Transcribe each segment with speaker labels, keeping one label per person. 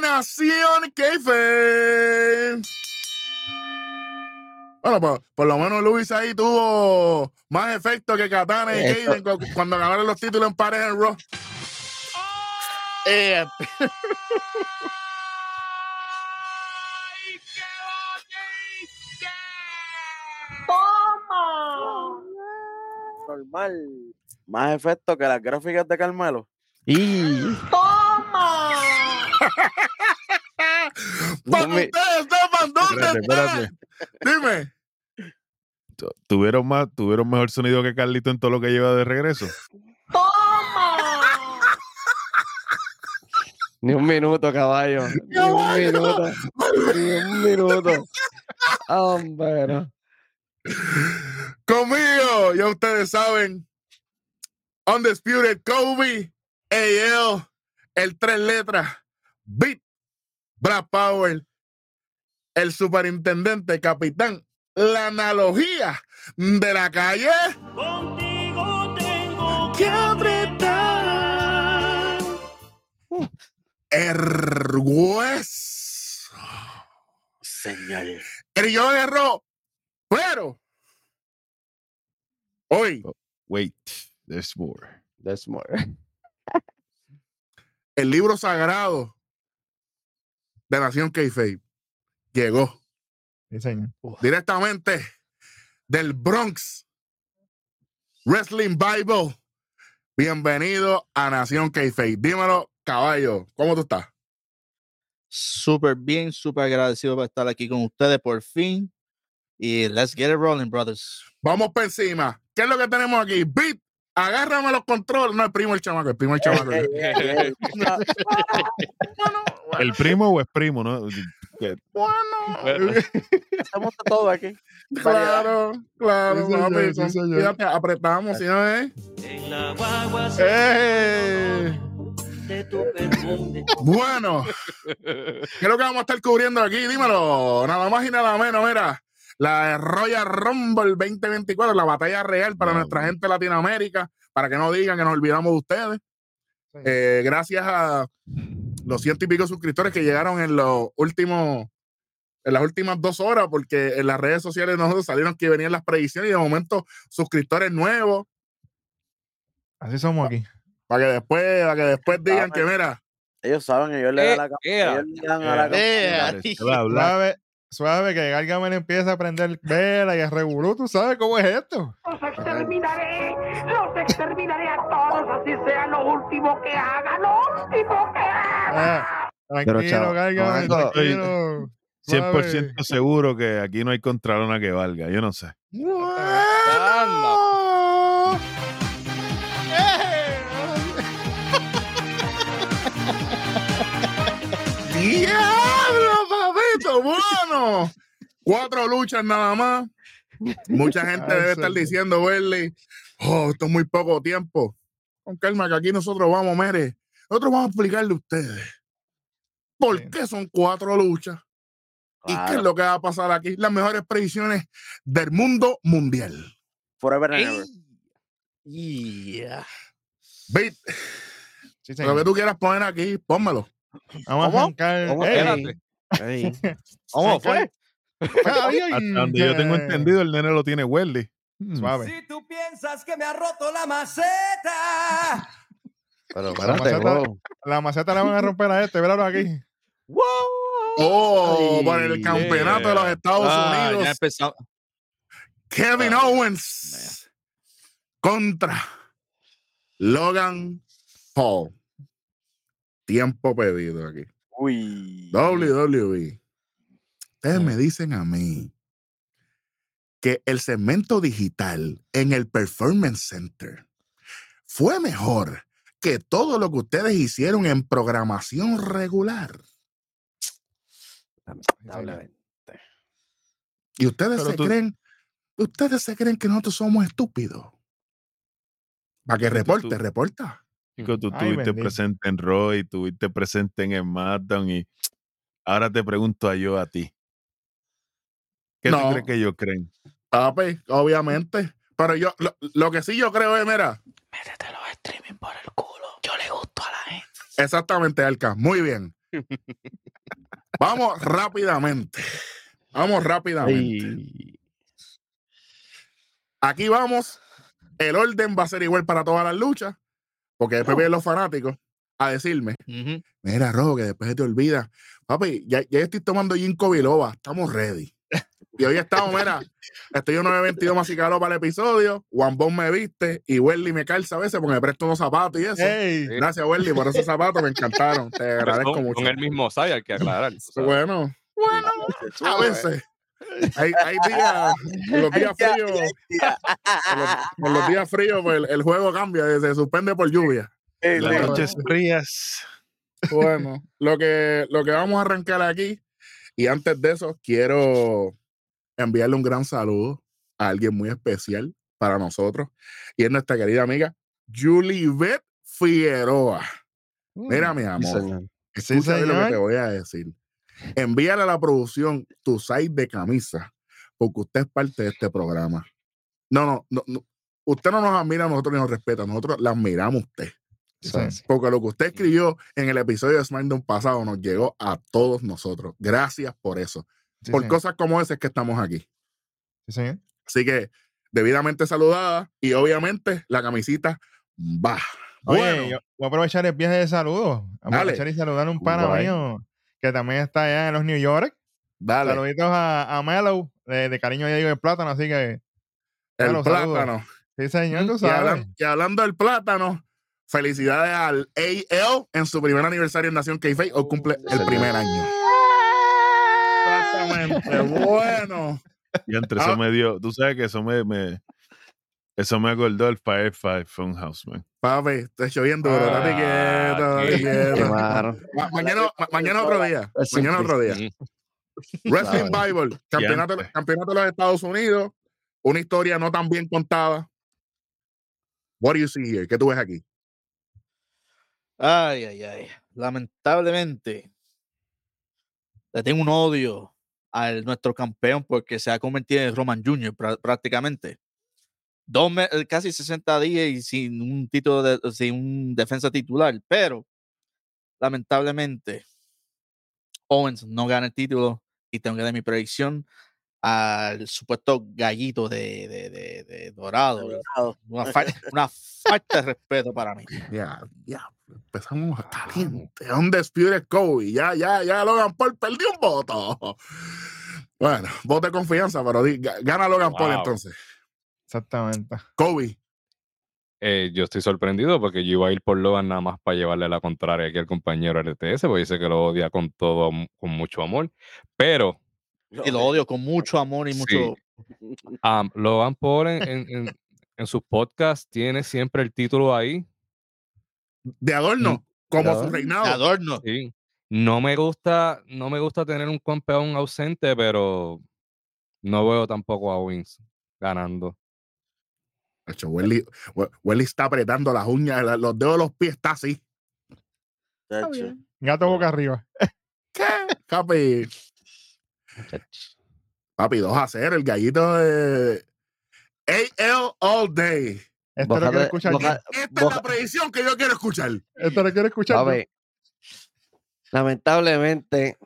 Speaker 1: Nación Keife. Bueno, por, por lo menos Luis ahí tuvo más efecto que Katana y Kaden
Speaker 2: Eso.
Speaker 1: cu- cuando ganaron los títulos en pareja en Raw.
Speaker 3: Eh,
Speaker 4: ¡Toma!
Speaker 2: Normal. Más efecto que las gráficas de Carmelo.
Speaker 3: y
Speaker 4: ¡Toma!
Speaker 1: Para
Speaker 2: me-
Speaker 1: que ustedes sepan dónde
Speaker 5: Espérate, espérate.
Speaker 1: están. Dime.
Speaker 5: Tu- Tuvieron, más, tuvieron mejor sonido que Carlito en todo lo que lleva de regreso.
Speaker 4: ¡Toma!
Speaker 3: ni un minuto, caballo. Ni un
Speaker 1: Caballo.
Speaker 3: minuto. Ni un minuto. Hombre, no.
Speaker 1: Conmigo, ya ustedes saben. Undisputed Kobe, AL, el tres letras, Beat, Brad Power, el superintendente, capitán, la analogía de la calle. que apretar. Uh, Ergüez.
Speaker 2: Señor.
Speaker 1: Crillón erró, pero hoy
Speaker 5: Wait, there's more.
Speaker 3: That's more.
Speaker 1: el libro sagrado de Nación Keife llegó directamente del Bronx Wrestling Bible. Bienvenido a Nación Keife. Dímelo, caballo, ¿cómo tú estás?
Speaker 6: Súper bien, súper agradecido por estar aquí con ustedes por fin. Y let's get it rolling, brothers.
Speaker 1: Vamos por encima. ¿Qué es lo que tenemos aquí? Beat, agárrame los controles. No, el primo el chamaco, el primo el chamaco.
Speaker 5: ¿El primo o es primo? No?
Speaker 1: bueno.
Speaker 2: Hacemos de todo aquí.
Speaker 1: Claro, claro,
Speaker 5: Sí, señor,
Speaker 1: papi,
Speaker 5: sí,
Speaker 1: son-
Speaker 5: señor.
Speaker 1: fíjate, apretamos, ¿sí no es? ¡Eh! Bueno, creo que vamos a estar cubriendo aquí, dímelo, nada más y nada menos, mira, la Royal Rumble 2024, la batalla real para
Speaker 5: Wow.
Speaker 1: nuestra gente de Latinoamérica, para que no digan que nos olvidamos de ustedes. Eh, gracias a los ciento y pico suscriptores que llegaron en los últimos en las últimas dos horas, porque en las redes sociales nosotros salieron que venían las predicciones y de momento suscriptores nuevos,
Speaker 5: Así somos aquí.
Speaker 1: para que después, para que después digan que mira,
Speaker 2: Ellos saben, ellos le dan la cam- ellos le dan a la
Speaker 6: Eh, eh,
Speaker 2: campanita.
Speaker 7: Suave, suave, que Gargamel empieza a prender vela y a revolú, tú sabes cómo es esto.
Speaker 4: ¡Los exterminaré! ¡Los exterminaré a todos! ¡Así sea lo último que haga! ¡Lo último que haga!
Speaker 7: Ah,
Speaker 3: Pero,
Speaker 7: tranquilo,
Speaker 3: chavo,
Speaker 7: Gargamel,
Speaker 3: no, no,
Speaker 7: tranquilo.
Speaker 5: 100% seguro que aquí no hay contralona que valga, yo no sé.
Speaker 1: ¡Diablo, papito! ¡Bueno! Cuatro luchas nada más. Mucha gente
Speaker 7: Ay,
Speaker 1: debe estar
Speaker 7: señor.
Speaker 1: diciendo, Berly, oh, esto es muy poco tiempo. Con calma, que aquí nosotros vamos, mere. Nosotros vamos a explicarle a ustedes por
Speaker 7: Sí.
Speaker 1: qué son cuatro luchas y qué es
Speaker 2: Claro.
Speaker 1: lo que va a pasar aquí. Las mejores predicciones del mundo mundial.
Speaker 2: Forever and ever.
Speaker 6: Yeah.
Speaker 1: Beat,
Speaker 7: Sí, señor.
Speaker 1: lo que tú quieras poner aquí, pónmelo.
Speaker 7: Vamos
Speaker 3: ¿Cómo?
Speaker 7: a arrancar.
Speaker 3: ¿Cómo?
Speaker 7: Ey,
Speaker 3: Espérate. Ey. ¿Cómo fue?
Speaker 7: ay, ay,
Speaker 5: Hasta donde yo tengo
Speaker 7: eh,
Speaker 5: entendido, el nene lo tiene Welly. Mm.
Speaker 7: Suave.
Speaker 8: Si tú piensas que me ha roto la maceta.
Speaker 3: Pero
Speaker 7: Vamos
Speaker 3: espérate,
Speaker 7: a tratar-
Speaker 3: wow.
Speaker 7: La maceta la van a romper a este, verlo aquí.
Speaker 1: Oh, por el
Speaker 3: Ay,
Speaker 1: campeonato de los Estados
Speaker 6: Ah, ya
Speaker 1: Unidos.
Speaker 6: empezamos.
Speaker 1: Kevin
Speaker 6: Ah,
Speaker 1: Owens contra Logan Paul. Tiempo pedido aquí.
Speaker 2: Uy.
Speaker 1: WWE. Ustedes me dicen a mí que el segmento digital en el Performance Center fue mejor que todo lo que ustedes hicieron en programación regular.
Speaker 3: Lamentablemente.
Speaker 1: Y ustedes
Speaker 5: Pero
Speaker 1: se
Speaker 5: tú-
Speaker 1: creen, ustedes se creen que nosotros somos estúpidos. Para que
Speaker 5: Pero tú-
Speaker 1: reporte, reporta.
Speaker 5: Chico, tú
Speaker 7: Ay,
Speaker 5: estuviste
Speaker 7: bendito.
Speaker 5: presente en Roy, estuviste presente en el SmackDown y ahora te pregunto a yo a ti. ¿Qué
Speaker 1: No.
Speaker 5: tú crees que ellos creen?
Speaker 1: Papi, obviamente. Pero yo, lo, lo que sí yo creo es, mira,
Speaker 4: Métete los streaming por el culo. Yo le gusto a la gente.
Speaker 1: exactamente, Alca. Muy bien. Vamos rápidamente. Vamos rápidamente.
Speaker 3: Ay,
Speaker 1: Aquí vamos. El orden va a ser igual para todas las luchas. Porque después vienen los fanáticos a decirme:
Speaker 6: Ujú.
Speaker 1: Mira, Rojo, que después se te olvida. Papi, ya, ya yo estoy tomando Ginkgo Biloba. Estamos ready. Y hoy estamos, mira, estoy un 922 masicalo para el episodio. Juan Bon me viste y Welly me calza a veces porque me presto unos zapatos y eso.
Speaker 7: Ey,
Speaker 1: Gracias, Welly, por esos zapatos. Me encantaron. Te
Speaker 9: Pero
Speaker 1: agradezco
Speaker 9: con,
Speaker 1: mucho.
Speaker 9: con el mismo Sai hay que aclarar. tú sabes.
Speaker 1: Bueno, a veces. eh. Hay, hay días, en los días fríos, en los, en los días fríos, pues, el, el juego cambia, eh, se suspende por lluvia.
Speaker 2: Sí,
Speaker 5: Las
Speaker 2: sí.
Speaker 1: Claro.
Speaker 5: noches frías.
Speaker 1: Bueno, lo que, lo que vamos a arrancar aquí, y antes de eso, quiero enviarle un gran saludo a alguien muy especial para nosotros, y es nuestra querida amiga Julibet Figueroa. Mira, mi
Speaker 3: sí,
Speaker 1: amor.
Speaker 3: señor.
Speaker 7: Sí,
Speaker 1: Escucha bien lo que
Speaker 7: señor.
Speaker 1: te voy a decir. Envíale a la producción tu site de camisa, porque usted es parte de este programa. No, no, no, no. Usted no nos admira a nosotros ni nos respeta, nosotros la admiramos a usted.
Speaker 7: Sí.
Speaker 1: Porque lo que usted escribió en el episodio de SmackDown pasado nos llegó a todos nosotros. Gracias por eso.
Speaker 7: Sí,
Speaker 1: por
Speaker 7: señor.
Speaker 1: cosas como esas es que estamos aquí.
Speaker 7: Sí, señor.
Speaker 1: Así que, debidamente saludada y obviamente la camisita va.
Speaker 7: Oye,
Speaker 1: Bueno,
Speaker 7: yo voy a aprovechar el viaje de saludos.
Speaker 1: Dale.
Speaker 7: Aprovechar y saludar a un pana
Speaker 1: Guay.
Speaker 7: mío que también está allá en los New York.
Speaker 1: dale.
Speaker 7: Saluditos a, a Mellow, de, de cariño ya digo el plátano, así que
Speaker 1: el
Speaker 7: claro, saludos.
Speaker 1: plátano.
Speaker 7: sí, señor, tú
Speaker 1: Y, hablan-
Speaker 7: sabes.
Speaker 1: y hablando del plátano, felicidades al AL en su primer aniversario en Nación k o cumple
Speaker 7: Uh,
Speaker 1: el primer año. Exactamente. Bueno.
Speaker 5: Y entre eso
Speaker 1: Ah.
Speaker 5: me dio, tú sabes que eso me, me- eso me acordó el Fire Five Funhouse, man.
Speaker 1: Papi, estoy lloviendo, pero
Speaker 9: Ah,
Speaker 1: date quieto, date
Speaker 9: qué-
Speaker 3: Qué
Speaker 1: quieto.
Speaker 3: malo.
Speaker 1: Ma- Mañana, ma- mañana otro día.
Speaker 3: Es
Speaker 1: Mañana otro día.
Speaker 9: simple.
Speaker 1: Wrestling Bible, campeonato,
Speaker 5: Siempre.
Speaker 1: campeonato de los Estados Unidos, una historia no tan bien contada. What do you see here? ¿Qué tú ves aquí?
Speaker 6: Ay, ay, ay. Lamentablemente, le tengo un odio a nuestro campeón porque se ha convertido en Roman Jr. prá- prácticamente. Dos me- eh, casi 60 días y sin un título, de- sin un defensa titular, pero lamentablemente Owens no gana el título y tengo que dar mi predicción al supuesto gallito de, de- de- de dorado. Una, fal- una falta de respeto para mí.
Speaker 1: Ya, ya, empezamos caliente. Undisputed Kobe. Ya, ya, ya, Logan Paul perdió un voto. Bueno, voto de confianza, pero di- ga- gana Logan Paul
Speaker 9: Wow.
Speaker 1: entonces.
Speaker 7: Exactamente.
Speaker 1: Kobe.
Speaker 9: Eh, yo estoy sorprendido porque yo iba a ir por Logan nada más para llevarle la contraria aquí al compañero LTS, porque dice que lo odia con todo, am- con mucho amor. Pero
Speaker 6: y lo odio con mucho amor y
Speaker 9: Sí.
Speaker 6: mucho.
Speaker 9: am, Logan Paul en, en- en- en sus podcasts tiene siempre el título ahí.
Speaker 1: De adorno, como su
Speaker 3: adorno.
Speaker 6: de
Speaker 1: reinado.
Speaker 6: adorno.
Speaker 9: Sí. No me gusta, no me gusta tener un campeón ausente, pero no veo tampoco a Wins ganando.
Speaker 1: Nacho, Welly, We- Welly está apretando las uñas, la- los dedos de los pies, está así.
Speaker 2: Chacho.
Speaker 7: Gato boca arriba.
Speaker 1: Papi, papi 2 a 0, el gallito de AL All Day.
Speaker 7: Esto lo quiero
Speaker 3: Bójate-
Speaker 7: escuchar. yo.
Speaker 3: boja-
Speaker 1: Esta es
Speaker 3: boja-
Speaker 1: la predicción que yo quiero escuchar.
Speaker 7: Esto lo quiero escuchar. yo.
Speaker 3: Papi, lamentablemente,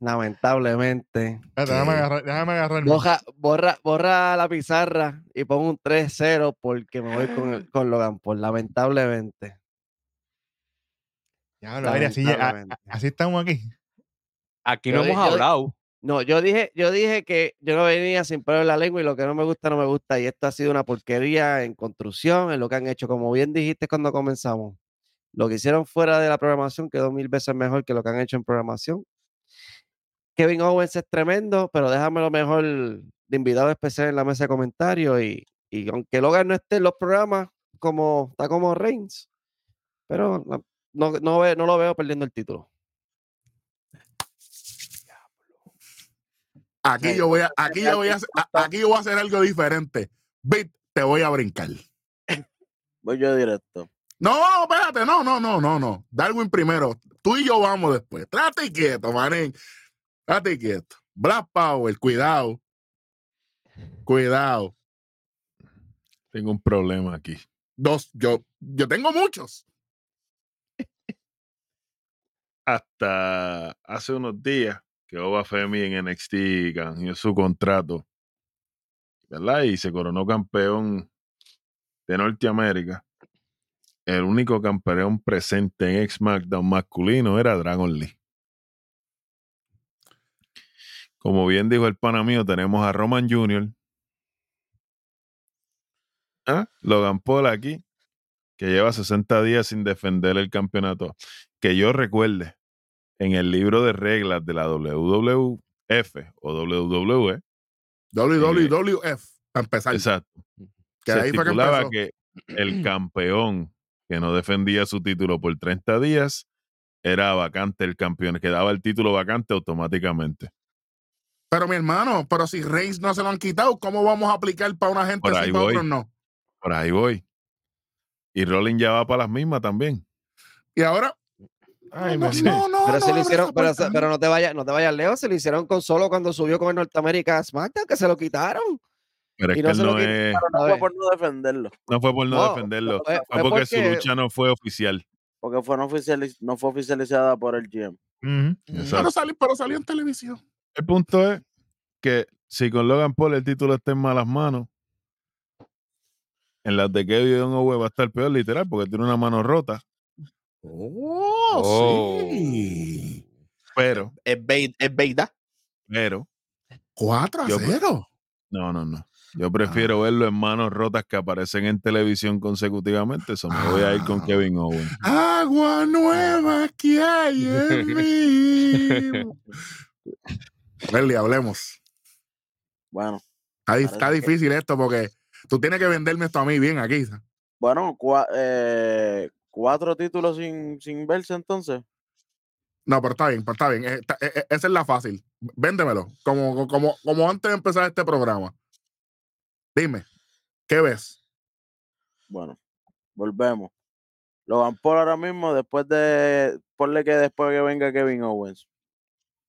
Speaker 3: lamentablemente,
Speaker 7: Espérate, déjame, agarrar, déjame agarrarme.
Speaker 3: borra, borra, borra la pizarra y pon un 3-0 porque me voy con, el- con Logan Paul, lamentablemente.
Speaker 7: Ya, lo aire, así, a-
Speaker 3: lamentablemente.
Speaker 7: así estamos aquí.
Speaker 9: Aquí
Speaker 3: Yo
Speaker 9: no
Speaker 3: di-
Speaker 9: hemos
Speaker 3: yo di-
Speaker 9: hablado.
Speaker 3: No, yo dije, yo dije que yo no venía sin pelo en la lengua y lo que no me gusta, no me gusta. Y esto ha sido una porquería en construcción, en lo que han hecho. Como bien dijiste cuando comenzamos, lo que hicieron fuera de la programación quedó mil veces mejor que lo que han hecho en programación. Kevin Owens es tremendo, pero déjame lo mejor de invitado especial en la mesa de comentarios. Y, y aunque Logan no esté en los programas, como, está como Reigns, pero la- no, no, ve- no lo veo perdiendo el título.
Speaker 1: Aquí yo voy a, aquí yo voy a, hacer- a- aquí yo voy a hacer algo diferente. Bit, te voy a brincar.
Speaker 2: Voy yo directo.
Speaker 1: No, espérate, no, no, no, no, no. Darwin primero. Tú y yo vamos después. Trate quieto, manín. Trate quieto. Black Power, cuidado. Cuidado.
Speaker 5: Tengo un problema aquí.
Speaker 1: Dos, yo, yo tengo muchos.
Speaker 5: hasta hace unos días que Obafemi en NXT ganó su contrato, ¿verdad? Y se coronó campeón de Norteamérica. El único campeón presente en X-SmackDown masculino era Dragon Lee. Como bien dijo el pana mío, tenemos a Roman Jr. ¿Ah? Logan Paul aquí, que lleva 60 días sin defender el campeonato. Que yo recuerde, en el libro de reglas de la WWF o E, WWE,
Speaker 1: WWF, para empezar.
Speaker 5: exacto,
Speaker 1: que
Speaker 5: se
Speaker 1: ahí fue que
Speaker 5: estipulaba
Speaker 1: empezó.
Speaker 5: que el campeón que no defendía su título por 30 días era vacante el campeón, quedaba el título vacante automáticamente.
Speaker 1: Pero mi hermano, pero si Reigns no se lo han quitado, ¿cómo vamos a aplicar para una gente
Speaker 5: Por
Speaker 1: sí,
Speaker 5: ahí
Speaker 1: para
Speaker 5: voy.
Speaker 1: otros no?
Speaker 5: Por ahí voy. Y Rolling ya va para las mismas también.
Speaker 1: Y ahora.
Speaker 7: Ay,
Speaker 1: no,
Speaker 7: me sé.
Speaker 1: no, no,
Speaker 3: Pero,
Speaker 1: no
Speaker 3: se le
Speaker 1: abre
Speaker 3: hicieron,
Speaker 1: esa
Speaker 3: pero,
Speaker 1: puerta,
Speaker 3: se- pero no te vayas, no te vayas lejos, se lo hicieron con solo cuando subió con el Norteamérica a SmackDown, que se lo quitaron.
Speaker 5: Pero es
Speaker 3: Y
Speaker 5: que
Speaker 3: no
Speaker 5: él
Speaker 3: se lo
Speaker 5: no, es-
Speaker 3: A
Speaker 2: No
Speaker 3: ver,
Speaker 2: fue por no defenderlo,
Speaker 5: no fue por no,
Speaker 3: No,
Speaker 5: defenderlo,
Speaker 3: fue-
Speaker 5: fue,
Speaker 3: fue
Speaker 5: porque, su
Speaker 3: porque-
Speaker 5: lucha no fue oficial.
Speaker 2: porque fue no, oficializ- no fue oficializada por el GM.
Speaker 7: Ujú.
Speaker 1: Pero
Speaker 5: Exacto.
Speaker 1: salió, pero salió en televisión.
Speaker 5: El punto es que si con Logan Paul el título está en malas manos, en las de Kevin Owens va a estar peor, literal, porque tiene una mano rota.
Speaker 1: Oh,
Speaker 9: Oh.
Speaker 1: sí.
Speaker 5: Pero,
Speaker 6: Es vei- es verdad.
Speaker 5: pero,
Speaker 1: 4 a
Speaker 5: Yo- pues,
Speaker 1: 0.
Speaker 5: no, no, no. Yo prefiero verlo en manos rotas que aparecen en televisión consecutivamente. Eso me voy a ir con
Speaker 1: Ah.
Speaker 5: Kevin Owens.
Speaker 1: Agua nueva que hay en mí. Welly, hablemos.
Speaker 2: Bueno,
Speaker 1: Está, di- está
Speaker 2: Parece que-
Speaker 1: difícil esto porque tú tienes que venderme esto a mí bien aquí. ¿sabes?
Speaker 2: bueno, cua- eh, cuatro títulos sin, sin verse entonces.
Speaker 1: No, pero está bien, pero está bien. Eh, está- eh, eh, esa es la fácil. Véndemelo. Como, como, como antes de empezar este programa. Dime, ¿qué ves?
Speaker 2: Bueno, volvemos. Logan Paul ahora mismo, después de. Ponle que después que venga Kevin Owens.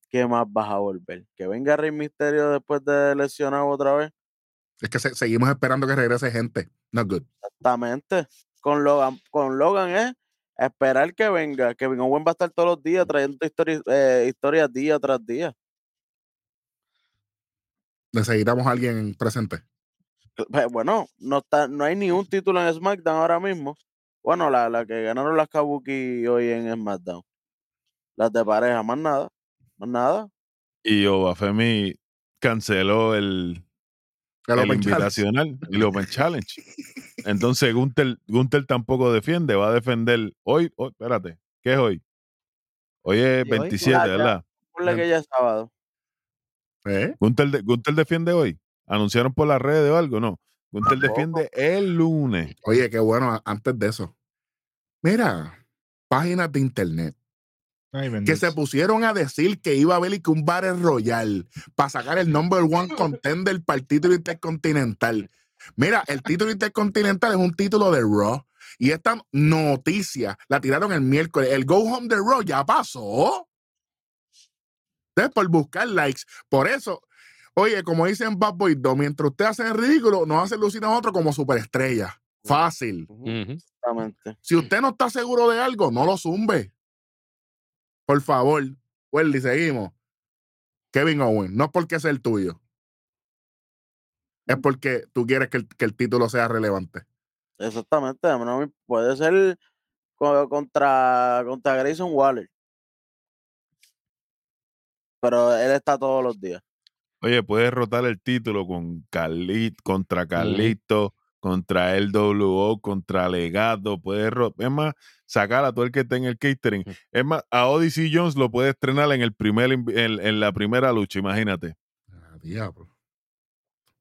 Speaker 2: ¿Qué más vas a volver? Que venga Rey Misterio después de lesionado otra vez.
Speaker 1: Es que se- seguimos esperando que regrese gente. No good.
Speaker 2: Exactamente. Con Logan, con Logan es esperar que venga. Kevin Owens va a estar todos los días trayendo histori- eh, historias día tras día.
Speaker 1: Necesitamos a alguien presente.
Speaker 2: Pues, Bueno, no está, no hay ni un título en SmackDown ahora mismo. Bueno, la, la que ganaron las Kabuki hoy en SmackDown. Las de pareja, más nada. Más nada.
Speaker 5: Y Obafemi canceló el,
Speaker 1: Que lo
Speaker 5: el
Speaker 1: pencharon.
Speaker 5: invitacional, el Open Challenge. Entonces Gunther, Gunther tampoco defiende, va a defender hoy, hoy, espérate, ¿qué es hoy?
Speaker 3: hoy?
Speaker 5: Hoy es 27,
Speaker 2: Ah, ya.
Speaker 5: ¿verdad?
Speaker 2: Ponle
Speaker 5: Em,
Speaker 2: que ya es sábado.
Speaker 1: ¿Eh?
Speaker 5: Gunther, de- Gunther defiende hoy. ¿Anunciaron por las redes o algo? No. Gunther defiende el lunes.
Speaker 1: Oye, qué bueno, a- antes de eso. Mira, páginas de internet
Speaker 7: Ay,
Speaker 1: que
Speaker 7: bendito.
Speaker 1: se pusieron a decir que iba a haber y que un Battle Royal para sacar el number one contender para el título intercontinental. Mira, el título intercontinental es un título de Raw. Y esta noticia la tiraron el miércoles. El Go Home de Raw ya pasó. Ustedes por buscar likes. Por eso, oye, como dicen Bad Boy 2, mientras usted hace el ridículo, nos hace lucir a nosotros como superestrella. Fácil.
Speaker 9: Ujú.
Speaker 2: Exactamente.
Speaker 1: Si usted no está seguro de algo, no lo zumbe. Por favor, Welly, seguimos. Kevin Owen, no es porque sea el tuyo. Es porque tú quieres que el, que el título sea relevante.
Speaker 2: Exactamente. a mí no me- puede ser co- contra, contra Grayson Waller. Pero él está todos los días.
Speaker 5: Oye, puedes rotar el título con Carlit, contra Carlito, contra el WO, contra Legado. Puedes ro- es más, sacar a todo el que esté en el catering. Es más, a Odyssey Jones lo puedes estrenar en, el primer, inv- en, en la primera lucha, imagínate.
Speaker 1: Ah, diablo.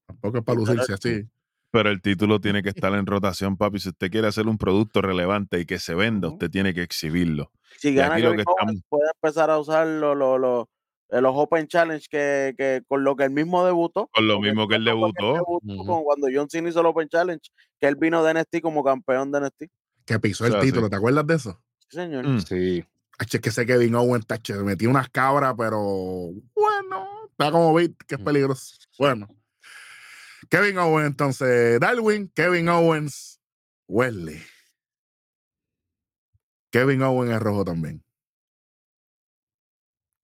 Speaker 1: Tampoco es para lucirse así.
Speaker 5: Pero el título tiene que estar en rotación, papi. Si usted quiere hacer un producto relevante y que se venda, usted tiene que exhibirlo.
Speaker 2: Si
Speaker 5: Y
Speaker 2: gana
Speaker 5: aquí lo
Speaker 2: Kevin
Speaker 5: que
Speaker 2: Owens, puede empezar a usar lo- lo- lo- eh, los Open Challenge que, que con lo que él mismo debutó.
Speaker 5: Con lo
Speaker 2: porque
Speaker 5: mismo que él
Speaker 2: fue lo que él
Speaker 5: debutó.
Speaker 2: debutó
Speaker 9: Ujú.
Speaker 2: con cuando John Cena hizo el Open Challenge, que él vino de NXT como campeón de NXT.
Speaker 1: Que pisó
Speaker 5: O
Speaker 1: el
Speaker 5: sea,
Speaker 1: título,
Speaker 5: sí.
Speaker 1: ¿te acuerdas de eso?
Speaker 2: Sí, señor.
Speaker 5: Mm.
Speaker 9: Sí.
Speaker 1: H, es que ese Kevin Owen está se metió unas cabras, pero bueno, está como Bit, que es
Speaker 5: Mm.
Speaker 1: peligroso. Bueno, Kevin Owen, entonces, Darwin, Kevin Owens, Wesley. Kevin Owen es rojo también.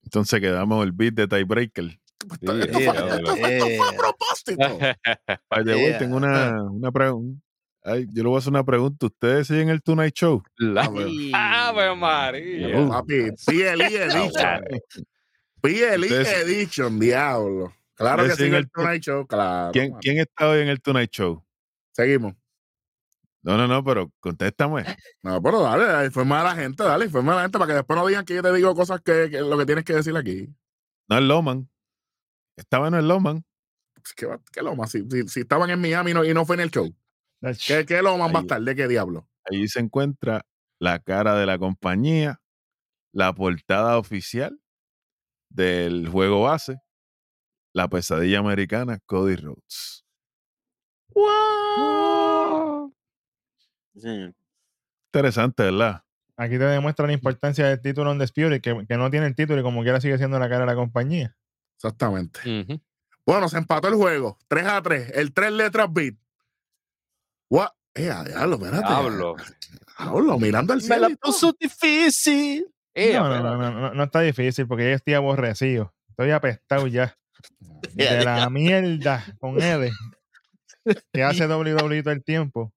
Speaker 5: Entonces quedamos el beat de Tiebreaker.
Speaker 1: Esto, esto
Speaker 9: sí,
Speaker 1: fue,
Speaker 9: ya,
Speaker 1: esto
Speaker 6: ya.
Speaker 1: fue- esto
Speaker 5: Eh.
Speaker 1: fue a propósito.
Speaker 5: By the way,
Speaker 6: Yeah.
Speaker 5: tengo una, una pregunta. yo le voy a hacer una pregunta. ¿Ustedes siguen el Tonight Show?
Speaker 9: La-
Speaker 1: Ave-
Speaker 9: Ave María.
Speaker 1: Ah, pues, Papi, E PLE
Speaker 7: Ah,
Speaker 1: Edition. PLE
Speaker 5: Ustedes-
Speaker 1: Edition, E diablo. Claro que
Speaker 5: Ustedes
Speaker 1: sí,
Speaker 5: siguen
Speaker 1: el
Speaker 5: el-
Speaker 1: Tonight Show, claro.
Speaker 5: ¿Quién,
Speaker 1: mano.
Speaker 5: quién está hoy en el Tonight Show?
Speaker 1: Seguimos.
Speaker 5: No, no, no, pero contéstame.
Speaker 1: No, pero dale, dale, informa a la gente, dale, informa a la gente para que después no digan que yo te digo cosas que, que lo que tienes que decir aquí.
Speaker 5: No es Loman. Estaba no es Loman.
Speaker 1: Pues, ¿Qué, va- qué loma? Si, si- si estaban en Miami y no, y no fue en el show. ¿Qué, qué loma
Speaker 5: Ahí.
Speaker 1: más tarde? ¿Qué diablo?
Speaker 5: Allí se encuentra la cara de la compañía, la portada oficial del juego base, la pesadilla americana, Cody Rhodes.
Speaker 2: Sí, señor.
Speaker 5: Interesante, ¿verdad?
Speaker 7: Aquí te demuestra la importancia del título Undisputed, que, que no tiene el título y como quiera sigue siendo la cara de la compañía.
Speaker 1: Exactamente.
Speaker 9: Ujú.
Speaker 1: Bueno, se empató el juego. 3 a 3. El 3 letras beat. What? Eh, a diablo, espérate.
Speaker 9: Diablo.
Speaker 1: Diablo, mirando al
Speaker 6: Me la
Speaker 1: cielo. y todo.
Speaker 6: puso difícil.
Speaker 9: Eh,
Speaker 7: no, no,
Speaker 9: espera.
Speaker 7: no, no, no, no está difícil porque ya estoy aborrecido. Estoy apestado ya. De la mierda con él. Que hace WWE todo el tiempo.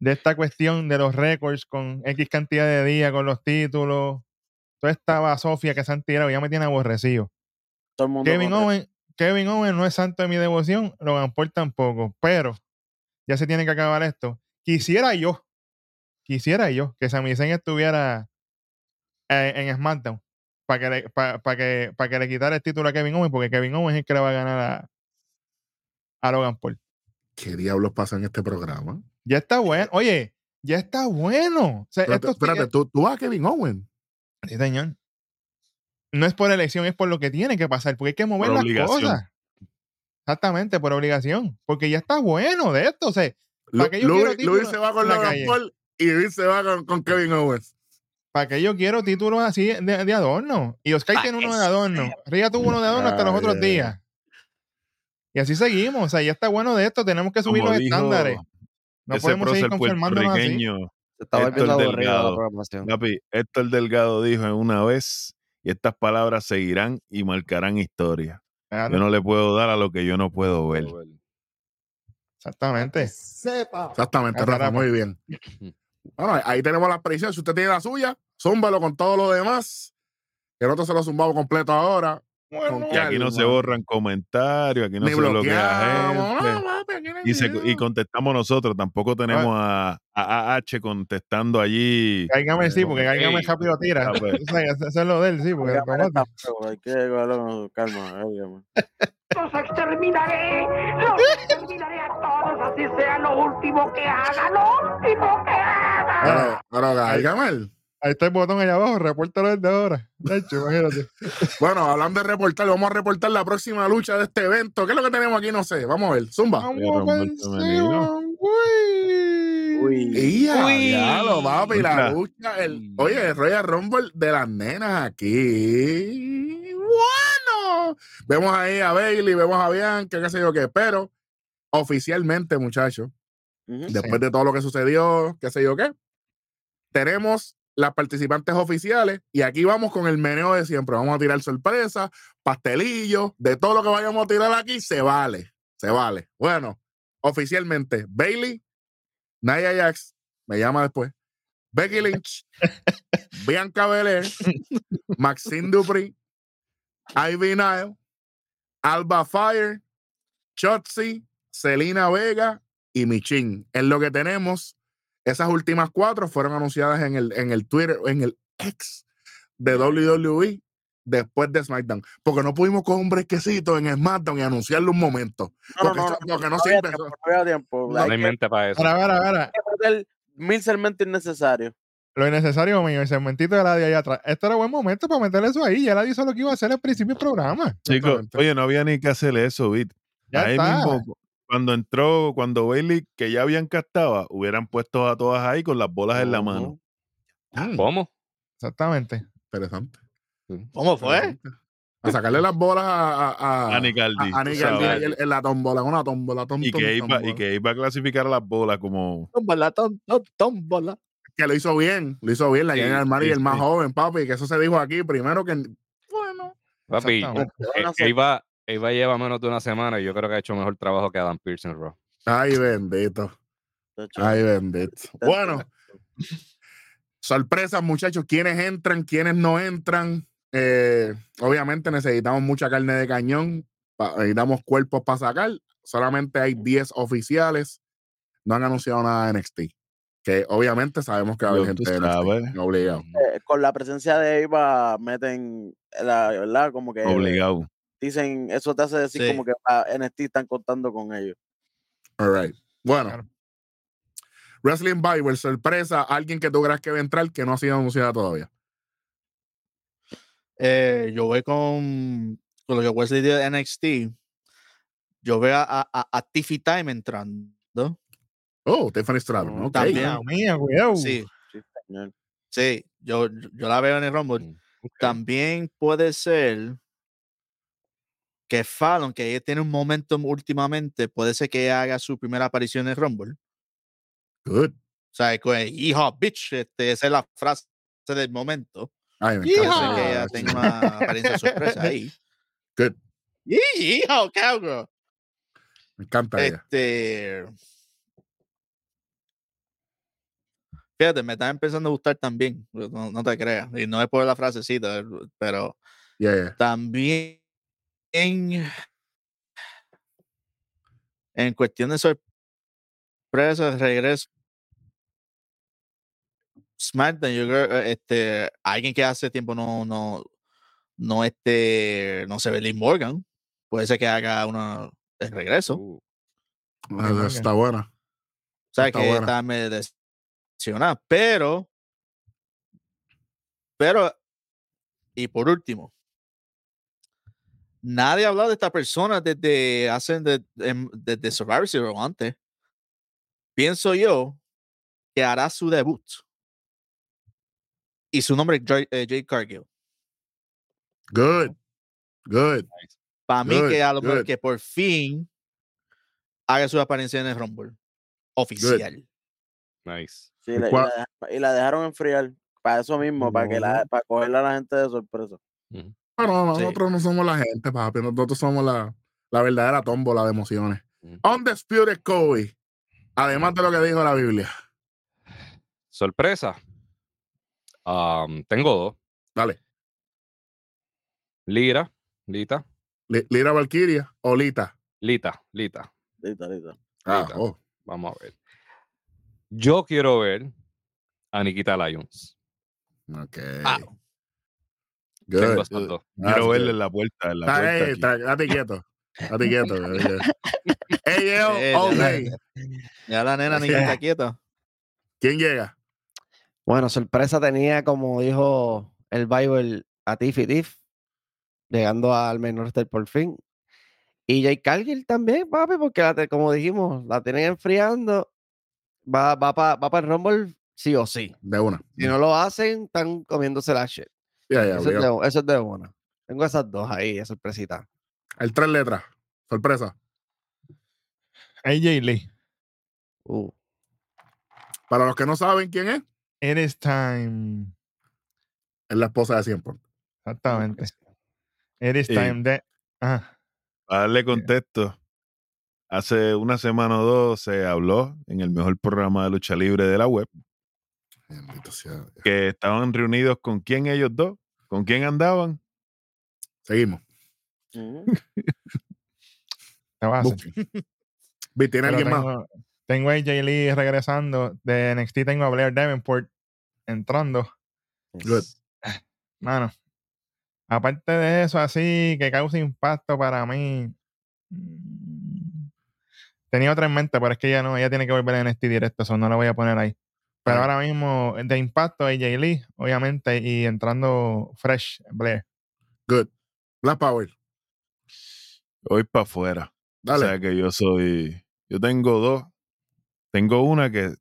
Speaker 7: De esta cuestión de los récords con X cantidad de días, con los títulos. Toda esta basofia que se han tirado ya me tiene aborrecido.
Speaker 2: Todo el mundo
Speaker 7: Kevin
Speaker 2: contesta.
Speaker 7: Owen, Kevin Owen no es santo de mi devoción, Logan Paul tampoco, pero ya se tiene que acabar esto. Quisiera yo, quisiera yo que Sami Zayn estuviera eh, en SmackDown para que, le, pa- pa' que, pa' que le quitara el título a Kevin Owen, porque Kevin Owen es el que le va a ganar a, a Logan Paul.
Speaker 1: ¿Qué diablos pasa en este programa?
Speaker 7: Ya está bueno, oye, ya está bueno. O sea,
Speaker 1: Espérate,
Speaker 7: estos tigres-
Speaker 1: espérate, tú, tú vas a Kevin Owen.
Speaker 7: Sí, señor. No es por elección, es por lo que tiene que pasar, porque hay que mover
Speaker 5: Por
Speaker 7: las
Speaker 5: obligación.
Speaker 7: cosas. Exactamente, por obligación. Porque ya está bueno de esto. O sea,
Speaker 1: Lu-
Speaker 7: ¿Para qué yo quiero
Speaker 1: Luis,
Speaker 7: título
Speaker 1: Luis se va con
Speaker 7: en la
Speaker 1: Logan
Speaker 7: calle?
Speaker 1: Paul y Luis se va con, con Kevin Owen.
Speaker 7: ¿para qué yo quiero títulos así de, de adorno? Y Oscar
Speaker 6: Pa'
Speaker 7: tiene uno
Speaker 6: que
Speaker 7: de adorno. Ria tuvo uno de adorno hasta los
Speaker 1: Ay,
Speaker 7: otros
Speaker 1: ay, ay.
Speaker 7: días. Y así seguimos. O sea, ya está bueno de esto. Tenemos que subir
Speaker 5: Como
Speaker 7: los
Speaker 5: dijo
Speaker 7: estándares. No
Speaker 5: Ese
Speaker 7: podemos seguir
Speaker 5: prócer
Speaker 7: conformándonos así.
Speaker 5: puertorriqueño,
Speaker 3: Se está
Speaker 5: Héctor
Speaker 3: volviendo aburrido la
Speaker 5: Delgado.
Speaker 3: programación.
Speaker 5: Papi, Héctor Delgado dijo en una vez, y estas palabras seguirán y marcarán historia.
Speaker 7: Claro,
Speaker 5: Yo no le puedo dar a lo que yo no puedo ver.
Speaker 7: Exactamente.
Speaker 1: Exactamente,
Speaker 7: Gracias,
Speaker 1: Rafa,
Speaker 7: Rafa.
Speaker 1: muy bien. Bueno, ahí tenemos las predicciones. Si usted tiene la suya, zúmbalo con todo lo demás. Que nosotros se lo zumbamos completo ahora.
Speaker 5: Y aquí no se
Speaker 1: Calma.
Speaker 5: borran comentarios, aquí no
Speaker 1: Ni
Speaker 5: se bloquea
Speaker 1: bloqueamos.
Speaker 5: gente.
Speaker 1: No, papi, aquí no Ah. hay
Speaker 5: Y, se-
Speaker 1: video.
Speaker 5: y contestamos nosotros, tampoco tenemos a, a AH contestando allí.
Speaker 7: Cáigame, sí, porque cáigame
Speaker 9: Ey.
Speaker 7: rápido tira.
Speaker 5: Ah, pues.
Speaker 7: O sea, eso es lo de él, sí, porque
Speaker 2: Oiga,
Speaker 7: automático.
Speaker 2: mira, tampoco, Hay que llevarlo con su calma. oiga.
Speaker 4: Los exterminaré, los exterminaré a todos, así sea lo último que haga, lo último que haga.
Speaker 1: Pero, pero, Gargamel.
Speaker 7: Ahí está el botón allá abajo, repórtalo desde ahora. De hecho, imagínate.
Speaker 1: Bueno, hablando de reportar, vamos a reportar la próxima lucha de este evento. ¿Qué es lo que tenemos aquí? No sé. Vamos a ver. Zumba.
Speaker 7: Vamos
Speaker 5: romper
Speaker 7: para
Speaker 5: el
Speaker 7: encima,
Speaker 5: femenino.
Speaker 7: güey.
Speaker 2: Uy,
Speaker 1: ¡Ya!
Speaker 9: Uy.
Speaker 1: diablo, papi! La
Speaker 5: Lucha.
Speaker 1: lucha. el- oye, el Royal Rumble de las nenas aquí. ¡Bueno! Vemos ahí a Bailey, vemos a Bianca, qué sé yo qué. Pero oficialmente, muchachos,
Speaker 2: ujú.
Speaker 1: después de todo lo que sucedió, qué sé yo qué, tenemos las participantes oficiales y aquí vamos con el meneo de siempre. Vamos a tirar sorpresas, pastelillos, de todo lo que vayamos a tirar aquí, se vale, se vale. Bueno, oficialmente, Bailey, Nia Jax, me llama después, Becky Lynch, Bianca Belair, Maxine Dupri, Ivy Nile, Alba Fire, Chotzi, Selena Vega y Michin. Es lo que tenemos. Esas últimas cuatro fueron anunciadas en el, en el Twitter, en el ex de WWE después de SmackDown. Porque no pudimos con un brequecito en SmackDown y anunciarlo un momento.
Speaker 2: No, no,
Speaker 1: porque
Speaker 2: no,
Speaker 1: esto-
Speaker 2: no,
Speaker 1: porque no
Speaker 2: había
Speaker 1: sirve.
Speaker 2: tiempo, no había tiempo.
Speaker 9: No
Speaker 2: Hay
Speaker 9: hay mente para eso.
Speaker 7: Ahora, ahora, ahora.
Speaker 2: que perder mil segmentos innecesarios.
Speaker 7: Lo innecesario, mío, el segmentito de la de allá atrás. Este era buen momento para meterle eso ahí. Ya la hizo lo que iba a hacer al principio del programa.
Speaker 5: Chicos,
Speaker 1: Exactamente.
Speaker 5: oye, no había ni que hacerle eso, Vit.
Speaker 7: Ya
Speaker 5: ahí
Speaker 7: está.
Speaker 5: mismo, cuando entró, cuando Bailey, que ya habían castado, hubieran puesto a todas ahí con las bolas en la mano.
Speaker 1: Mm,
Speaker 9: ¿Cómo?
Speaker 7: Exactamente.
Speaker 1: interesante.
Speaker 6: ¿Cómo fue?
Speaker 1: A sacarle las bolas a, Ah, a, a,
Speaker 5: A Nicaldi,
Speaker 1: a- a
Speaker 5: tú
Speaker 1: Nicaldi
Speaker 5: sabes.
Speaker 1: en, en la tómbola, en una tómbola, tom,
Speaker 5: Y
Speaker 1: tom,
Speaker 5: que, iba, y
Speaker 1: tómbola.
Speaker 5: que iba a clasificar a las bolas como.
Speaker 6: Tómbola, tom- tom- tómbola.
Speaker 1: que lo hizo bien, lo hizo bien la
Speaker 5: Sí,
Speaker 1: Jenny Armani,
Speaker 5: sí,
Speaker 1: el más
Speaker 5: sí.
Speaker 1: joven, papi, que eso se dijo aquí, primero que
Speaker 9: Papi,
Speaker 7: Exactamente.
Speaker 2: Van a
Speaker 9: eh,
Speaker 2: hacer-
Speaker 9: Eva, Eva lleva menos de una semana y yo creo que ha hecho mejor trabajo que Adam Pearson, bro.
Speaker 1: Ay, bendito.
Speaker 2: Tacho,
Speaker 1: Ay, bendito.
Speaker 2: tanto-
Speaker 1: Bueno, sorpresas, muchachos. ¿Quiénes entran? ¿Quiénes no entran? Eh, obviamente necesitamos mucha carne de cañón. pa- necesitamos cuerpos para sacar. Solamente hay 10 oficiales. No han anunciado nada de NXT. Que obviamente sabemos que va a haber
Speaker 5: Yo, tú
Speaker 1: gente de NXT.
Speaker 5: sabes.
Speaker 1: Obligado.
Speaker 9: Mm.
Speaker 2: eh, con la presencia de Eva meten eh, la verdad como que
Speaker 5: Obligado.
Speaker 2: dicen eso te hace decir
Speaker 6: Sí.
Speaker 2: como que ah, NXT están contando con ellos
Speaker 1: All right. Bueno.
Speaker 7: Claro.
Speaker 1: Wrestling Bible, sorpresa. Alguien que tú creas que va a entrar que no ha sido anunciada todavía.
Speaker 6: Eh, yo voy con, con lo que Wesley dio de NXT. Yo veo a, a, a- a Tiffy Time entrando.
Speaker 1: Oh, Tiffany Stratton.
Speaker 9: Mm,
Speaker 1: ok.
Speaker 6: también.
Speaker 7: Mía, mía, cuidado.
Speaker 6: Sí,
Speaker 2: Sí, señor.
Speaker 6: sí. Yo, yo la veo en el Rumble.
Speaker 9: Mm,
Speaker 6: También puede ser que Fallon, que ella tiene un momentum últimamente, puede ser que ella haga su primera aparición en el Rumble.
Speaker 1: Good.
Speaker 6: O sea, con el hija, bitch, este, esa es la frase del momento.
Speaker 1: Ay, me
Speaker 6: Puede
Speaker 1: encanta.
Speaker 6: ser que ella tenga una apariencia sorpresa ahí.
Speaker 1: Good.
Speaker 6: Hija, cowgirl.
Speaker 1: Me encanta ella.
Speaker 6: Este. Fíjate, me está empezando a gustar también. No, no te creas. Y no es por la frasecita, pero
Speaker 1: Yeah, yeah.
Speaker 6: también en, en cuestión de sorpresas, regreso. SmackDown, yo creo, eh, este, alguien que hace tiempo no, no, no, este, no se ve Liz Morgan, puede ser que haga una, el regreso.
Speaker 9: uh,
Speaker 1: Ah, esa Está buena.
Speaker 6: O sea,
Speaker 1: Está
Speaker 6: que
Speaker 1: buena.
Speaker 6: está medio decepcionada. Pero, pero, y por último, nadie ha hablado de esta persona desde, hace, de- em- desde Survivor Series o antes. Pienso yo que hará su debut. Y su nombre es Jay, eh, Jay Cargill.
Speaker 1: Good. Good.
Speaker 6: Para mí
Speaker 1: Good,
Speaker 6: que a lo mejor
Speaker 1: good.
Speaker 6: que por fin haga su apariencia en el Rumble. Oficial.
Speaker 9: nice.
Speaker 2: Sí, la- y,
Speaker 1: cuál-
Speaker 2: la, deja- y la dejaron enfriar para eso mismo para que la para cogerla a la gente de sorpresa
Speaker 1: Pero
Speaker 6: Sí.
Speaker 1: nosotros no somos la gente, papi. Nosotros somos la, la verdadera tómbola de emociones.
Speaker 9: Mm.
Speaker 1: Undisputed Kobe. Además de lo que dijo la Biblia.
Speaker 9: Sorpresa. Am, tengo dos.
Speaker 1: Dale.
Speaker 9: Lira, Lita,
Speaker 1: Li- Lira Valkyria o Lita.
Speaker 9: Lita, Lita.
Speaker 2: Listo, listo.
Speaker 1: Ah,
Speaker 9: Lita.
Speaker 1: oh.
Speaker 9: Vamos a ver. Yo quiero ver a Nikita Lyons.
Speaker 1: Ok.
Speaker 6: Ah,
Speaker 9: Tengo
Speaker 3: Eh,
Speaker 1: Good.
Speaker 9: esas dos.
Speaker 1: That's
Speaker 5: Quiero verle
Speaker 1: good.
Speaker 5: en la puerta. En la
Speaker 1: Está,
Speaker 5: puerta
Speaker 1: eh,
Speaker 5: aquí.
Speaker 1: está, date quieto. Date quieto. bebé.
Speaker 6: Eh,
Speaker 1: AL
Speaker 6: ya
Speaker 1: all
Speaker 6: la-
Speaker 1: day.
Speaker 6: Ya la nena ni está quieta.
Speaker 1: ¿Quién llega?
Speaker 3: Bueno, sorpresa tenía, como dijo el Bible, a Tiff y Tiff, llegando al menor roster por fin. Y Jay Cargill también, papi, porque la te- como dijimos, la tienen enfriando. Va, va para va pa el Rumble sí o sí.
Speaker 1: De una.
Speaker 3: Si no lo hacen, están comiéndose la shit.
Speaker 1: Ya, ya,
Speaker 3: Eso es,
Speaker 1: obligado.
Speaker 3: de, eso es de una. Tengo esas dos ahí, de sorpresita.
Speaker 1: El tres letras. Sorpresa.
Speaker 7: AJ Lee.
Speaker 3: Uh,
Speaker 1: Para los que no saben quién es,
Speaker 7: It is time.
Speaker 1: es la esposa de Siempre.
Speaker 7: Exactamente. It is
Speaker 5: Sí.
Speaker 7: time de. Ajá.
Speaker 5: Para darle contexto, hace una semana o dos se habló en el mejor programa de lucha libre de la web
Speaker 1: Bendito sea. Dios.
Speaker 5: que estaban reunidos con quién ellos dos, con quién andaban.
Speaker 1: Seguimos.
Speaker 2: Ujú.
Speaker 7: Te vas a hacer.
Speaker 1: Busquen. Vi, ¿Tiene
Speaker 7: Pero
Speaker 1: alguien más?
Speaker 7: tengo, tengo a AJ Lee regresando. De NXT tengo a Blair Davenport entrando.
Speaker 1: Good.
Speaker 7: Mano. Aparte de eso, así que causa impacto para mí. mm, Tenía otra en mente, pero es que ya no, ella tiene que volver a NXT directo, eso no la voy a poner ahí. Pero
Speaker 1: Ah.
Speaker 7: ahora mismo, eh, de impacto, AJ Lee, obviamente, y entrando Fresh Blair. eh,
Speaker 1: Good. Black Power.
Speaker 5: Hoy para afuera.
Speaker 1: Dale.
Speaker 5: O sea que yo soy. Yo tengo dos. Tengo una que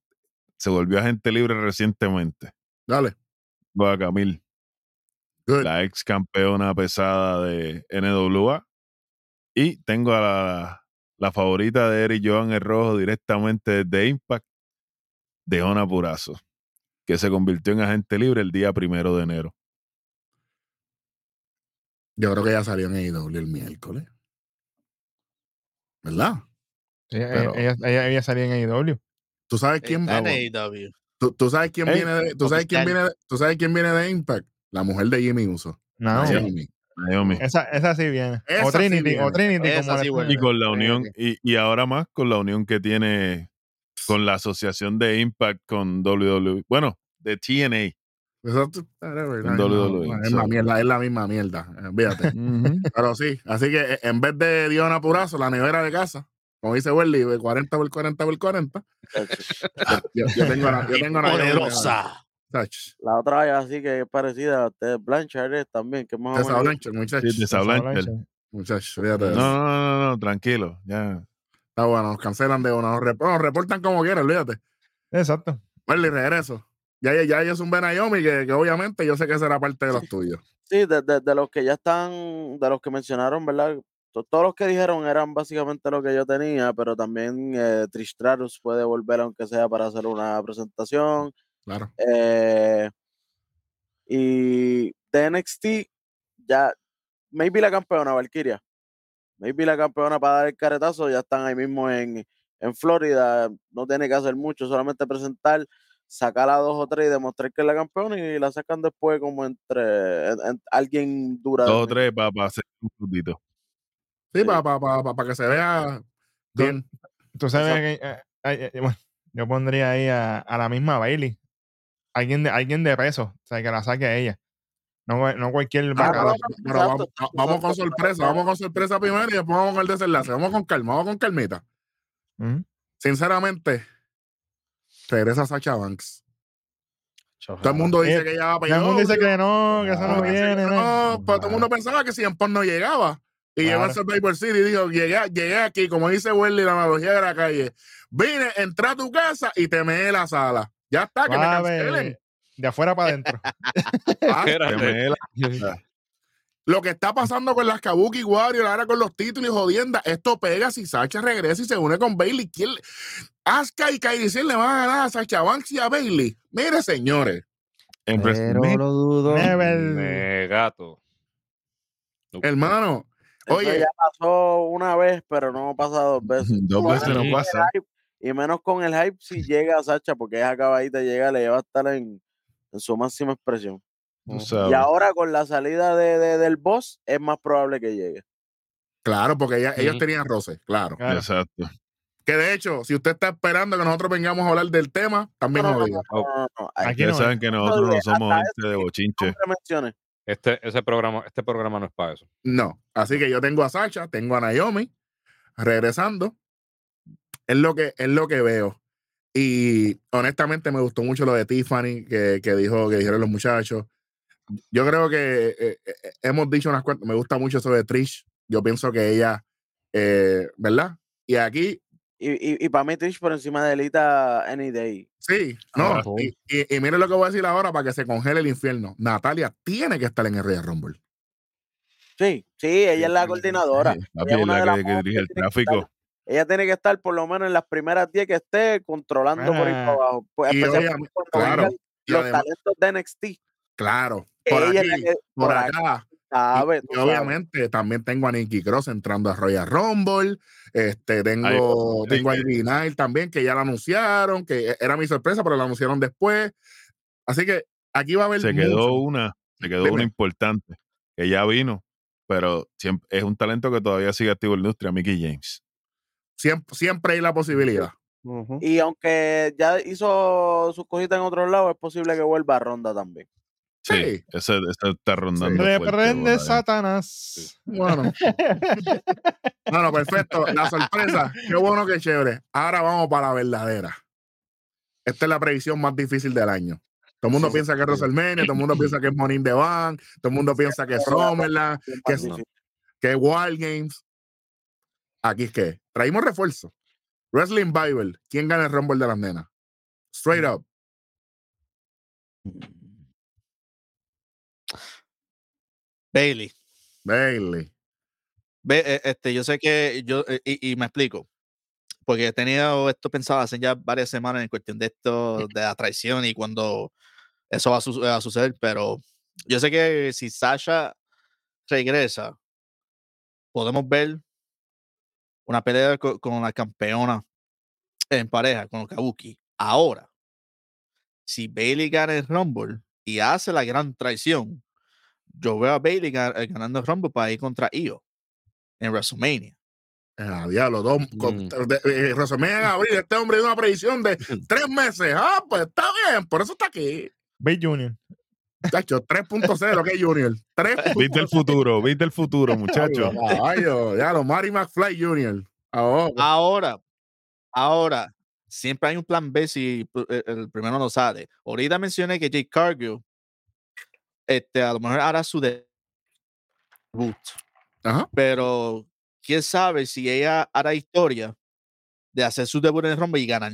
Speaker 5: se volvió agente libre recientemente.
Speaker 1: dale.
Speaker 5: Va Camil,
Speaker 1: Good.
Speaker 5: la ex campeona pesada de NWA. Y tengo a la, la favorita de Eric Joan el Rojo directamente desde Impact, Deona Purazo, que se convirtió en agente libre el día primero de enero.
Speaker 1: Yo creo que ya salió en AEW el miércoles. ¿Verdad?
Speaker 7: Ella,
Speaker 1: Pero- Ah,
Speaker 7: ella, ella había salido en AEW.
Speaker 1: ¿Tú sabes quién,
Speaker 6: Está en E
Speaker 1: Ah,
Speaker 6: AEW.
Speaker 1: ¿tú, tú sabes quién
Speaker 7: Ey,
Speaker 1: viene de, tú sabes quién
Speaker 6: Pakistán.
Speaker 1: viene de- tú sabes quién viene de Impact? La mujer de Jimmy Uso.
Speaker 7: No,
Speaker 1: Naomi.
Speaker 5: Naomi.
Speaker 7: esa, esa sí viene.
Speaker 1: Esa
Speaker 7: o
Speaker 1: sí
Speaker 7: Trinity,
Speaker 1: viene.
Speaker 7: o Trinity.
Speaker 6: Esa
Speaker 7: como
Speaker 6: sí
Speaker 7: la-
Speaker 6: vuelve.
Speaker 5: Y con la unión, y, y ahora más con la unión que tiene con la asociación de Impact con WWE. Bueno, de TNA.
Speaker 1: Eso tú- ah, de verdad,
Speaker 5: En
Speaker 1: no,
Speaker 5: WWE,
Speaker 1: no, Es la
Speaker 5: so.
Speaker 1: mierda, es la misma mierda. eh, Fíjate. Pero sí, así que eh, en vez de Diona Purazo, la nevera de casa, como dice Welly, de 40 por 40 por 40. Yo, yo tengo la, yo tengo la
Speaker 6: Poderosa.
Speaker 1: Muchachos,
Speaker 2: La otra vez así que es parecida a ustedes, Blanchard es también, que es más o menos.
Speaker 1: Blanchard, muchachos.
Speaker 5: Sí, de esa
Speaker 7: Esa
Speaker 5: Blanchard.
Speaker 7: avalancha.
Speaker 1: Muchachos, fíjate.
Speaker 5: No,
Speaker 1: de eso.
Speaker 5: no, no, no, no, tranquilo. Ya.
Speaker 1: Está bueno, nos cancelan de una. Nos, rep- nos reportan como quieran, olvídate.
Speaker 7: Exacto.
Speaker 1: Welly, regreso. Ya, ya, ya es un Benayomi que, que obviamente yo sé que será parte de los tuyos.
Speaker 2: Sí, de, de- de los que ya están, de los que mencionaron, ¿verdad? To- Todos los que dijeron eran básicamente lo que yo tenía, pero también eh, Trish Stratus puede volver, aunque sea para hacer una presentación.
Speaker 1: Claro.
Speaker 2: Eh, y de NXT, ya, maybe la campeona, Valkyria. Maybe la campeona para dar el carretazo, ya están ahí mismo en, en Florida. No tiene que hacer mucho, solamente presentar, sacar a dos o tres y demostrar que es la campeona y la sacan después como entre en- en- alguien dura. de
Speaker 5: Dos o
Speaker 2: NXT.
Speaker 5: tres para hacer un puntito.
Speaker 1: Sí,
Speaker 2: Sí.
Speaker 1: para que se vea bien.
Speaker 7: Tú sabes que. eh, eh, eh, bueno, yo pondría ahí a, a la misma Bailey. Alguien de, alguien de peso. O sea, que la saque a ella. No, cual- no cualquier
Speaker 1: Ah,
Speaker 7: bacala.
Speaker 1: pero,
Speaker 2: Bacala.
Speaker 1: pero
Speaker 2: Exacto,
Speaker 1: vamos, va- vamos con
Speaker 2: exacto.
Speaker 1: sorpresa, vamos con sorpresa primero y después vamos con el desenlace. Vamos con calma, vamos con calmita.
Speaker 7: Ujú.
Speaker 1: Sinceramente, regresa Sacha Banks. Todo el mundo dice
Speaker 7: Eh,
Speaker 1: que ella va
Speaker 7: Todo
Speaker 1: para
Speaker 7: el mundo
Speaker 1: IW,
Speaker 7: dice que no, que eso
Speaker 1: Ah,
Speaker 7: no viene.
Speaker 1: No, pero todo el mundo pensaba que si en no llegaba. Y llegó
Speaker 7: Claro.
Speaker 1: a Survivor City y dijo, llegué, llegué aquí, como dice Welly, la analogía de la calle. Vine, entré a tu casa y te meé la sala. Ya está, que
Speaker 7: Suave,
Speaker 1: me cancelen.
Speaker 7: De afuera para adentro.
Speaker 1: Ah,
Speaker 9: Espérate.
Speaker 1: lo que está pasando con las Kabuki Warrior, ahora con los títulos y jodienda, esto pega si Sacha regresa y se une con Bailey. ¿Quién le- Asuka y Kairi Sane le van a ganar a Sacha Banks y a Bailey. Mire, señores,
Speaker 5: En
Speaker 3: Pero
Speaker 5: resumen,
Speaker 3: lo dudo.
Speaker 7: Never.
Speaker 9: Negato. eh,
Speaker 1: hermano,
Speaker 2: Eso
Speaker 1: Oye.
Speaker 2: ya pasó una vez, pero no pasa dos veces.
Speaker 5: dos
Speaker 2: Por lo
Speaker 5: veces
Speaker 2: menos
Speaker 5: no
Speaker 2: con el
Speaker 5: pasa.
Speaker 2: hype, Y menos con el hype si llega a Sacha, porque ella acabadita de llegar, le va a estar en, en su máxima expresión.
Speaker 5: Tú sabes.
Speaker 2: Y ahora con la salida de, de- del boss, es más probable que llegue.
Speaker 1: claro, porque ella- ellos
Speaker 9: Ujú.
Speaker 1: tenían roces, claro.
Speaker 7: Claro.
Speaker 5: Exacto.
Speaker 1: Que de hecho, si usted está esperando que nosotros vengamos a hablar del tema, también
Speaker 2: No, no,
Speaker 1: jodido.
Speaker 2: No, no, no, ay,
Speaker 7: Aquí
Speaker 5: Ya
Speaker 7: no es.
Speaker 5: saben que nosotros no
Speaker 2: Hasta
Speaker 5: somos
Speaker 2: eso
Speaker 5: gente de bochinche.
Speaker 2: siempre menciones.
Speaker 9: Este, ese programa, este programa no es para eso.
Speaker 1: No. Así que yo tengo a Sacha, tengo a Naomi regresando. Es lo que, es lo que veo. Y honestamente me gustó mucho lo de Tiffany que, que dijo, que dijeron los muchachos. Yo creo que eh, eh, hemos dicho unas cuantas. Me gusta mucho eso de Trish. Yo pienso que ella, eh, ¿verdad? Y aquí,
Speaker 2: Y, y, y para mí, Trish por encima de Elita Any Day.
Speaker 1: sí, no.
Speaker 5: Ah, tú.
Speaker 1: y, y, y miren lo que voy a decir ahora para que se congele el infierno. Natalia tiene que estar en el Royal Rumble.
Speaker 2: Sí, sí, ella es la coordinadora.
Speaker 5: Sí,
Speaker 2: Ella
Speaker 5: papi,
Speaker 2: es
Speaker 5: es
Speaker 2: una de
Speaker 5: la
Speaker 2: las
Speaker 5: que, que
Speaker 2: pocas
Speaker 5: dirige
Speaker 2: tiene
Speaker 5: el
Speaker 2: que estar-
Speaker 5: tráfico.
Speaker 2: Ella tiene que estar por lo menos en las primeras 10 que esté controlando por ahí para
Speaker 7: Ah,
Speaker 2: abajo. Pues,
Speaker 1: y
Speaker 2: especialmente
Speaker 1: obviamente-
Speaker 2: cuando
Speaker 1: claro,
Speaker 2: vengan
Speaker 1: y
Speaker 2: los
Speaker 1: además-
Speaker 2: talentos de NXT.
Speaker 1: Claro.
Speaker 2: que
Speaker 1: Por
Speaker 2: ella es la
Speaker 1: aquí,
Speaker 2: que-
Speaker 1: por
Speaker 2: por
Speaker 1: acá.
Speaker 2: sabe,
Speaker 1: Y
Speaker 2: tú sabes.
Speaker 1: obviamente también tengo a Nikki Cross entrando a Royal Rumble. Este, tengo,
Speaker 5: Ahí-
Speaker 1: tengo a Ivy Nile también, que ya la anunciaron, que era mi sorpresa, pero la anunciaron después. Así que aquí va a haber
Speaker 5: Se quedó
Speaker 1: mucho.
Speaker 5: una, se quedó
Speaker 1: Dime.
Speaker 5: una importante, que ya vino, pero siempre, es un talento que todavía sigue activo en la industria, Mickey James.
Speaker 1: Siempre, siempre hay la posibilidad.
Speaker 3: Ujú.
Speaker 2: Y aunque ya hizo sus cositas en otros lados, es posible que vuelva a ronda también.
Speaker 5: Sí,
Speaker 1: Sí.
Speaker 5: Ese, ese está rondando. fuerte,
Speaker 7: Reprende
Speaker 5: bola ¿eh? de-
Speaker 7: Satanás.
Speaker 1: Bueno. no, no, perfecto. La sorpresa. Qué bueno, qué chévere. Ahora vamos para la verdadera. Esta es la predicción más difícil del año. Todo el mundo piensa que es WrestleMania, todo el mundo piensa que es Morning the Bank, todo el mundo piensa que es Summerland,
Speaker 2: Bien
Speaker 1: Que
Speaker 2: difícil.
Speaker 1: que Wild Games. Aquí es que traímos refuerzo. Wrestling Bible. ¿Quién gana el Rumble de las nenas? Straight up.
Speaker 6: Bailey.
Speaker 1: Bailey.
Speaker 6: Ve, eh, este, yo sé que yo, eh, y, y me explico, porque he tenido esto pensado hace ya varias semanas en cuestión de esto, de la traición y cuando eso va a, su- a suceder, pero yo sé que si Sasha regresa, podemos ver una pelea co- con, la campeona en pareja, con Kabuki. Ahora, si Bailey gana el Rumble y hace la gran traición, yo veo a Bailey eh, ganando el Rumble para ir contra Io en WrestleMania.
Speaker 1: Ah, diablo, dos.
Speaker 9: Mm.
Speaker 1: con- de- eh, Rosemary Gabriel, este hombre hizo una predicción de tres meses. Ah, pues está bien, por eso está aquí.
Speaker 7: Bay Junior.
Speaker 1: Chacho, 3.0, que Junior. 3.0.
Speaker 5: Viste el futuro, viste el futuro, muchachos.
Speaker 1: Caballo, ya lo Mary McFly Jr. Ah,
Speaker 6: Ahora, ahora, siempre hay un plan B si pr- el- el primero no sale. Ahorita mencioné que Jake Cargill, este, a lo mejor hará su de- debut.
Speaker 1: Ajá.
Speaker 6: Pero quién sabe si ella hará historia de hacer su debut en el Rumble y ganar.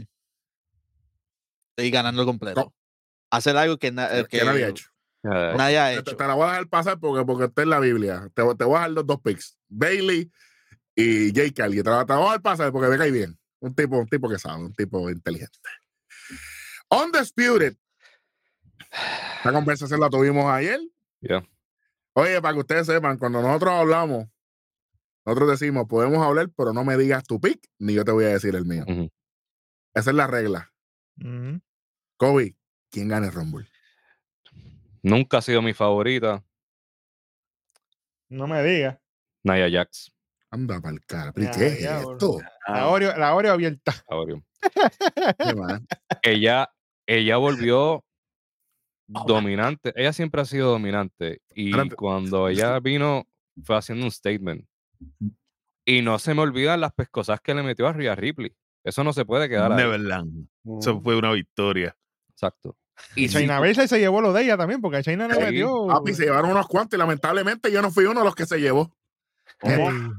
Speaker 6: Y ganarlo completo.
Speaker 1: No.
Speaker 6: Hacer algo que, na- eh,
Speaker 1: que,
Speaker 6: que
Speaker 1: no había hecho.
Speaker 9: Ah,
Speaker 6: nadie ha
Speaker 1: Te,
Speaker 6: hecho.
Speaker 1: te la voy a dejar pasar porque, porque está en la Biblia. Te, te voy a dejar los dos picks: Bailey y Jake Cargill. Te, la- te la voy a dejar pasar porque me cae bien. Un tipo, un tipo que sabe, un tipo inteligente. Undisputed. La conversación la tuvimos ayer.
Speaker 9: Ya.
Speaker 1: Oye, para que ustedes sepan, cuando nosotros hablamos, nosotros decimos, podemos hablar, pero no me digas tu pick, ni yo te voy a decir el
Speaker 6: Mm.
Speaker 1: mío.
Speaker 9: Ujú.
Speaker 1: Esa es la regla.
Speaker 7: Ujú.
Speaker 1: Kobe, ¿quién gana el Rumble?
Speaker 9: Nunca ha sido mi favorita,
Speaker 7: No me digas.
Speaker 9: Nia Jax.
Speaker 1: Anda para el cara. ¿Pero y
Speaker 7: Ya,
Speaker 1: qué es
Speaker 7: ya, bro.
Speaker 1: esto?
Speaker 3: Ah,
Speaker 2: Ah.
Speaker 7: La Oreo, la Oreo abierta.
Speaker 9: Aureo.
Speaker 1: Qué mal.
Speaker 9: ella, ella volvió dominante. Ella siempre ha sido dominante. Y
Speaker 1: Espérate.
Speaker 9: cuando ella vino, fue haciendo un statement. Y no se me olvidan las pescosas que le metió a Rhea Ripley. Eso no se puede quedar ahí.
Speaker 5: Neverland. Eso fue una victoria.
Speaker 9: Exacto.
Speaker 7: Y China Baszler se llevó lo de ella también, porque a China le
Speaker 9: Sí.
Speaker 7: metió.
Speaker 1: Papi, Ah, pues, se llevaron unos cuantos y lamentablemente yo no fui uno de los que se llevó. Eh,
Speaker 7: Ey.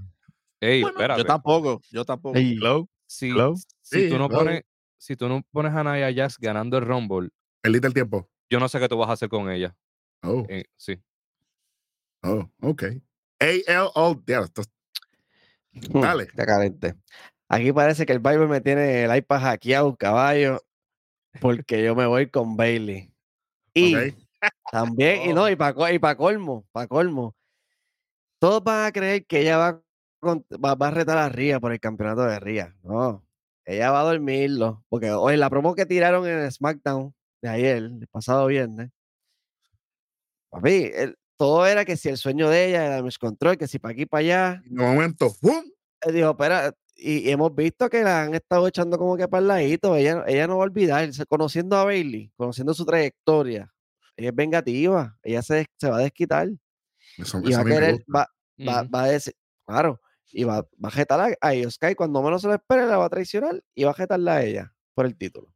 Speaker 9: Ey,
Speaker 6: Yo
Speaker 9: espérate.
Speaker 6: tampoco, yo tampoco.
Speaker 7: Ey.
Speaker 5: Hello.
Speaker 9: Si,
Speaker 5: Hello.
Speaker 9: si
Speaker 1: Sí,
Speaker 9: tú no
Speaker 1: claro.
Speaker 9: pones, si tú no pones a Nia Jax ganando el Rumble,
Speaker 1: Perdiste el tiempo.
Speaker 9: yo no sé qué tú vas a hacer con ella.
Speaker 1: Oh,
Speaker 9: Eh, sí.
Speaker 1: oh, ok. AL All. Ya, esto-
Speaker 3: Mm,
Speaker 1: Dale.
Speaker 3: Está caliente. Aquí parece que el Bible me tiene el iPad hackeado, caballo, porque yo me voy con Bailey. Y
Speaker 1: ok.
Speaker 3: también, y no, y para y pa colmo, para colmo. Todos van a creer que ella va, con- va, va a retar a Ría por el campeonato de Ría. No, ella va a dormirlo, porque hoy la promo que tiraron en el SmackDown de ayer, el pasado viernes, papi, el- todo era que si el sueño de ella era el control, que si para aquí, para allá,
Speaker 1: De momento, ¡pum!
Speaker 3: eh, dijo, espera, y, y hemos visto que la han estado echando como que para el ladito. Ella, no- ella no va a olvidar, se- conociendo a Bailey, conociendo su trayectoria. Ella es vengativa, ella se, des- se va a desquitar
Speaker 1: Eso,
Speaker 3: y
Speaker 1: eso
Speaker 3: va
Speaker 1: a
Speaker 3: a
Speaker 1: mí me
Speaker 3: querer,
Speaker 1: gusta.
Speaker 3: va, va,
Speaker 9: Ujú.
Speaker 3: va a decir, claro, y va, va a jetar a, a Ioska y cuando menos se lo espere la va a traicionar y va a jetarla a ella por el título.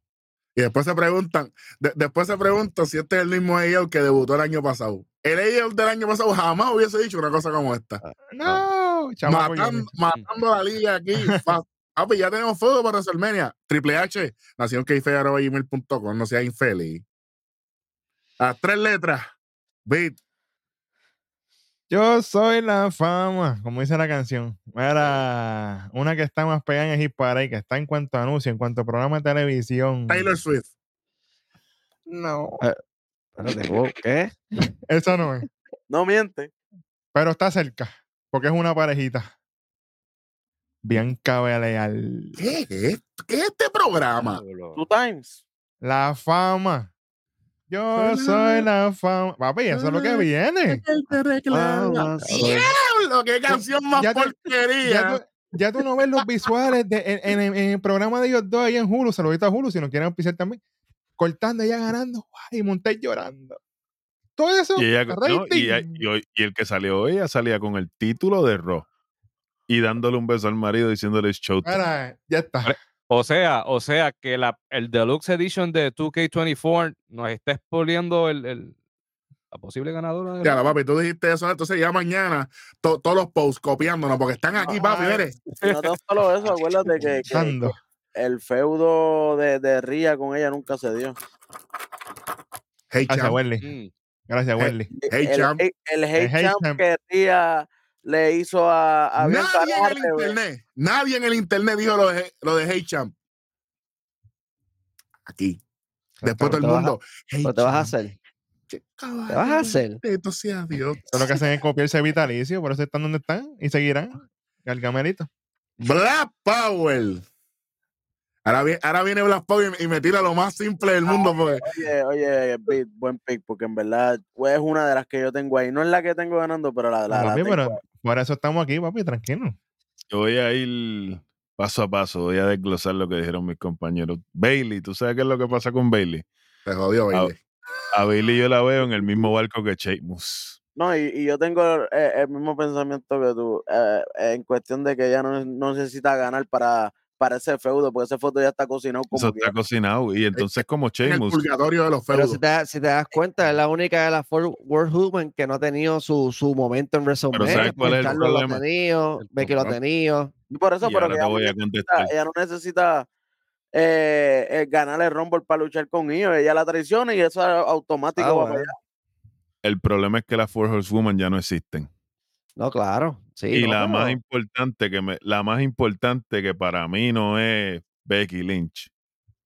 Speaker 1: Y después se preguntan, de- después se preguntan si este es el mismo AL que debutó el año pasado. El AL del año pasado jamás hubiese dicho una cosa como esta.
Speaker 7: No, chamaco
Speaker 1: Matan-
Speaker 7: Junior.
Speaker 1: matando la liga aquí. fa- Papi, ya tenemos fuego para WrestleMania. Triple H, nación gmail.com, no seas infeliz. Las tres letras. Beat.
Speaker 7: Yo soy la fama, como dice la canción. Era una que está más pegada en el hit parade, que está en cuanto a anuncio, en cuanto a programa de televisión.
Speaker 1: Taylor Swift.
Speaker 7: No.
Speaker 3: Espérate, wow, Eh, ¿Qué?
Speaker 7: Esa no es.
Speaker 2: No miente.
Speaker 7: Pero está cerca, porque es una parejita. Bianca Beleal.
Speaker 1: ¿Qué es, esto? ¿Qué es este programa?
Speaker 2: Two times.
Speaker 7: La fama. Yo soy la fama. Papi, eso es lo que viene.
Speaker 5: Este
Speaker 3: Vamos, eh,
Speaker 1: ¡Diablo! ¡Qué canción más
Speaker 7: ah, Ya te- Ya
Speaker 1: porquería!
Speaker 7: tú, ya tú no ves los visuales de- en, en- en el programa de ellos dos ahí en Hulu. Saludito a Hulu si nos quieren auspiciar también. Cortando, ella ganando. guay, Y Montes llorando. Todo eso.
Speaker 5: Y, ella, no, y, ella-
Speaker 7: rating.
Speaker 5: y hoy- y el que salió hoy, ella salía con el título de Raw. Y dándole un beso al marido diciéndole show.
Speaker 7: Mira, ya está.
Speaker 9: Ahora- O sea, o sea que la, el Deluxe Edition de 2K24 nos está exponiendo el, el- la posible ganadora. de
Speaker 1: Ya, la
Speaker 9: la-
Speaker 1: papi, tú dijiste eso, entonces ya mañana to- todos los posts copiándonos porque están aquí, papi,
Speaker 7: Ah.
Speaker 2: Ay.
Speaker 1: eres.
Speaker 2: Y No tan solo eso, acuérdate que, que-
Speaker 7: Sando.
Speaker 2: que el feudo de, de Ría con ella nunca se dio.
Speaker 1: Hey,
Speaker 7: Gracias,
Speaker 1: champ.
Speaker 7: Welly.
Speaker 9: Mm.
Speaker 7: Gracias,
Speaker 1: Eh,
Speaker 7: Welly.
Speaker 1: Hey,
Speaker 2: el,
Speaker 1: champ.
Speaker 2: el- el hate
Speaker 7: hate
Speaker 2: champ
Speaker 7: champ.
Speaker 2: que Ría le hizo a, a Bianca
Speaker 1: Nadie en el
Speaker 2: Belair, güey.
Speaker 1: internet, nadie en el internet dijo lo de, lo de Hey Champ. Aquí. Después todo el
Speaker 3: te vas a-
Speaker 1: mundo. "Hey,
Speaker 3: Lo te vas a
Speaker 1: champ,
Speaker 3: hacer.
Speaker 1: Qué caballo.
Speaker 3: ¿Qué vas a hacer?
Speaker 1: Bendito sea Dios.
Speaker 7: Todo lo que hacen es copiarse vitalicio, por eso están donde están y seguirán. Gargamelito.
Speaker 1: Black Power. Ahora, vi- ahora viene Black Power y, y me tira lo más simple del
Speaker 3: Ah.
Speaker 1: mundo. Porque,
Speaker 2: Oye, oye, Bit, buen pick, porque en verdad pues, es una de las que yo tengo ahí. No es la que tengo ganando, pero la, la, la
Speaker 7: papi,
Speaker 2: tengo ahí.
Speaker 7: pero por eso estamos aquí, papi, tranquilo.
Speaker 5: Yo voy a ir paso a paso, voy a desglosar lo que dijeron mis compañeros. Bailey, ¿tú sabes qué es lo que pasa con Bailey?
Speaker 1: te jodió,
Speaker 3: Ah,
Speaker 1: baby.
Speaker 5: A Bailey yo la veo en el mismo barco que Sheamus.
Speaker 2: No, y, y yo tengo eh, el mismo pensamiento que tú, eh, en cuestión de que ella no, no necesita ganar para, para ese feudo, porque ese feudo ya está cocinado como
Speaker 5: Eso está
Speaker 2: quiera.
Speaker 5: cocinado. Y entonces como
Speaker 1: En el
Speaker 5: Sheamus,
Speaker 1: purgatorio de los
Speaker 3: Pero
Speaker 1: feudos.
Speaker 3: si te, da- si te das cuenta, es la única de las Fort World Women que no ha tenido su, su momento en WrestleMania.
Speaker 5: ¿sabes cuál es el
Speaker 3: Carlos lo ha
Speaker 5: problema?
Speaker 3: tenido,
Speaker 9: El
Speaker 3: Becky lo ha
Speaker 9: contrato.
Speaker 3: tenido.
Speaker 2: Y por eso,
Speaker 5: y
Speaker 2: pero
Speaker 5: ahora
Speaker 2: que
Speaker 5: te
Speaker 2: ella, no
Speaker 5: voy a
Speaker 2: necesita,
Speaker 5: contestar.
Speaker 2: ella no necesita eh, eh, ganar el Rumble para luchar con ellos, ella la traiciona y eso a- automático
Speaker 3: Ah,
Speaker 2: va
Speaker 3: bueno.
Speaker 2: para allá.
Speaker 5: El problema es que las Four Horsewomen ya no existen.
Speaker 3: No, claro. Sí,
Speaker 5: Y
Speaker 3: no,
Speaker 5: la
Speaker 3: pero-
Speaker 5: más importante que me, la más importante que para mí no es Becky Lynch.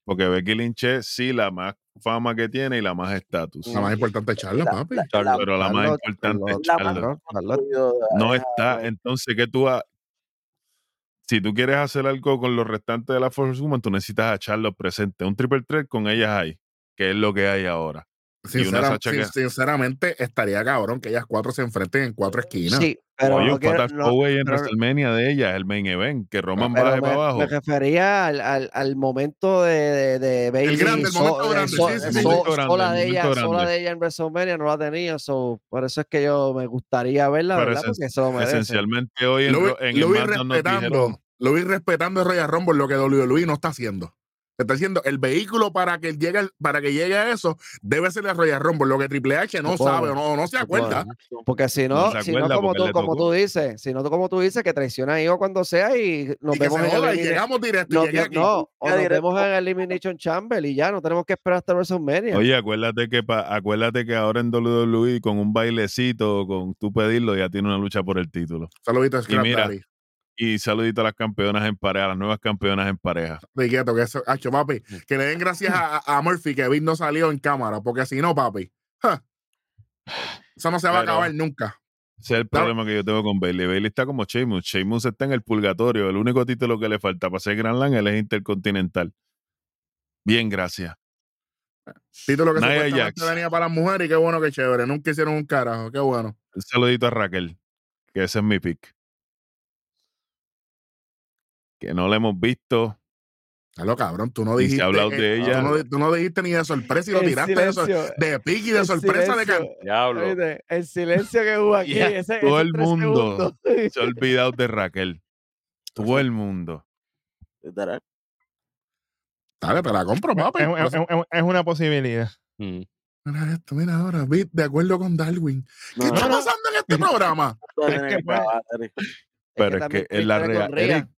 Speaker 5: Porque Becky Lynch es sí la más fama que tiene y la más estatus.
Speaker 1: La más importante es Charla, papi.
Speaker 9: Charlotte.
Speaker 5: Pero la más
Speaker 3: Charlotte,
Speaker 5: importante es
Speaker 3: Charlotte,
Speaker 2: la
Speaker 5: Charlotte.
Speaker 3: Charlotte, Charlotte.
Speaker 2: Yo,
Speaker 5: No
Speaker 2: eh,
Speaker 5: está.
Speaker 2: pues,
Speaker 5: Entonces, que tú ha- si tú quieres hacer algo con los restantes de la Force Woman, tú necesitas a Charlotte presente. Un triple threat con ellas hay, que es lo que hay ahora.
Speaker 1: Sincera-
Speaker 5: Sasha
Speaker 1: sin-
Speaker 5: que-
Speaker 1: sinceramente, estaría cabrón que ellas cuatro se enfrenten en cuatro esquinas.
Speaker 3: Sí, pero
Speaker 5: Oye,
Speaker 3: no
Speaker 5: un
Speaker 3: quiero-
Speaker 5: Fatal
Speaker 3: no-
Speaker 5: Four-Way en
Speaker 3: pero-
Speaker 5: WrestleMania de ellas, el main event, que Roman
Speaker 3: pero
Speaker 5: baje
Speaker 3: me,
Speaker 5: para abajo.
Speaker 3: me refería al, al, al momento de, de, de Bayley
Speaker 1: grande, el
Speaker 3: so-
Speaker 1: momento
Speaker 3: de
Speaker 1: grande,
Speaker 3: so-
Speaker 1: sí, sí,
Speaker 3: de
Speaker 1: sí.
Speaker 3: so-
Speaker 5: Momento grande,
Speaker 3: sola
Speaker 5: el
Speaker 3: de ella,
Speaker 5: momento
Speaker 3: sola
Speaker 5: grande.
Speaker 3: de ella en WrestleMania no la ha tenido, so, por eso es que yo me gustaría verla,
Speaker 5: Pero
Speaker 3: ¿verdad?
Speaker 5: esen-
Speaker 3: Porque se lo merece.
Speaker 5: Esencialmente hoy en,
Speaker 1: Lo,
Speaker 5: Ro- en
Speaker 1: vi- lo vi
Speaker 5: el SmackDown nos dijeron,
Speaker 1: respetando, lo vi respetando el Royal Rumble, lo que WWE no está haciendo. Está haciendo el vehículo para que llegue, al- para que llegue a eso debe ser el Royal Rumble, lo que Triple H no,
Speaker 3: No puedo,
Speaker 1: sabe o no, no se
Speaker 3: no puedo.
Speaker 1: acuerda.
Speaker 3: Porque si
Speaker 5: No
Speaker 3: no,
Speaker 5: se
Speaker 3: si no
Speaker 5: acuerda
Speaker 3: como
Speaker 5: porque
Speaker 3: tú,
Speaker 5: le
Speaker 3: como
Speaker 5: tocó.
Speaker 3: tú dices, si no tú como tú dices, que traiciona a Io cuando sea y nos
Speaker 1: y que
Speaker 3: vemos
Speaker 1: se
Speaker 3: en
Speaker 1: joda y
Speaker 3: Elimina-
Speaker 1: llegamos directo.
Speaker 3: nos-
Speaker 1: llegué aquí.
Speaker 3: no, o nos
Speaker 2: directo.
Speaker 3: vemos en Elimination Chamber y ya, no tenemos que esperar hasta WrestleMania.
Speaker 5: Oye, acuérdate que pa- acuérdate que ahora en WWE con un bailecito o con tú pedirlo ya tiene una lucha por el título.
Speaker 1: Saludito, Scrap
Speaker 5: mira,
Speaker 1: Daddy.
Speaker 5: Y saludito a las campeonas en pareja, a las nuevas campeonas en pareja.
Speaker 1: Estoy quieto, que eso, acho, papi, que le den gracias a, a- a Murphy que Big no salió en cámara, porque si no, papi, ja, eso no se va
Speaker 5: Pero-
Speaker 1: a acabar nunca.
Speaker 5: Ese es el
Speaker 1: Claro.
Speaker 5: problema que yo tengo con Bailey. Bailey está como Sheamus. Sheamus está en el purgatorio. El único título que le falta para ser Grand Slam él es Intercontinental. Bien, gracias.
Speaker 1: Título que
Speaker 5: Nia
Speaker 1: supuestamente
Speaker 5: Jax.
Speaker 1: tenía para las mujeres y qué bueno, qué chévere. Nunca hicieron un carajo, qué bueno.
Speaker 5: Un saludito a Raquel, que ese es mi pick. Que no la hemos visto.
Speaker 1: Claro, cabrón, tú no
Speaker 5: Y se
Speaker 1: dijiste.
Speaker 5: ha hablado
Speaker 1: eh,
Speaker 5: de ella.
Speaker 1: Tú no, di- tú no dijiste ni de sorpresa y lo
Speaker 3: El
Speaker 1: tiraste de, sor-
Speaker 3: silencio,
Speaker 1: de pique y de
Speaker 3: el
Speaker 1: sorpresa de
Speaker 3: silencio.
Speaker 1: can-
Speaker 9: Diablo.
Speaker 3: Oíste, El silencio que hubo aquí.
Speaker 5: Ya,
Speaker 3: ese-
Speaker 5: todo
Speaker 3: esos
Speaker 5: el
Speaker 3: tres
Speaker 5: mundo.
Speaker 3: segundos.
Speaker 5: Se ha olvidado de Raquel. Todo el mundo.
Speaker 2: literal.
Speaker 1: Dale, te la compro, papi.
Speaker 7: Es, es- es- es una posibilidad.
Speaker 9: Mm.
Speaker 1: Mira esto, mira ahora, Bit, de acuerdo con Darwin. ¿Qué
Speaker 2: No,
Speaker 1: está
Speaker 2: no, no,
Speaker 1: pasando en este programa?
Speaker 2: no,
Speaker 7: es
Speaker 2: no,
Speaker 7: que,
Speaker 2: no,
Speaker 7: pues,
Speaker 2: no, no.
Speaker 5: Pero es que,
Speaker 3: también
Speaker 5: en la
Speaker 3: Cristina
Speaker 5: realidad,
Speaker 3: con Rhea.
Speaker 5: Eric,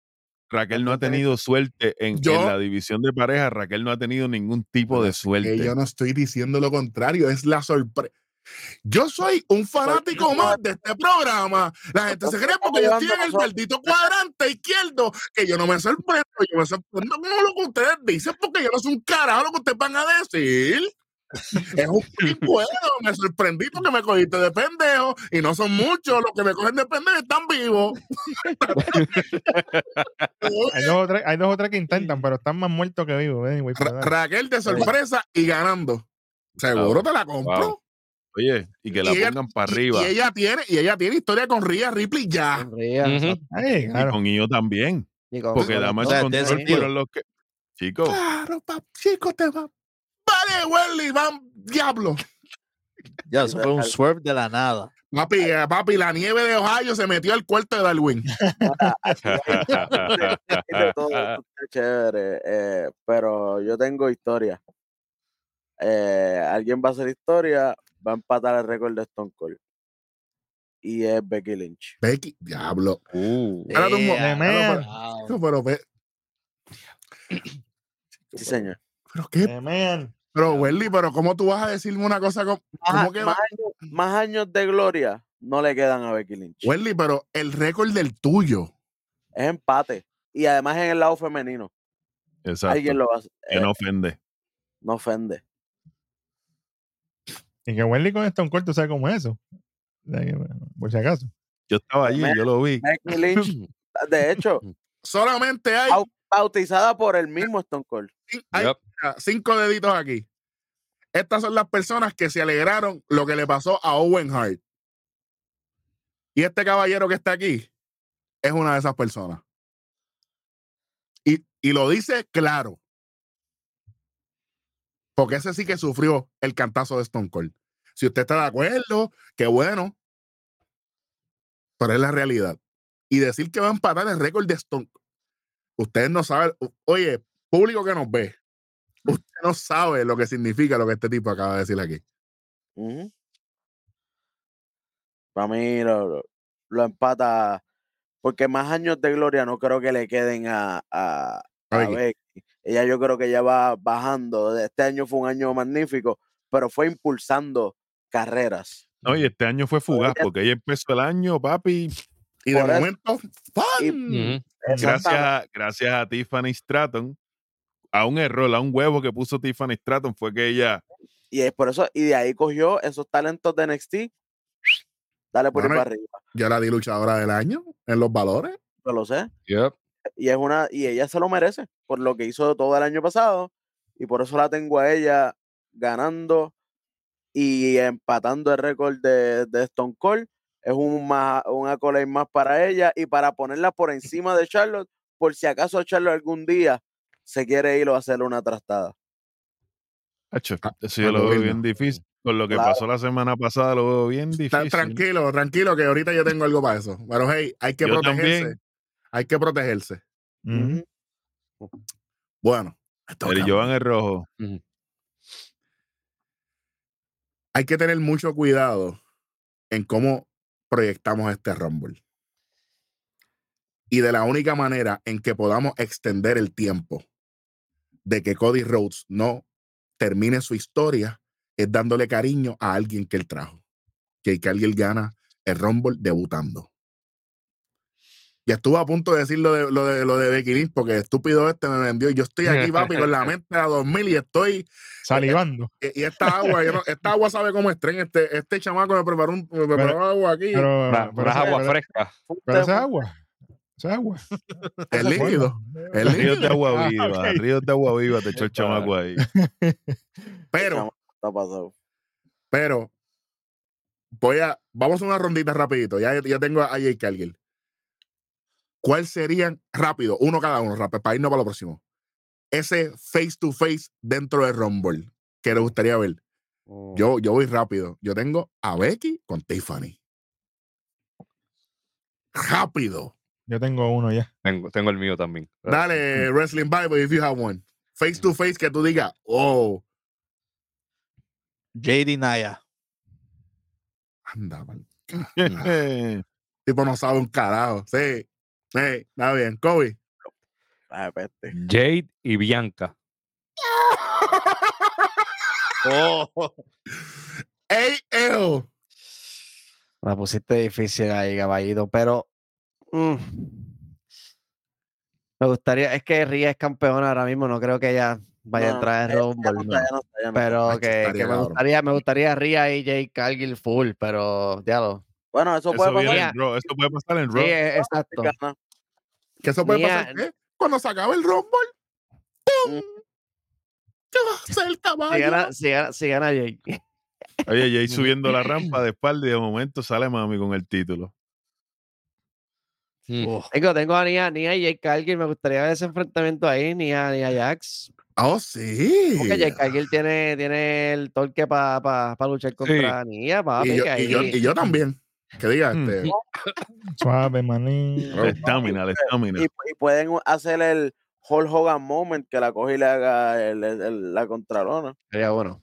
Speaker 5: Raquel no ha
Speaker 3: También
Speaker 5: tenido suerte en, en
Speaker 1: Yo-
Speaker 5: la división de pareja. Raquel no ha tenido ningún tipo de
Speaker 1: Que
Speaker 5: suerte.
Speaker 1: yo no estoy diciendo lo contrario, es la sorpresa. Yo soy un fanático más de este programa. La gente se cree porque yo estoy en el maldito cuadrante izquierdo que yo no me sorprendo. Yo me sorprendo con lo que ustedes dicen porque yo no soy un carajo lo que ustedes van a decir. Es un bueno, me sorprendí porque me cogiste de pendejo y no son muchos los que me cogen de pendejo están vivos.
Speaker 7: Hay dos o tres, hay dos o tres que intentan, pero están más muertos que vivos. anyway, pero
Speaker 1: Ra-
Speaker 7: dale.
Speaker 1: Raquel de sorpresa y ganando. Seguro te la compro.
Speaker 9: Wow.
Speaker 5: Oye, y que la
Speaker 1: Y ella-
Speaker 5: pongan para
Speaker 1: Y-
Speaker 5: arriba.
Speaker 1: Y,
Speaker 5: Y,
Speaker 1: ella tiene, y ella tiene historia con Rhea Ripley ya.
Speaker 3: con Rhea,
Speaker 9: Ujú.
Speaker 3: exacto,
Speaker 7: Ay, claro.
Speaker 5: con ellos también.
Speaker 3: y con-
Speaker 5: Porque
Speaker 3: con las
Speaker 5: Damas
Speaker 3: dos,
Speaker 6: O sea,
Speaker 5: con
Speaker 6: tiene
Speaker 5: Control
Speaker 6: sentido.
Speaker 5: fueron los que. Chicos,
Speaker 1: Claro, pa, chico, te va. Vale, Welly, van, diablo.
Speaker 6: Ya, eso fue un
Speaker 2: Literal.
Speaker 6: swerve de la nada.
Speaker 1: Papi, eh, papi, la nieve de Ohio se metió al cuarto de Darwin.
Speaker 2: de todo, eso está chévere, eh, pero yo tengo historia. Eh, alguien va a hacer historia, va a empatar el récord de Stone Cold. Y es Becky Lynch.
Speaker 1: Becky, diablo.
Speaker 9: Uh.
Speaker 1: Espérate un mo-
Speaker 6: Yeah,
Speaker 1: espérate, pero-
Speaker 6: wow.
Speaker 1: chico, pero, ve-
Speaker 2: Sí, señor.
Speaker 1: pero qué-
Speaker 7: Eh, man.
Speaker 1: pero, Welly, pero ¿cómo tú vas a decirme una cosa como,
Speaker 2: Más,
Speaker 1: ¿cómo que
Speaker 2: más
Speaker 1: va?
Speaker 2: años, más años de gloria no le quedan a Becky Lynch.
Speaker 1: Welly, pero el récord del tuyo.
Speaker 2: Es empate. Y además en el lado femenino.
Speaker 5: exacto.
Speaker 2: eh, Alguien lo va a hacer.
Speaker 5: Que
Speaker 2: eh,
Speaker 5: no ofende.
Speaker 2: no ofende.
Speaker 7: Y que Wendy con esto un corto sabe cómo es eso. O sea, que, bueno, Por si acaso.
Speaker 5: Yo estaba allí, yo lo vi.
Speaker 2: Becky Lynch, de hecho,
Speaker 1: Solamente hay,
Speaker 2: Au. bautizada por el mismo Stone Cold.
Speaker 1: hay
Speaker 9: Yup.
Speaker 1: mira, cinco deditos aquí. Estas son las personas que se alegraron lo que le pasó a Owen Hart. Y este caballero que está aquí es una de esas personas. Y, y lo dice claro. Porque ese sí que sufrió el cantazo de Stone Cold. Si usted está de acuerdo, qué bueno. Pero es la realidad. Y decir que va a empatar el récord de Stone Ustedes no saben. o- Oye, público que nos ve, usted no sabe lo que significa lo que este tipo acaba de decir aquí.
Speaker 2: Ujú. Para mí lo, lo- lo empata. Porque más años de gloria no creo que le queden a, a, a
Speaker 1: Becky.
Speaker 2: Becky. Ella yo creo que ya va bajando. de- Este año fue un año magnífico, pero fue impulsando carreras.
Speaker 5: Oye, este año fue fugaz
Speaker 2: Oye.
Speaker 5: porque ella empezó el año, papi.
Speaker 1: Y de
Speaker 2: Por eso-
Speaker 1: momento, ¡pam!
Speaker 9: Ujú.
Speaker 5: Gracias a, gracias a Tiffany Stratton, a un error, a un huevo que puso Tiffany Stratton, fue que ella.
Speaker 2: Y es por eso, y de ahí cogió esos talentos de NXT. Dale por ahí
Speaker 1: Bueno,
Speaker 2: para arriba.
Speaker 1: yo la di luchadora del año en los valores.
Speaker 2: Yo lo sé.
Speaker 9: Yep.
Speaker 2: y es una y ella se lo merece por lo que hizo todo el año pasado y por eso la tengo a ella ganando y empatando el récord de, de Stone Cold es un más un accolade más para ella y para ponerla por encima de Charlotte por si acaso Charlotte algún día se quiere ir o hacerle una trastada
Speaker 5: Acho,
Speaker 1: Ah,
Speaker 5: eso yo
Speaker 1: algo
Speaker 5: lo veo
Speaker 1: digno.
Speaker 5: bien difícil. Con lo que
Speaker 2: Claro.
Speaker 5: pasó la semana pasada, lo veo bien
Speaker 1: Está-
Speaker 5: difícil.
Speaker 1: tranquilo, tranquilo, que ahorita yo tengo algo para eso. Pero hey, hay que
Speaker 5: Yo
Speaker 1: protegerse.
Speaker 5: también.
Speaker 1: Hay que protegerse.
Speaker 7: Ujú.
Speaker 2: Ujú.
Speaker 1: Bueno, me toca.
Speaker 5: El Joan es rojo.
Speaker 1: hay que tener mucho cuidado en cómo proyectamos este Rumble. Y de la única manera en que podamos extender el tiempo de que Cody Rhodes no termine su historia es dándole cariño a alguien que él trajo. Que, que alguien gana el Rumble debutando. Ya estuve a punto de decir lo de, lo de, lo de Becky Lynch porque estúpido este me vendió. y Yo estoy aquí, papi, con la mente a 2000 y estoy
Speaker 7: Salivando.
Speaker 1: y y esta agua, yo no- esta agua sabe cómo es tren. Este, este chamaco me preparó, un, me preparó agua aquí.
Speaker 7: Pero,
Speaker 9: Una-
Speaker 7: pero
Speaker 9: Unas
Speaker 7: esa-
Speaker 9: aguas
Speaker 7: pero-
Speaker 9: frescas.
Speaker 2: Fue un
Speaker 3: pues.
Speaker 7: pero esa
Speaker 2: tema-
Speaker 7: es agua. Esa es agua.
Speaker 1: es líquido. Es
Speaker 5: Ríos de
Speaker 1: líquido.
Speaker 5: agua
Speaker 7: Ah,
Speaker 5: viva,
Speaker 7: ok.
Speaker 5: ríos de agua viva, te echó el chamaco ahí.
Speaker 1: Pero,
Speaker 2: está pasado.
Speaker 1: pero, voy a, vamos a una rondita rapidito. Ya, ya tengo a Jay Cargill. ¿Cuál serían, rápido, uno cada uno, rápido, para irnos para lo próximo? Ese face to face dentro de Rumble que le gustaría ver.
Speaker 7: Oh.
Speaker 1: Yo, yo voy rápido. Yo tengo a Becky con Tiffany. Rápido.
Speaker 7: Yo tengo uno ya.
Speaker 9: Tengo, tengo el mío también.
Speaker 1: Dale, Wrestling Bible, if you have one. Face to face, que tú digas, oh,
Speaker 6: JD Naya.
Speaker 1: anda, man. tipo no sabe un carajo. Sí, sí, está bien. Kobe.
Speaker 2: Ah, peste.
Speaker 9: Jade y Bianca.
Speaker 1: ¡Ey, ejo!
Speaker 3: La pusiste difícil ahí, caballito, pero mm, me gustaría, es que Ría es campeona ahora mismo, no creo que ella vaya a
Speaker 2: No,
Speaker 3: entrar en
Speaker 2: ya- ya no
Speaker 3: Rumble,
Speaker 2: está, ya no está, ya no está.
Speaker 3: pero
Speaker 1: Macho,
Speaker 3: que,
Speaker 1: estaría
Speaker 3: que me
Speaker 1: cabrón.
Speaker 3: gustaría, me gustaría Ría y Jake Cargill full, pero diablo.
Speaker 2: bueno eso,
Speaker 5: Eso,
Speaker 2: puede
Speaker 5: viene
Speaker 2: pasar eh.
Speaker 5: en Raw, eso puede pasar
Speaker 3: Sí,
Speaker 5: en Raw.
Speaker 3: e- exacto.
Speaker 2: Gana.
Speaker 1: ¿Que eso puede
Speaker 3: Mía,
Speaker 1: pasar? ¿qué? Cuando se acabe el Rumble,
Speaker 3: Mm.
Speaker 1: ¡pum! ¿Qué va a hacer el
Speaker 3: Si
Speaker 1: caballo?
Speaker 3: gana, si gana, si gana Jake.
Speaker 5: Oye, Jay subiendo la rampa de espalda y de momento sale mami con el título.
Speaker 9: Mm.
Speaker 6: Oh,
Speaker 3: Tengo, tengo a Nia, Nia y Jake Cargill, me gustaría ver ese enfrentamiento ahí, Nia, Nia Jax.
Speaker 1: Oh, sí.
Speaker 3: Porque Jake Cargill tiene, tiene el torque para luchar contra Nia, papi,
Speaker 1: Y yo,
Speaker 3: que
Speaker 1: y, yo,
Speaker 3: ahí-
Speaker 1: y yo también. Que diga, este,
Speaker 7: Suave, maní.
Speaker 5: La estamina, la estamina.
Speaker 2: y, y pueden hacer el Hulk Hogan moment que la coge y le haga el- el- el- la contralona.
Speaker 3: Sería bueno.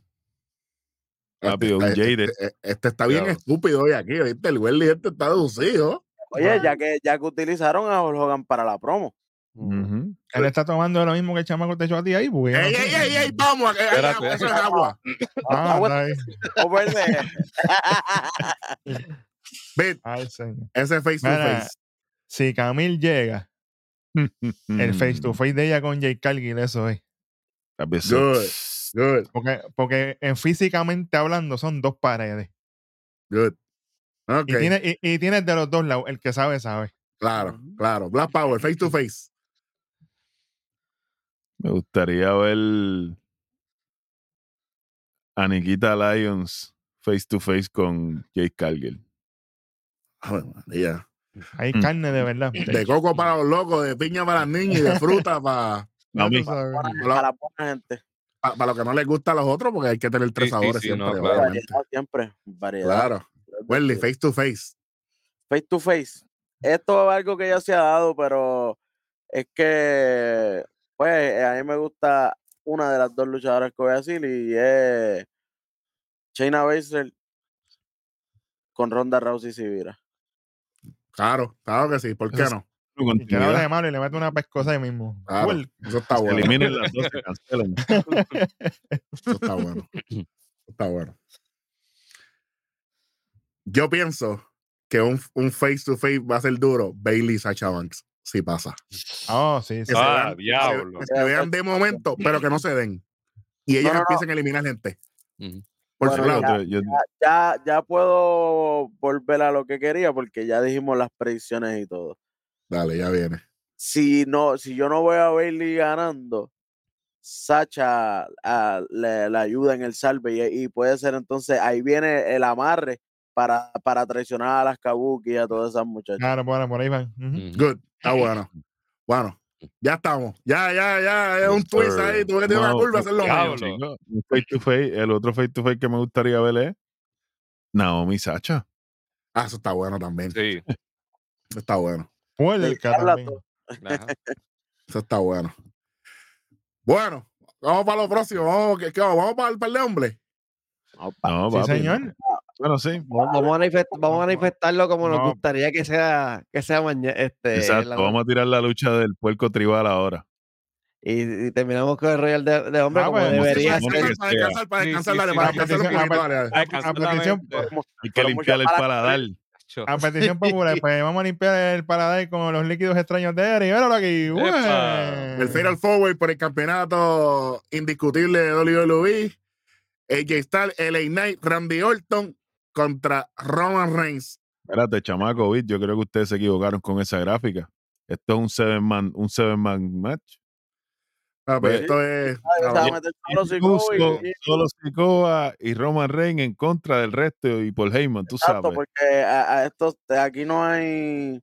Speaker 5: Rápido, un
Speaker 1: este,
Speaker 5: Jade.
Speaker 1: este- este está bien
Speaker 5: Claro.
Speaker 1: estúpido hoy aquí, ¿viste? El Welly este está deducido.
Speaker 2: Oye, ya que, ya que utilizaron a Hulk Hogan para la promo.
Speaker 5: Ujú.
Speaker 7: Él está tomando lo mismo que el chamaco te echó a ti ahí. Porque yo no
Speaker 1: ¡Ey,
Speaker 7: sé.
Speaker 1: ey, ey, ey! ¡Vamos! a- hay
Speaker 9: Espérate.
Speaker 1: agua, Eso es agua.
Speaker 7: Ah,
Speaker 2: Agua-
Speaker 7: está ahí.
Speaker 2: over the-
Speaker 1: Ve,
Speaker 7: Ay, señor.
Speaker 1: Ese face to
Speaker 7: Mira,
Speaker 1: face.
Speaker 7: Si
Speaker 3: Mm.
Speaker 7: Camil llega, el face to face de ella con Jake Cargill, eso es.
Speaker 5: A veces.
Speaker 1: Good. Good,
Speaker 7: Porque, porque en físicamente hablando son dos paredes.
Speaker 1: good. Ok,
Speaker 7: Y, tienes, y, y tienes de los dos lados. El que sabe, sabe.
Speaker 1: claro, claro. Black Power, face to face.
Speaker 5: Me gustaría ver a Nikita Lyons face to face con Jake Cargill.
Speaker 1: Ave María.
Speaker 7: Hay
Speaker 5: Mm.
Speaker 7: carne de verdad.
Speaker 1: De coco para los locos, de piña para las niñas y de fruta para,
Speaker 7: Ya
Speaker 5: A
Speaker 7: tú
Speaker 5: mí.
Speaker 7: sabes.
Speaker 1: Hola.
Speaker 2: Para la buena gente.
Speaker 1: para, los que no les gusta a los otros, porque hay que tener tres
Speaker 9: Sí, sí,
Speaker 1: sabores
Speaker 9: sí,
Speaker 1: siempre.
Speaker 9: no, claro.
Speaker 1: obviamente.
Speaker 2: Variedad siempre. Variedad.
Speaker 1: Claro. Welly, face to face.
Speaker 2: face to face. Esto es algo que ya se ha dado, pero es que, pues, a mí me gusta una de las dos luchadoras que voy a decir y es Shayna Baszler con Ronda Rousey y Sivira.
Speaker 1: Claro, claro que sí. ¿Por qué no?
Speaker 7: Y que le hable de malo y le mete una pescosa ahí mismo.
Speaker 1: Claro,
Speaker 7: Uy,
Speaker 1: eso está
Speaker 5: Se
Speaker 1: bueno.
Speaker 5: eliminen las dos, se cancelan.
Speaker 1: Eso está bueno. Eso está bueno. Yo pienso que un, un face to face va a ser duro. Bailey y Sacha Banks. Si pasa.
Speaker 7: Oh, sí, sí.
Speaker 1: se
Speaker 9: Ah,
Speaker 1: vean-
Speaker 9: diablo.
Speaker 1: Que se vean de momento, pero que no se den. Y ellas
Speaker 2: No, no, no.
Speaker 1: empiecen a eliminar gente.
Speaker 9: Ujú.
Speaker 1: Por
Speaker 2: Bueno,
Speaker 1: su
Speaker 2: ya.
Speaker 1: lado.
Speaker 5: Yo- yo-
Speaker 2: Ya, ya puedo volver a lo que quería porque ya dijimos las predicciones y todo.
Speaker 1: Dale, ya viene.
Speaker 2: Si no, si yo no voy a Bailey ganando, Sacha ah, le, le ayuda en el salve y, y puede ser entonces ahí viene el amarre para, para traicionar a las Kabuki y a todas esas muchachas.
Speaker 7: Claro, por, por ahí van. Ujú.
Speaker 9: Mm.
Speaker 1: Good. Está bueno. Bueno. Ya estamos. Ya, ya, ya. Es un
Speaker 5: Yes,
Speaker 1: twist
Speaker 5: sir.
Speaker 1: ahí. Tú que tienes una
Speaker 5: No, pues,
Speaker 1: curva, hacer lo
Speaker 9: diablo.
Speaker 1: mismo.
Speaker 5: Diablo, chico, un face to face. El otro face to face que me gustaría ver es Naomi Sacha.
Speaker 1: Ah, eso está bueno también.
Speaker 9: Sí.
Speaker 1: Eso está bueno.
Speaker 7: Puerca
Speaker 2: habla
Speaker 7: también.
Speaker 2: todo.
Speaker 9: ajá.
Speaker 1: Eso está bueno. Bueno, vamos para lo próximo. Vamos, ¿qué- qué vamos? ¿Vamos para el par de hombres.
Speaker 2: No,
Speaker 1: Ah,
Speaker 2: pa-
Speaker 5: Ah, No,
Speaker 7: Sí,
Speaker 5: papi.
Speaker 7: señor.
Speaker 5: Bueno, sí.
Speaker 3: Vamos a, manifest- vamos a manifestarlo como nos
Speaker 7: No.
Speaker 3: gustaría que sea, que sea mañana. Este,
Speaker 5: Exacto.
Speaker 3: la-
Speaker 5: Vamos a tirar la lucha del puerco tribal ahora.
Speaker 3: y, y terminamos con el Royal de, de Hombre
Speaker 7: Ah,
Speaker 3: como
Speaker 7: pues,
Speaker 5: como
Speaker 3: debería
Speaker 1: Para
Speaker 5: se
Speaker 3: ser.
Speaker 5: supone
Speaker 1: descansar, para descansar, para
Speaker 9: Sí,
Speaker 1: descansar,
Speaker 9: sí,
Speaker 1: dale,
Speaker 9: sí,
Speaker 1: para descansar un poquito, dale, dale.
Speaker 7: sí, sí, sí, sí.
Speaker 9: Ay, cancela la
Speaker 7: petición-
Speaker 9: mente.
Speaker 5: Hay que
Speaker 2: Pero
Speaker 5: limpiar el
Speaker 2: mucha
Speaker 5: paladar.
Speaker 9: Cho.
Speaker 7: A petición popular, pues vamos a limpiar el paladar con los líquidos extraños de Eric. Míralo aquí. Ué.
Speaker 9: Epa.
Speaker 1: El Fatal Forward por el campeonato indiscutible de WWE. AJ Styles, LA Knight, Randy Orton contra Roman Reigns.
Speaker 5: Espérate, chamaco, Vic, yo creo que ustedes se equivocaron con esa gráfica. Esto es un seven man, un seven man match.
Speaker 1: Ah, pero
Speaker 5: Pues-
Speaker 1: esto es.
Speaker 2: nadie se va a
Speaker 1: cabrón.
Speaker 2: meter solo si
Speaker 5: Uso,
Speaker 2: Kobe, y-
Speaker 5: solo Sikoa y Roman Reigns en contra del resto y Paul Heyman, tú
Speaker 2: exacto,
Speaker 5: sabes.
Speaker 2: porque a, a estos, aquí no hay.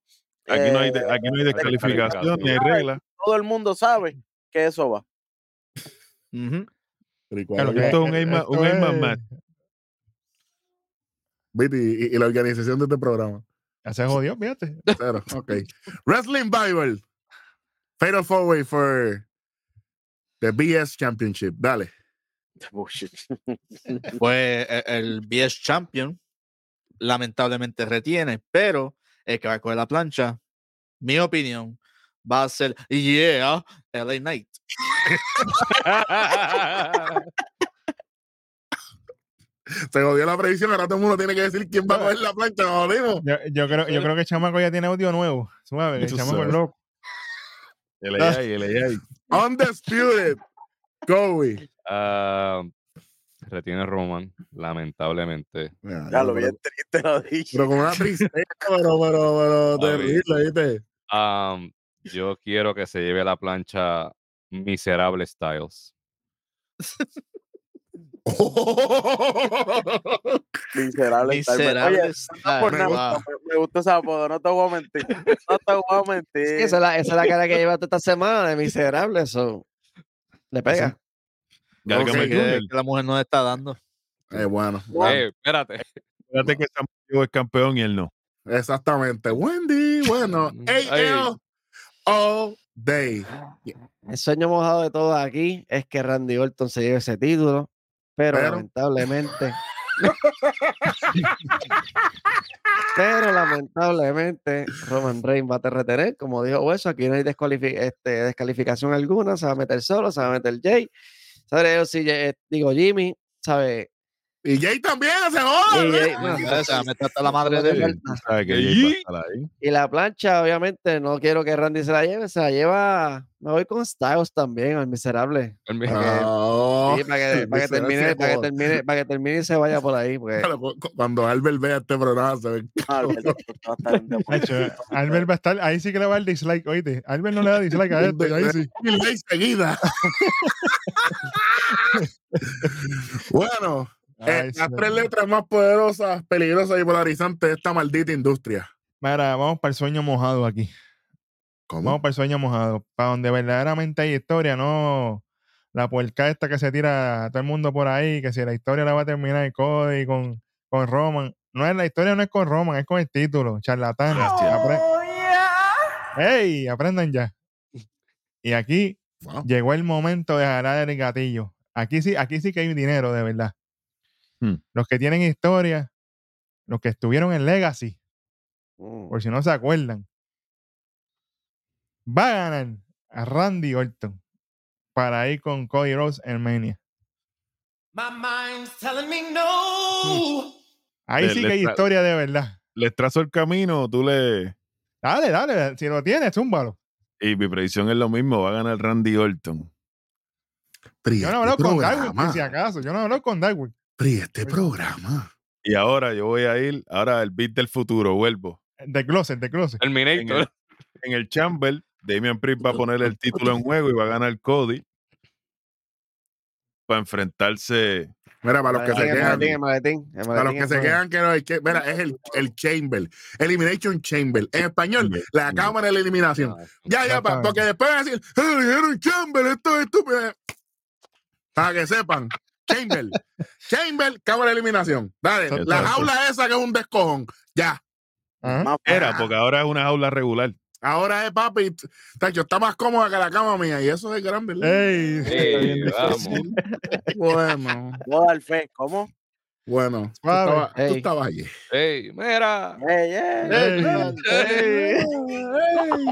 Speaker 5: Aquí no hay,
Speaker 2: eh,
Speaker 5: de- aquí no hay descalificación ni hay regla.
Speaker 2: todo el mundo sabe que eso va.
Speaker 6: Ujú.
Speaker 7: Claro,
Speaker 5: Esto es un
Speaker 7: eh,
Speaker 5: Heyman-
Speaker 7: esto
Speaker 5: un Heyman
Speaker 7: es-
Speaker 5: match.
Speaker 1: Viste, Y, y- y la organización de este programa.
Speaker 7: Ya se jodió, fíjate.
Speaker 1: Cero, ok. Wrestling Bible. Fatal Forward for the BS Championship. Dale.
Speaker 2: Bullshit.
Speaker 6: Pues e- el BS Champion lamentablemente retiene, pero el que va a coger la plancha, mi opinión, va a ser Yeah, LA Knight.
Speaker 1: Se jodió la previsión, ahora todo el mundo tiene que decir quién va a coger la plancha, nos jodimos.
Speaker 7: Yo, yo creo, yo creo que el chamaco ya tiene audio nuevo. Suave, que el
Speaker 5: Tú
Speaker 7: chamaco es
Speaker 5: sabes.
Speaker 7: loco.
Speaker 5: El AI, el AI.
Speaker 1: Undisputed. Kobe.
Speaker 9: Ah, retiene Roman, lamentablemente.
Speaker 2: Ya lo vi triste, lo dije.
Speaker 1: Pero con una tristeza, pero, pero, pero
Speaker 9: Papi.
Speaker 1: terrible, ¿viste?
Speaker 9: Am, yo quiero que se lleve la plancha miserable Styles.
Speaker 2: Miserable. está el-
Speaker 6: Miserable.
Speaker 2: Oye,
Speaker 6: Styles,
Speaker 2: por
Speaker 1: me
Speaker 2: nada,
Speaker 1: gusta.
Speaker 2: me, me gusta ese apodo, no te voy a mentir. No te voy a mentir.
Speaker 3: Esa es, la, esa es la cara que llevaste esta semana de miserable. Eso le pega.
Speaker 6: wow.
Speaker 5: Gargamel
Speaker 6: Sí, que-
Speaker 5: Jr.
Speaker 6: que la mujer no está dando.
Speaker 1: Eh, bueno, bueno,
Speaker 9: Eh, espérate.
Speaker 5: Espérate que San Diego es campeón y él no.
Speaker 1: exactamente. Wendy, bueno,
Speaker 9: Ay.
Speaker 1: AL all day.
Speaker 3: El sueño mojado de todos aquí es que Randy Orton se lleve ese título, pero,
Speaker 1: Pero-
Speaker 3: lamentablemente. pero lamentablemente Roman Reigns va a te- retener, como dijo Hueso, aquí no hay descualifi- este, descalificación alguna, se va a meter solo, se va a meter Jay, sabe yo si eh, digo Jimmy, sabe
Speaker 1: Y Jay también, se joda.
Speaker 3: Y,
Speaker 1: ¿verdad?
Speaker 3: eh, bueno,
Speaker 6: Esa, me trata la madre de él.
Speaker 5: Tú sabes que
Speaker 9: Y-
Speaker 5: Jay va a estar ahí.
Speaker 3: y la plancha, obviamente, no quiero que Randy se la lleve, se la lleva. Me voy con Styles también, al miserable.
Speaker 9: Él-
Speaker 1: Ah.
Speaker 3: que-
Speaker 1: No.
Speaker 3: Sí, eh. para que, para
Speaker 1: Ese-
Speaker 3: que
Speaker 1: ese
Speaker 3: termine, para que
Speaker 1: bobo.
Speaker 3: termine, para que termine y se vaya por ahí. porque-
Speaker 1: Claro, cu- cu- Cuando Albert vea este programa, se ve.
Speaker 2: Albert, esto está en
Speaker 7: Hacho,
Speaker 2: deporte.
Speaker 7: Albert va a estar, ahí sí que le va el dislike, oíste. Albert no le da dislike a esto, y este, ahí sí.
Speaker 1: Y la seguida. bueno, eh,
Speaker 7: Ay,
Speaker 1: las
Speaker 7: sí.
Speaker 1: tres letras más poderosas, peligrosas y polarizantes de esta maldita industria.
Speaker 7: Mira, vamos para el sueño mojado aquí. Vamos
Speaker 1: ¿Cómo?
Speaker 7: para el sueño mojado. Para donde verdaderamente hay historia, no la puerca esta que se tira a todo el mundo por ahí, que si la historia la va a terminar el Cody con, con Roman. No es la historia, no es con Roman, es con el título, charlatanas.
Speaker 4: Ah.
Speaker 7: Apre- ¡Ey! Aprendan ya. Y aquí
Speaker 1: Wow.
Speaker 7: llegó el momento de jalar el gatillo. Aquí sí, aquí sí que hay dinero, de verdad.
Speaker 5: Hmm.
Speaker 7: Los que tienen historia, los que estuvieron en Legacy,
Speaker 3: Mm.
Speaker 7: por si no se acuerdan, va a ganar a Randy Orton para ir con Cody Rhodes en Mania.
Speaker 8: My mind's telling me no.
Speaker 7: Ahí
Speaker 5: Le-
Speaker 7: sí
Speaker 5: le
Speaker 7: que hay
Speaker 5: tra-
Speaker 7: historia de verdad.
Speaker 5: Les trazo el camino, tú le.
Speaker 7: Dale, dale, si lo tienes, zúmbalo.
Speaker 5: Y mi predicción es lo mismo, va a ganar Randy Orton.
Speaker 1: Pri,
Speaker 7: Yo
Speaker 1: este
Speaker 7: no hablo con Darwin,
Speaker 1: programa.
Speaker 7: por si acaso. Yo no hablo con Darwin.
Speaker 1: Pri, este programa.
Speaker 5: Y ahora yo voy a ir, ahora el beat del futuro, vuelvo.
Speaker 7: De closet, de closet.
Speaker 5: En el,
Speaker 9: Terminator.
Speaker 5: en el Chamber, Damian Priest va a poner el título en juego y va a ganar Cody para enfrentarse.
Speaker 1: Mira, para los que se
Speaker 3: Maletín, el
Speaker 1: quedan.
Speaker 3: maletín, el maletín, el
Speaker 1: Para los
Speaker 3: maletín,
Speaker 1: que
Speaker 3: el
Speaker 1: se
Speaker 3: maletín.
Speaker 1: quedan, que no hay que. Mira, es el, el Chamber. Elimination Chamber. En español, la cámara de la eliminación. Ya, ya, pa-
Speaker 7: Exactamente.
Speaker 1: porque después van a decir, "Ah, le dijeron Chamber, esto es estúpido. Para que sepan, Chamber, Chamber, cámara de eliminación. Dale,
Speaker 5: Exacto.
Speaker 1: la jaula esa que es un descojón. Ya,
Speaker 7: Ajá.
Speaker 2: Más
Speaker 5: Era, porque ahora es una jaula regular.
Speaker 1: ahora es papi. t- Tacho, está más cómoda que la cama mía y eso es grande. ¿verdad?
Speaker 7: Ey, está bien
Speaker 9: Ey,
Speaker 7: difícil.
Speaker 9: vamos.
Speaker 1: Bueno,
Speaker 2: puedo dar fe. ¿Cómo?
Speaker 1: bueno, tú
Speaker 7: Suave.
Speaker 1: estabas, tú
Speaker 3: Ey.
Speaker 1: estabas allí.
Speaker 9: Ey, mira.
Speaker 2: Ey, ey.
Speaker 7: Ey,
Speaker 9: Ey.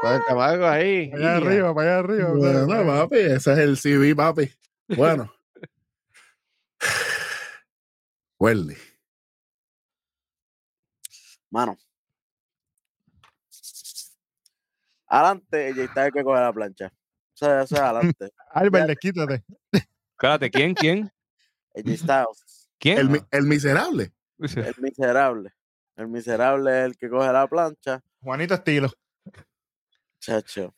Speaker 3: Suéltame algo ahí.
Speaker 7: Para allá
Speaker 3: Ya.
Speaker 7: arriba, para allá arriba. eh,
Speaker 1: Bueno, papi, ese es el CV, papi. Bueno. Welly,
Speaker 2: Mano. Adelante, Jay Styles que coge la plancha. O sea, o sea, adelante.
Speaker 7: Albert, le quítate.
Speaker 9: Espérate, ¿quién? ¿Quién?
Speaker 2: Jay Styles,
Speaker 9: ¿Quién?
Speaker 1: el, mi- el miserable.
Speaker 2: el miserable. El miserable es el que coge la plancha.
Speaker 7: Juanito Estilo.
Speaker 2: Chacho.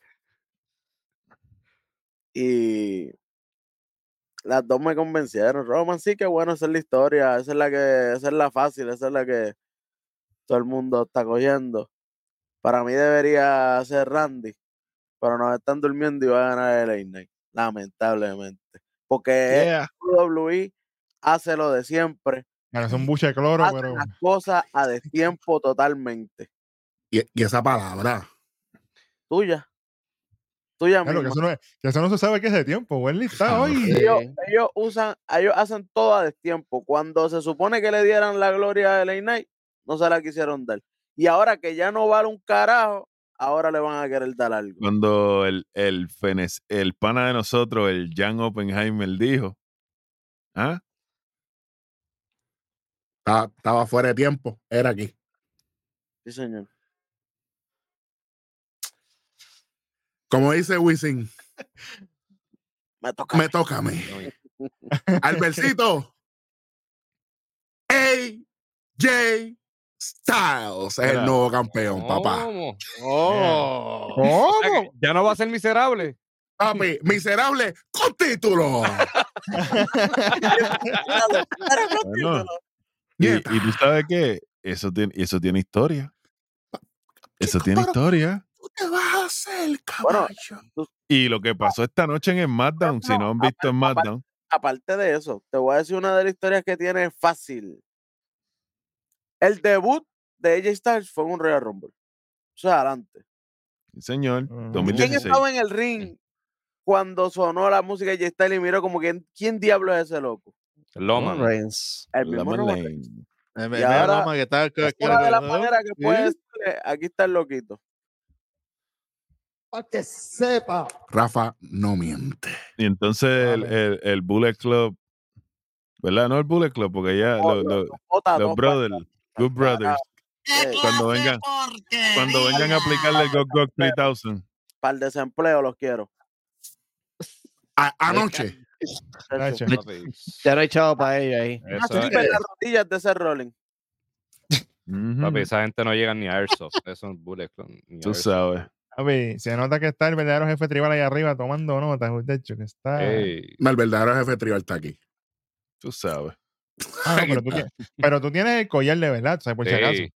Speaker 2: Y las dos me convencieron. Roman, sí que bueno, esa es la historia, esa es la que, esa es la fácil, esa es la que todo el mundo está cogiendo. Para mí debería ser Randy, pero nos están durmiendo y va a ganar el Late Night, lamentablemente. Porque
Speaker 7: Yeah.
Speaker 2: WWE E, hace lo de siempre,
Speaker 7: Bueno, es un buche de cloro,
Speaker 2: hace
Speaker 7: pero.
Speaker 2: las cosas a destiempo totalmente.
Speaker 1: Y, y esa palabra.
Speaker 2: Tuya. Tuya
Speaker 7: Claro, que
Speaker 2: misma.
Speaker 7: eso, no, es- que eso no se sabe que es de tiempo. Welly está
Speaker 3: Eh,
Speaker 7: hoy.
Speaker 2: ellos, ellos usan, ellos hacen todo a destiempo. Cuando se supone que le dieran la gloria a LA Knight, no se la quisieron dar. Y ahora que ya no vale un carajo, ahora le van a querer dar algo.
Speaker 5: Cuando el, el, fenec- el pana de nosotros, el Jan Oppenheimer, dijo: ¿Ah?
Speaker 1: Estaba, estaba fuera de tiempo. Era aquí.
Speaker 2: Sí, señor.
Speaker 1: Como dice Wisin,
Speaker 2: Me toca.
Speaker 1: me toca a mí. Albercito. AJ Styles es el
Speaker 5: Mira.
Speaker 1: nuevo campeón, papá.
Speaker 9: ¿Cómo? Oh. O sea que
Speaker 7: ¿Cómo?
Speaker 9: Ya no va a ser miserable.
Speaker 1: Papi, miserable con título.
Speaker 5: Bueno, y,
Speaker 1: Nieta.
Speaker 5: y tú sabes que eso tiene, eso tiene historia. Eso
Speaker 1: Chico,
Speaker 5: tiene
Speaker 1: pero-
Speaker 5: historia.
Speaker 1: Tú te vas a hacer, caballo.
Speaker 5: Y lo que pasó esta noche en SmackDown, si no han
Speaker 2: aparte-
Speaker 5: visto SmackDown,
Speaker 2: Aparte de eso, te voy a decir una de las historias que tiene fácil. El debut de AJ Styles fue en un Royal Rumble. O sea, adelante.
Speaker 5: sí, señor,
Speaker 7: Ujú.
Speaker 2: ¿Quién
Speaker 5: 2016.
Speaker 2: estaba en el ring cuando sonó la música de J. Styles y miró como que quién diablo es ese loco?
Speaker 9: Loma.
Speaker 3: Roman Reigns.
Speaker 2: El mismo
Speaker 5: Lemon
Speaker 2: Roman
Speaker 5: Lane.
Speaker 2: Reigns.
Speaker 6: Eh,
Speaker 2: Y
Speaker 6: ve- ve a
Speaker 2: ahora,
Speaker 6: Loma que está- que- que-
Speaker 2: Una de las
Speaker 6: ¿no?
Speaker 2: maneras que puede
Speaker 6: Sí.
Speaker 2: decirle, aquí está el loquito.
Speaker 1: Rafa no miente.
Speaker 5: Y entonces el,
Speaker 7: Vale.
Speaker 5: el- el Bullet Club, ¿verdad? No el Bullet Club, porque ya
Speaker 2: No,
Speaker 5: Ah, lo-
Speaker 2: no,
Speaker 5: lo-
Speaker 2: no, bota,
Speaker 5: los
Speaker 2: no,
Speaker 5: brothers, Good Brothers,
Speaker 2: Eh,
Speaker 5: cuando vengan, cuando vengan a aplicarle el Go Go 3000.
Speaker 2: Para el desempleo los quiero.
Speaker 1: A- anoche.
Speaker 7: Nacho.
Speaker 9: Papi,
Speaker 1: Ah,
Speaker 9: eso-
Speaker 3: Ya no hay chavo para ellos ahí.
Speaker 2: Así que las rodillas de ese Rolling.
Speaker 5: Ujú,
Speaker 7: Mm.
Speaker 9: papi, esa gente no llega ni a Airsoft. Eso Es un bullet club. ni
Speaker 5: Tú
Speaker 9: Airsoft.
Speaker 5: sabes.
Speaker 7: Papi, se nota que está el verdadero jefe tribal ahí arriba tomando notas, de hecho, que está.
Speaker 9: Ey,
Speaker 1: El verdadero jefe tribal está aquí.
Speaker 5: Tú sabes.
Speaker 7: Ah, no, pero, tú tienes, pero tú tienes el collar de verdad, o sea, por si acaso.
Speaker 9: sí.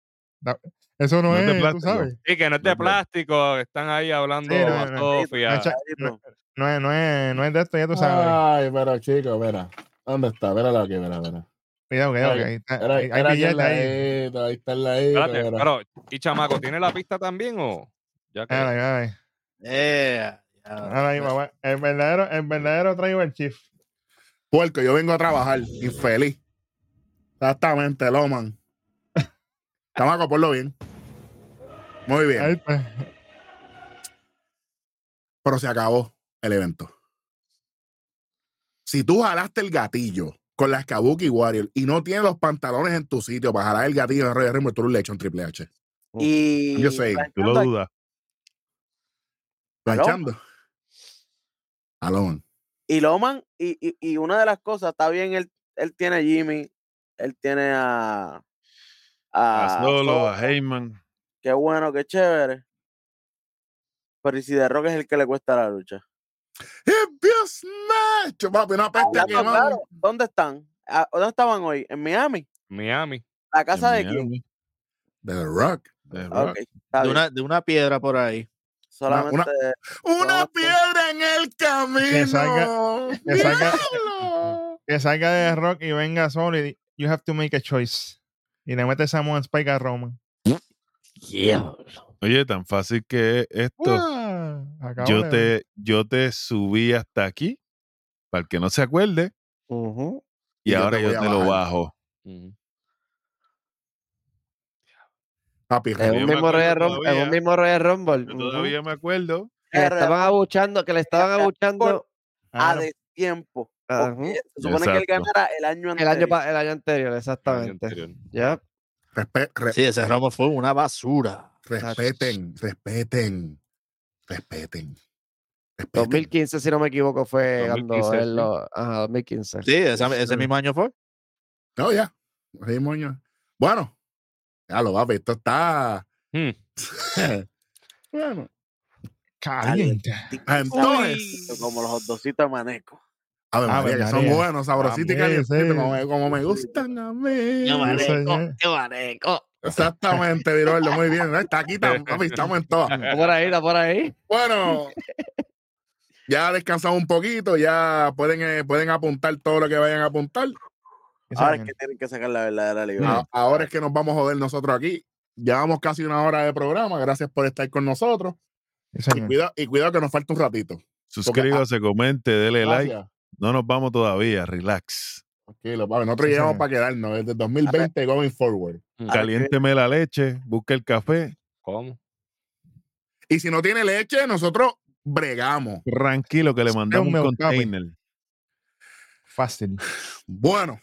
Speaker 7: Eso no,
Speaker 5: No es
Speaker 7: es,
Speaker 5: de
Speaker 7: tú
Speaker 5: plástico.
Speaker 7: sabes.
Speaker 9: Sí, que no es de
Speaker 5: Los brothers.
Speaker 9: plástico. Están ahí hablando
Speaker 7: Sí, no, no,
Speaker 9: Oh, a
Speaker 7: no.
Speaker 9: Sofía.
Speaker 7: Nacha-
Speaker 2: Claro.
Speaker 7: No es, no es, no es de esto, ya tú sabes.
Speaker 1: Ah,
Speaker 10: Ay, pero chico, mira. ¿Dónde está? Míralo aquí, mira, mira.
Speaker 7: Cuidado, cuidado,
Speaker 10: Era-
Speaker 7: que ahí está.
Speaker 10: Era,
Speaker 7: hay-
Speaker 10: era
Speaker 7: hay
Speaker 10: aquí en
Speaker 7: billetes
Speaker 10: la
Speaker 7: ahí.
Speaker 10: heta, ahí está en la heta,
Speaker 9: Espérate,
Speaker 10: mira.
Speaker 9: pero, ¿y Chamaco tiene la pista también o? Ya que-
Speaker 7: Mírala, mírala ahí.
Speaker 6: Eh, ya.
Speaker 7: Mírala ahí, papá. El verdadero, el verdadero tribal chief.
Speaker 1: Puerco, yo vengo a trabajar, infeliz. Exactamente, Loman. Chamaco, ponlo bien. Muy
Speaker 7: Ahí
Speaker 1: bien.
Speaker 7: está.
Speaker 1: Pero se acabó el evento. Si tú jalaste el gatillo con las Kabuki Warrior y no tienes los pantalones en tu sitio para jalar el gatillo de Rey Ritmo, tú eres un lechón Triple H.
Speaker 2: Y.
Speaker 1: Yo sé,
Speaker 5: Tú lo
Speaker 2: planchando aquí,
Speaker 5: dudas.
Speaker 1: Planchando. A Loman.
Speaker 2: Y Loman, y, y, y una de las cosas, está bien, él, él tiene a Jimmy, él tiene a.
Speaker 5: A
Speaker 2: A,
Speaker 5: Solo,
Speaker 2: Solo.
Speaker 5: a Heyman.
Speaker 2: Qué bueno, qué chévere. Pero y si de Rock es el que le cuesta la lucha.
Speaker 1: If you smash, papi, una peste
Speaker 2: Hablando
Speaker 1: quemada.
Speaker 2: claro, ¿Dónde están? ¿A- ¿Dónde estaban hoy? ¿En Miami?
Speaker 9: Miami.
Speaker 2: ¿La casa de
Speaker 5: En
Speaker 2: quién?
Speaker 5: Miami,
Speaker 1: The Rock.
Speaker 5: de
Speaker 2: Ah,
Speaker 5: Rock.
Speaker 2: ok, está
Speaker 6: de,
Speaker 2: bien.
Speaker 6: una, de una piedra por ahí.
Speaker 1: una-
Speaker 2: Solamente.
Speaker 1: Una
Speaker 2: Rock.
Speaker 7: pues.
Speaker 1: piedra en el
Speaker 7: Que salga-
Speaker 1: camino.
Speaker 7: que salga-
Speaker 1: ¡Diablo!
Speaker 7: Que salga de rock y venga solo y you have to make a choice. Y le mete Samoan Spike a Roman.
Speaker 5: Oye, tan fácil que es esto.
Speaker 7: ¡Uah! Acabó
Speaker 5: yo
Speaker 7: de-
Speaker 5: te, yo te subí hasta aquí, para el que no se acuerde,
Speaker 3: Ujú.
Speaker 5: y,
Speaker 1: Y yo te
Speaker 5: ahora yo
Speaker 1: voy a
Speaker 5: te lo
Speaker 1: bajar.
Speaker 5: bajo.
Speaker 1: Papi,
Speaker 3: Es
Speaker 5: Yo
Speaker 3: un
Speaker 5: me
Speaker 3: mismo
Speaker 5: acuerdo
Speaker 3: Royal Rumble. Es
Speaker 5: todavía.
Speaker 3: un mismo Royal Rumble.
Speaker 5: Yo
Speaker 3: ujú.
Speaker 5: todavía me acuerdo.
Speaker 3: Que le estaban abuchando, que le estaban abuchando
Speaker 2: a
Speaker 7: Ah, no,
Speaker 2: destiempo.
Speaker 3: ajá,
Speaker 2: porque Se supone que él
Speaker 5: Exacto.
Speaker 2: ganara el año
Speaker 3: el,
Speaker 2: anterior.
Speaker 3: año pa- el año anterior,
Speaker 9: el año
Speaker 3: exactamente.
Speaker 9: anterior.
Speaker 3: Ya.
Speaker 1: respe- re-
Speaker 6: Sí, ese romo fue una basura.
Speaker 1: respeten, respeten, respeten. respeten.
Speaker 3: 2015, si no me equivoco, fue cuando
Speaker 9: 2015,
Speaker 3: él
Speaker 9: sí.
Speaker 3: lo- ajá, 2015.
Speaker 6: Sí, esa- ese mismo año fue.
Speaker 1: No, ya. Sí, moño. Bueno, ya lo papi, esto está.
Speaker 9: Hmm.
Speaker 1: bueno,
Speaker 7: Caliente.
Speaker 1: entonces.
Speaker 2: Como los hotdocitos de Maneco.
Speaker 1: A ver,
Speaker 7: Ave
Speaker 1: María, que son
Speaker 7: María.
Speaker 1: buenos, sabrositos y
Speaker 7: Amén,
Speaker 1: calientitos,
Speaker 7: sí.
Speaker 1: como, como me gustan a mí.
Speaker 7: Yo soy-
Speaker 1: Exactamente, Viroldo, muy bien. Está aquí, estamos, papi, estamos en todas.
Speaker 3: Está por ahí, está por ahí.
Speaker 1: Bueno, ya descansamos un poquito, ya pueden, eh, pueden apuntar todo lo que vayan a apuntar.
Speaker 7: esa
Speaker 2: Ahora es
Speaker 7: gente.
Speaker 2: que tienen que sacar la verdadera
Speaker 7: Mm.
Speaker 2: libertad.
Speaker 1: A- ahora es que nos vamos a joder nosotros aquí. Llevamos casi una hora de programa. Gracias por estar con nosotros.
Speaker 7: Sí,
Speaker 1: Y
Speaker 7: señor.
Speaker 1: cuidado, y cuidado que nos falta un ratito.
Speaker 5: Suscríbase, comente, dele like.
Speaker 1: Gracias.
Speaker 5: No nos vamos todavía, relax.
Speaker 1: Tranquilo, papi. Nosotros
Speaker 7: Sí,
Speaker 1: llegamos
Speaker 7: señor.
Speaker 1: para quedarnos desde 2020 going forward.
Speaker 9: Ahora que-
Speaker 5: Caliénteme la leche, busque el café.
Speaker 9: ¿Cómo?
Speaker 1: Y si no tiene leche, nosotros bregamos.
Speaker 5: Tranquilo, que le mandamos un
Speaker 7: Espérame, papi.
Speaker 5: container.
Speaker 7: Fácil.
Speaker 1: Bueno.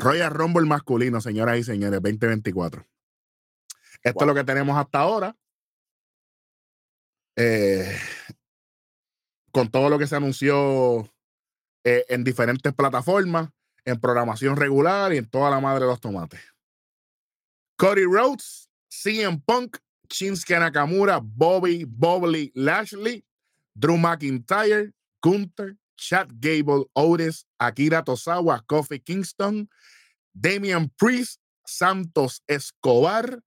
Speaker 1: Royal Rumble masculino, señoras y señores, 2024. Esto es lo que tenemos hasta ahora. Eh, con todo lo que se anunció eh, en diferentes plataformas, en programación regular y en toda la madre de los tomates. Cody Rhodes, CM Punk, Shinsuke Nakamura, Bobby, Bobby Lashley, Drew McIntyre, Gunther, Chad Gable, Otis, Akira Tozawa, Kofi Kingston, Damian Priest, Santos Escobar,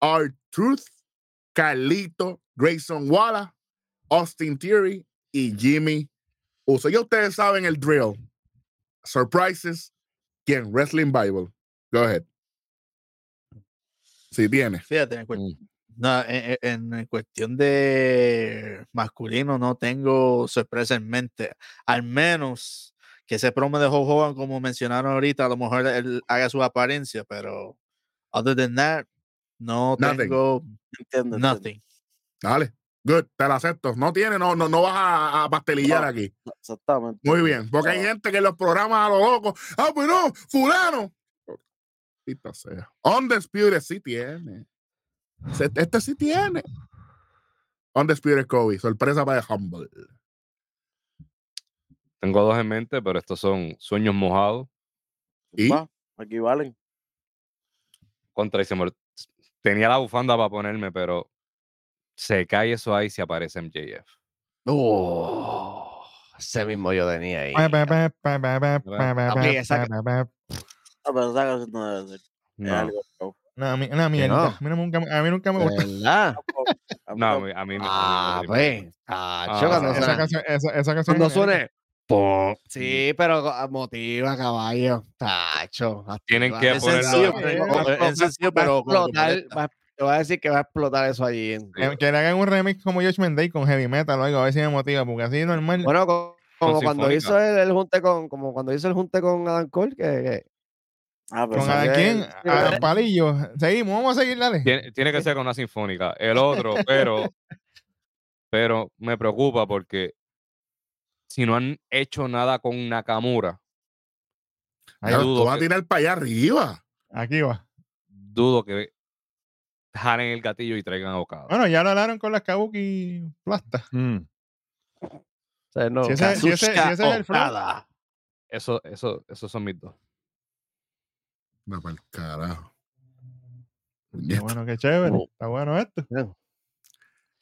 Speaker 1: R. Truth, Carlito, Grayson Wallace, Austin Theory y Jimmy Uso. Ya ustedes saben el drill. Surprises, quien Wrestling Bible. Go ahead. Si tiene.
Speaker 6: Fíjate, en, cuest- no, en- en- en cuestión de masculino no tengo sorpresa en mente. Al menos que ese promo de Hulk Hogan, como mencionaron ahorita, a lo mejor él haga su apariencia, pero other than that, no
Speaker 1: Nothing.
Speaker 6: tengo
Speaker 2: Entiendo, entiendo.
Speaker 6: nothing.
Speaker 1: Dale. Good, te la acepto. No tiene, no, no, no vas a, a pastelillar
Speaker 2: No.
Speaker 1: aquí.
Speaker 2: Exactamente.
Speaker 1: Muy bien. Porque hay gente que en los programas a lo loco. Ah, pues no, fulano. Maldita sea. Undisputed sí tiene. Se- Este sí tiene. Undisputed Kobe. Sorpresa para el Humble.
Speaker 9: Tengo dos en mente, pero estos son sueños mojados.
Speaker 1: ¿Y?
Speaker 2: Va, aquí valen.
Speaker 9: Contra y se me ol- Tenía la bufanda para ponerme, pero se cae eso ahí si aparece MJF.
Speaker 3: Oh, ese mismo yo tenía ahí.
Speaker 7: Pa, pa, pa, pa, pa, pa, pa, pa,
Speaker 3: Papi,
Speaker 7: pa,
Speaker 3: saca-
Speaker 7: pa, pa, pa.
Speaker 2: Ah, pero esa canción no debe ser. Es
Speaker 9: No,
Speaker 2: algo nuevo.
Speaker 7: No, a mí- Una mierda.
Speaker 3: no.
Speaker 7: A mí no nunca me- a mí nunca me gusta.
Speaker 3: ¿Verdad?
Speaker 2: A mí
Speaker 9: no, a
Speaker 2: no-
Speaker 9: mí, a mí no. a
Speaker 3: Ah,
Speaker 9: mí no me
Speaker 7: pues.
Speaker 9: gusta.
Speaker 3: ve. Ah, yo
Speaker 9: Ah,
Speaker 3: cuando
Speaker 9: esa
Speaker 7: Esa
Speaker 3: suena-
Speaker 7: canción. Esa esa canción.
Speaker 3: Cuando
Speaker 7: es genérica.
Speaker 3: suene. ¡pum! Sí, pero co- motiva, caballo. Tacho.
Speaker 9: Tienen
Speaker 3: activa.
Speaker 9: que
Speaker 6: Es
Speaker 9: ponerlo
Speaker 6: sencillo,
Speaker 9: ahí.
Speaker 6: pero-
Speaker 7: Va a
Speaker 6: como-
Speaker 3: explotar,
Speaker 6: es sencillo,
Speaker 3: Va a
Speaker 6: pero como que
Speaker 3: explotar,
Speaker 6: molesta.
Speaker 3: va a- te voy a decir que va a explotar eso allí. en-
Speaker 7: Que, que le hagan un remix como George Mendey con heavy metal o algo, a ver si me motiva, porque así normal.
Speaker 3: Bueno, co- como, cuando
Speaker 9: Sinfónica.
Speaker 3: hizo el, el junte con, como cuando hizo el junte con Adam Cole, que, que-
Speaker 2: Ah, pero
Speaker 7: con
Speaker 2: esa-
Speaker 7: Adam,
Speaker 3: sí,
Speaker 7: ¿quién?
Speaker 3: sí,
Speaker 7: Adam
Speaker 3: sí.
Speaker 7: Palillo. Seguimos, vamos a seguir, dale.
Speaker 9: Tiene, tiene que ser con una sinfónica. El otro, pero, pero me preocupa porque si no han hecho nada con Nakamura,
Speaker 7: Ahí
Speaker 1: Claro,
Speaker 9: dudo
Speaker 1: tú vas a
Speaker 9: que-
Speaker 1: tirar para allá arriba.
Speaker 7: Aquí va.
Speaker 9: dudo que jalen el gatillo y traigan a Okada.
Speaker 7: Bueno, ya lo hablaron con las Kabuki Plasta.
Speaker 5: Mm.
Speaker 3: o sea, no.
Speaker 7: Si ese, si ese- si ese
Speaker 6: Kazuchika
Speaker 7: es el flow,
Speaker 6: Okada.
Speaker 9: Eso, eso, esos son mis dos.
Speaker 1: No, para el carajo.
Speaker 7: qué
Speaker 1: Puñeta.
Speaker 7: bueno, qué chévere. Está bueno esto.
Speaker 3: Bien.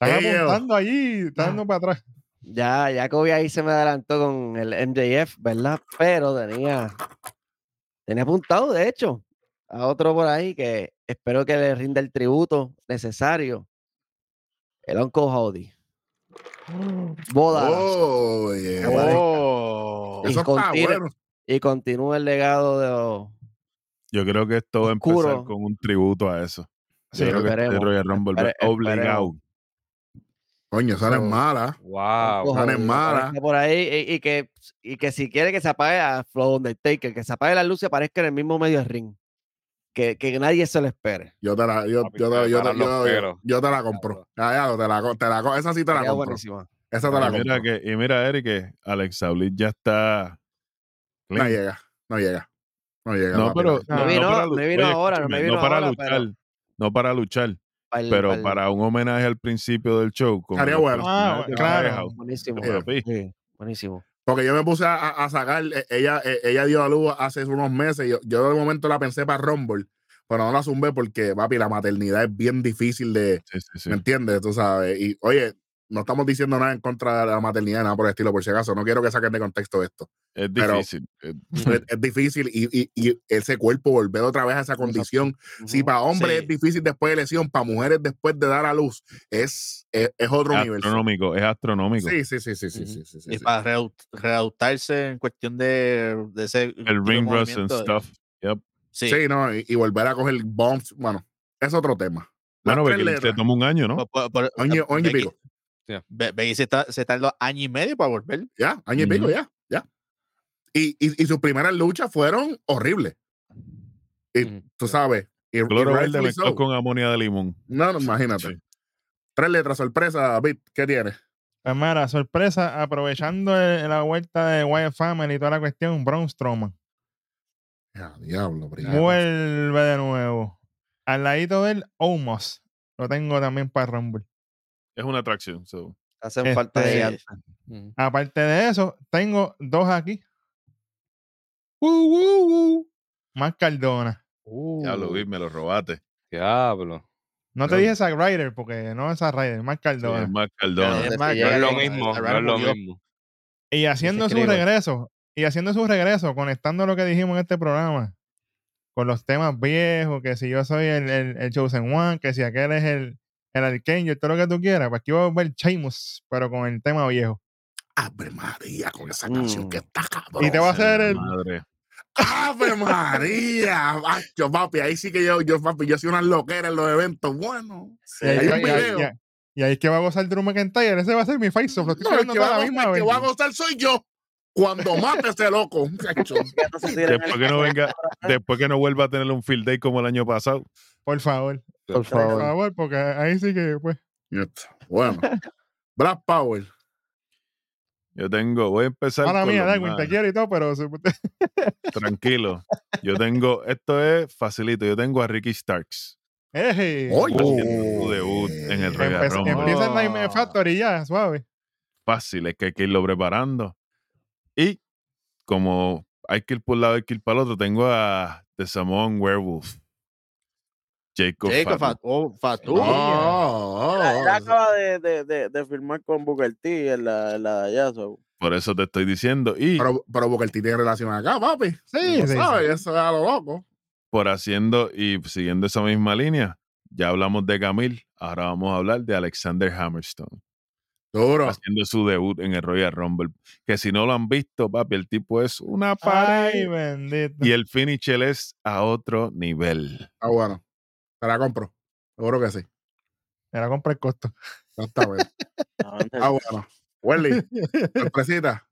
Speaker 7: Están
Speaker 1: Ellos.
Speaker 7: apuntando allí, están dando para atrás.
Speaker 3: Ya, ya Kobe ahí se me adelantó con el MJF, ¿verdad? Pero tenía, tenía apuntado, de hecho, a otro por ahí que espero que le rinda el tributo necesario. El Uncle Howdy. Boda.
Speaker 1: Oh, yeah.
Speaker 6: Oh.
Speaker 1: Eso está
Speaker 3: Incontinente.
Speaker 1: bueno.
Speaker 3: Y continúa el legado de los.
Speaker 5: Yo creo que esto va a
Speaker 3: Oscuro.
Speaker 5: empezar con un tributo a eso.
Speaker 3: Sí,
Speaker 5: Yo creo que este
Speaker 3: esperemos,
Speaker 5: Royal Rumble va
Speaker 3: espere-
Speaker 5: obligado.
Speaker 1: Coño, esa no es
Speaker 3: Oh.
Speaker 1: mala.
Speaker 9: Wow.
Speaker 3: Uncle
Speaker 1: sale
Speaker 3: Howdy,
Speaker 1: mala.
Speaker 3: aparezca Por ahí, y, y que, y que si quiere que se apague a Flow Undertaker, que se apague la luz y aparezca en el mismo medio del ring. Que, que nadie se lo espere.
Speaker 1: Yo te la, yo,
Speaker 9: Papi,
Speaker 1: yo
Speaker 9: te
Speaker 1: te, yo, te-
Speaker 9: paran los
Speaker 1: yo-
Speaker 9: pelos.
Speaker 1: yo te la compro. Ya, ya, te la, co- te la co- esa sí te la
Speaker 3: Sería
Speaker 1: compro.
Speaker 3: buenísima.
Speaker 1: Esa te la
Speaker 5: Y
Speaker 1: compro.
Speaker 5: mira, que, y mira, Eric, que Alexa Bliss ya está.
Speaker 1: No
Speaker 5: clean.
Speaker 1: llega, no llega. No llega.
Speaker 5: No,
Speaker 1: papi,
Speaker 5: pero.
Speaker 7: No
Speaker 5: no,
Speaker 7: vino-
Speaker 5: no para
Speaker 3: no
Speaker 5: lu-
Speaker 3: vino ahora, no
Speaker 5: escúchame,
Speaker 3: vino
Speaker 5: para
Speaker 3: ahora,
Speaker 5: luchar.
Speaker 3: pero-
Speaker 5: No para luchar,
Speaker 3: Pa'l-
Speaker 5: pero
Speaker 3: pa'l-
Speaker 5: para un homenaje al principio del show. con
Speaker 1: Estaría
Speaker 5: los
Speaker 1: bueno.
Speaker 5: personajes
Speaker 7: Ah,
Speaker 5: de
Speaker 7: claro.
Speaker 5: Firehouse.
Speaker 3: Buenísimo.
Speaker 1: Sí.
Speaker 5: Papi,
Speaker 3: Sí, buenísimo.
Speaker 1: Porque yo me puse a, a- a sacar, eh, ella, eh, ella dio a luz hace unos meses. Yo, yo de momento la pensé para Rumble, pero no la zumbé porque, papi, la maternidad es bien difícil de,
Speaker 5: sí, sí, sí.
Speaker 1: ¿me entiendes? Tú sabes. Y oye, no estamos diciendo nada en contra de la maternidad, nada por el estilo, por si acaso. No quiero que saquen de contexto esto.
Speaker 5: Es
Speaker 1: Pero-
Speaker 5: difícil. eh,
Speaker 1: es, es difícil y, y- y ese cuerpo volver otra vez a esa condición. Si para hombres
Speaker 6: Sí.
Speaker 1: es difícil después de lesión, para mujeres después de dar a luz, es, es, es otro
Speaker 5: es
Speaker 1: nivel.
Speaker 5: astronómico, es astronómico.
Speaker 1: Sí, sí, sí, sí, sí,
Speaker 6: Ujú.
Speaker 1: sí, sí, sí,
Speaker 6: Y
Speaker 1: sí.
Speaker 6: para reau- readaptarse en cuestión de, de ese.
Speaker 5: El ring rust and stuff.
Speaker 6: Sí.
Speaker 1: Sí, no, y, y volver a coger bumps, bueno, es otro tema. Las
Speaker 5: Bueno,
Speaker 1: tres
Speaker 5: porque te
Speaker 1: letras.
Speaker 5: toma un año, ¿no?
Speaker 6: Por- por- por- eh,
Speaker 1: Año, año y
Speaker 6: Becky-
Speaker 1: pico,
Speaker 6: Be- Becky se, ta- se tardó año y medio para volver.
Speaker 1: ya, año y pico,
Speaker 5: Ujú.
Speaker 1: ya, ya. Y, y, y sus primeras luchas fueron horribles. Y
Speaker 9: Ujú.
Speaker 1: tú sabes. Y, y
Speaker 5: Cloro verde
Speaker 1: rightfully
Speaker 5: mezclado
Speaker 1: so.
Speaker 5: con amonia de limón.
Speaker 1: No, no, imagínate.
Speaker 5: Sí.
Speaker 1: Tres letras, sorpresa, Bit, ¿qué tienes?
Speaker 7: Pues mira, sorpresa, aprovechando el- la vuelta de Wyatt Family y toda la cuestión, Braun Strowman
Speaker 1: Ya, pues. diablo, brillante.
Speaker 7: vuelve de nuevo. Al ladito del Omos. Lo tengo también para Rumble.
Speaker 5: Es una atracción. so.
Speaker 3: Hacen falta
Speaker 7: Este,
Speaker 3: gigantes.
Speaker 7: Aparte de eso, tengo dos aquí. Woo, woo, woo. Más Cardona.
Speaker 5: Ya
Speaker 9: Uh.
Speaker 5: lo vi,
Speaker 7: Uh.
Speaker 5: me lo robaste.
Speaker 9: Diablo.
Speaker 7: No te
Speaker 5: Yo-
Speaker 7: dije Zack Ryder porque no es Zack Ryder, más
Speaker 5: Sí,
Speaker 7: Cardona.
Speaker 5: es más Cardona.
Speaker 6: Pero
Speaker 3: Donde
Speaker 6: es
Speaker 3: se
Speaker 6: más,
Speaker 9: No
Speaker 3: llega
Speaker 9: es lo
Speaker 3: con-
Speaker 9: mismo,
Speaker 6: el
Speaker 9: no es
Speaker 6: Ryan
Speaker 9: lo
Speaker 6: murió.
Speaker 9: mismo.
Speaker 7: Y haciendo su
Speaker 9: escribe.
Speaker 7: regreso, y haciendo su regreso, conectando lo que dijimos en este programa, con los temas viejos, que si yo soy el, el, el Chosen One, que si aquel es el, el Archangel, todo lo que tú quieras, pues aquí va a volver Sheamus, pero con el tema viejo.
Speaker 1: Ave María con esa canción
Speaker 3: Mm.
Speaker 1: que está cabrón.
Speaker 7: Y te va a hacer el...
Speaker 5: Madre.
Speaker 1: Ave María. Macho, papi, ahí sí que yo, yo, papi, yo soy una loquera en los eventos. Bueno.
Speaker 7: Y ahí,
Speaker 1: hay un
Speaker 7: y ahí-
Speaker 1: video.
Speaker 7: y ahí- y ahí es que va a gozar Drew McIntyre, ese va a ser mi face off, lo
Speaker 1: No,
Speaker 7: estoy
Speaker 1: el
Speaker 7: esperando
Speaker 1: que,
Speaker 7: toda
Speaker 1: va
Speaker 7: la
Speaker 1: a,
Speaker 7: misma
Speaker 1: gozar- el que
Speaker 7: vez.
Speaker 1: va a gozar soy yo. Cuando mate a ese loco. muchacho.
Speaker 2: Ya no se tiran el-
Speaker 5: Después que no venga, después que no vuelva a tener un field day como el año pasado.
Speaker 7: Por favor,
Speaker 9: Por
Speaker 7: por favor, porque ahí sí que pues...
Speaker 1: Esto. Bueno. Black Power.
Speaker 5: Yo tengo, voy a empezar.
Speaker 7: Mala
Speaker 5: con
Speaker 7: mía,
Speaker 5: los
Speaker 7: Darwin, te
Speaker 5: más.
Speaker 7: quiero y todo, pero se-
Speaker 5: Tranquilo. Yo tengo, esto es facilito. Yo tengo a Ricky Starks.
Speaker 7: Ey.
Speaker 1: Oye.
Speaker 5: haciendo su debut en el
Speaker 7: Empe-
Speaker 5: reggaetón.
Speaker 7: empieza en Nightmare Factory ya, suave.
Speaker 5: Fácil, es que hay que irlo preparando. Y como hay que ir por un lado, hay que ir para el otro, tengo a The Samoan Werewolf. Jacob, Fatu.
Speaker 6: Jacob Fat- oh, Fatu.
Speaker 1: Oh,
Speaker 2: Él, él
Speaker 1: oh,
Speaker 2: acaba de, de, de, de firmar con Booker T en la, en la de allá, so.
Speaker 5: Por eso te estoy diciendo. Y
Speaker 1: Pero, pero porque el ti tiene relación acá, papi.
Speaker 7: Sí,
Speaker 1: Tú
Speaker 7: sí,
Speaker 1: sabes, Eso es a lo loco.
Speaker 5: por haciendo y siguiendo esa misma línea, ya hablamos de Camil, ahora vamos a hablar de Alexander Hammerstone,
Speaker 1: Duro.
Speaker 5: haciendo su debut en el Royal Rumble. Que si no lo han visto, papi, el tipo es
Speaker 6: Ah,
Speaker 5: una pared.
Speaker 7: Ay, bendito.
Speaker 5: Y e el finish él es a otro nivel.
Speaker 1: Está bueno. Te la compro. Seguro que sí.
Speaker 7: Me la compra el costo.
Speaker 1: Exactamente. Está Ah, bueno. Welly, sorpresita.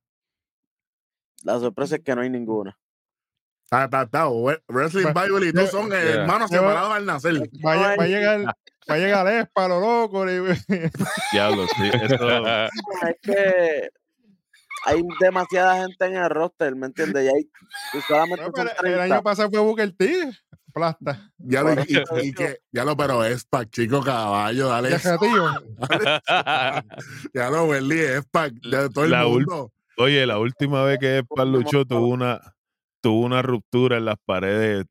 Speaker 2: La sorpresa es que no hay ninguna.
Speaker 1: Está, está, está. We- Wrestling
Speaker 7: Va-
Speaker 1: Bible y tú
Speaker 7: lleva-
Speaker 1: son eh,
Speaker 9: Yeah.
Speaker 1: hermanos
Speaker 7: Lleva-
Speaker 1: separados al nacer.
Speaker 7: Va, a lle- va a
Speaker 2: Ay.
Speaker 7: llegar, va a llegar es para lo loco. le-
Speaker 5: Diablo, sí, eso-
Speaker 2: Es que hay demasiada gente en el roster, ¿me entiendes? Y hay y solamente
Speaker 7: No,
Speaker 2: son
Speaker 7: pero el
Speaker 2: 30.
Speaker 7: año pasado fue Booker T. Plasta.
Speaker 1: Ya lo, y,
Speaker 2: Por eso
Speaker 1: y
Speaker 2: digo.
Speaker 1: que, ya lo, pero es pa' chico caballo, dale.
Speaker 7: Ya gatillo.
Speaker 1: Ya lo, Welly, es pa' de todo el
Speaker 5: La ul-
Speaker 1: mundo.
Speaker 5: Oye, la última vez que Espar luchó tuvo una, tuvo una ruptura en las paredes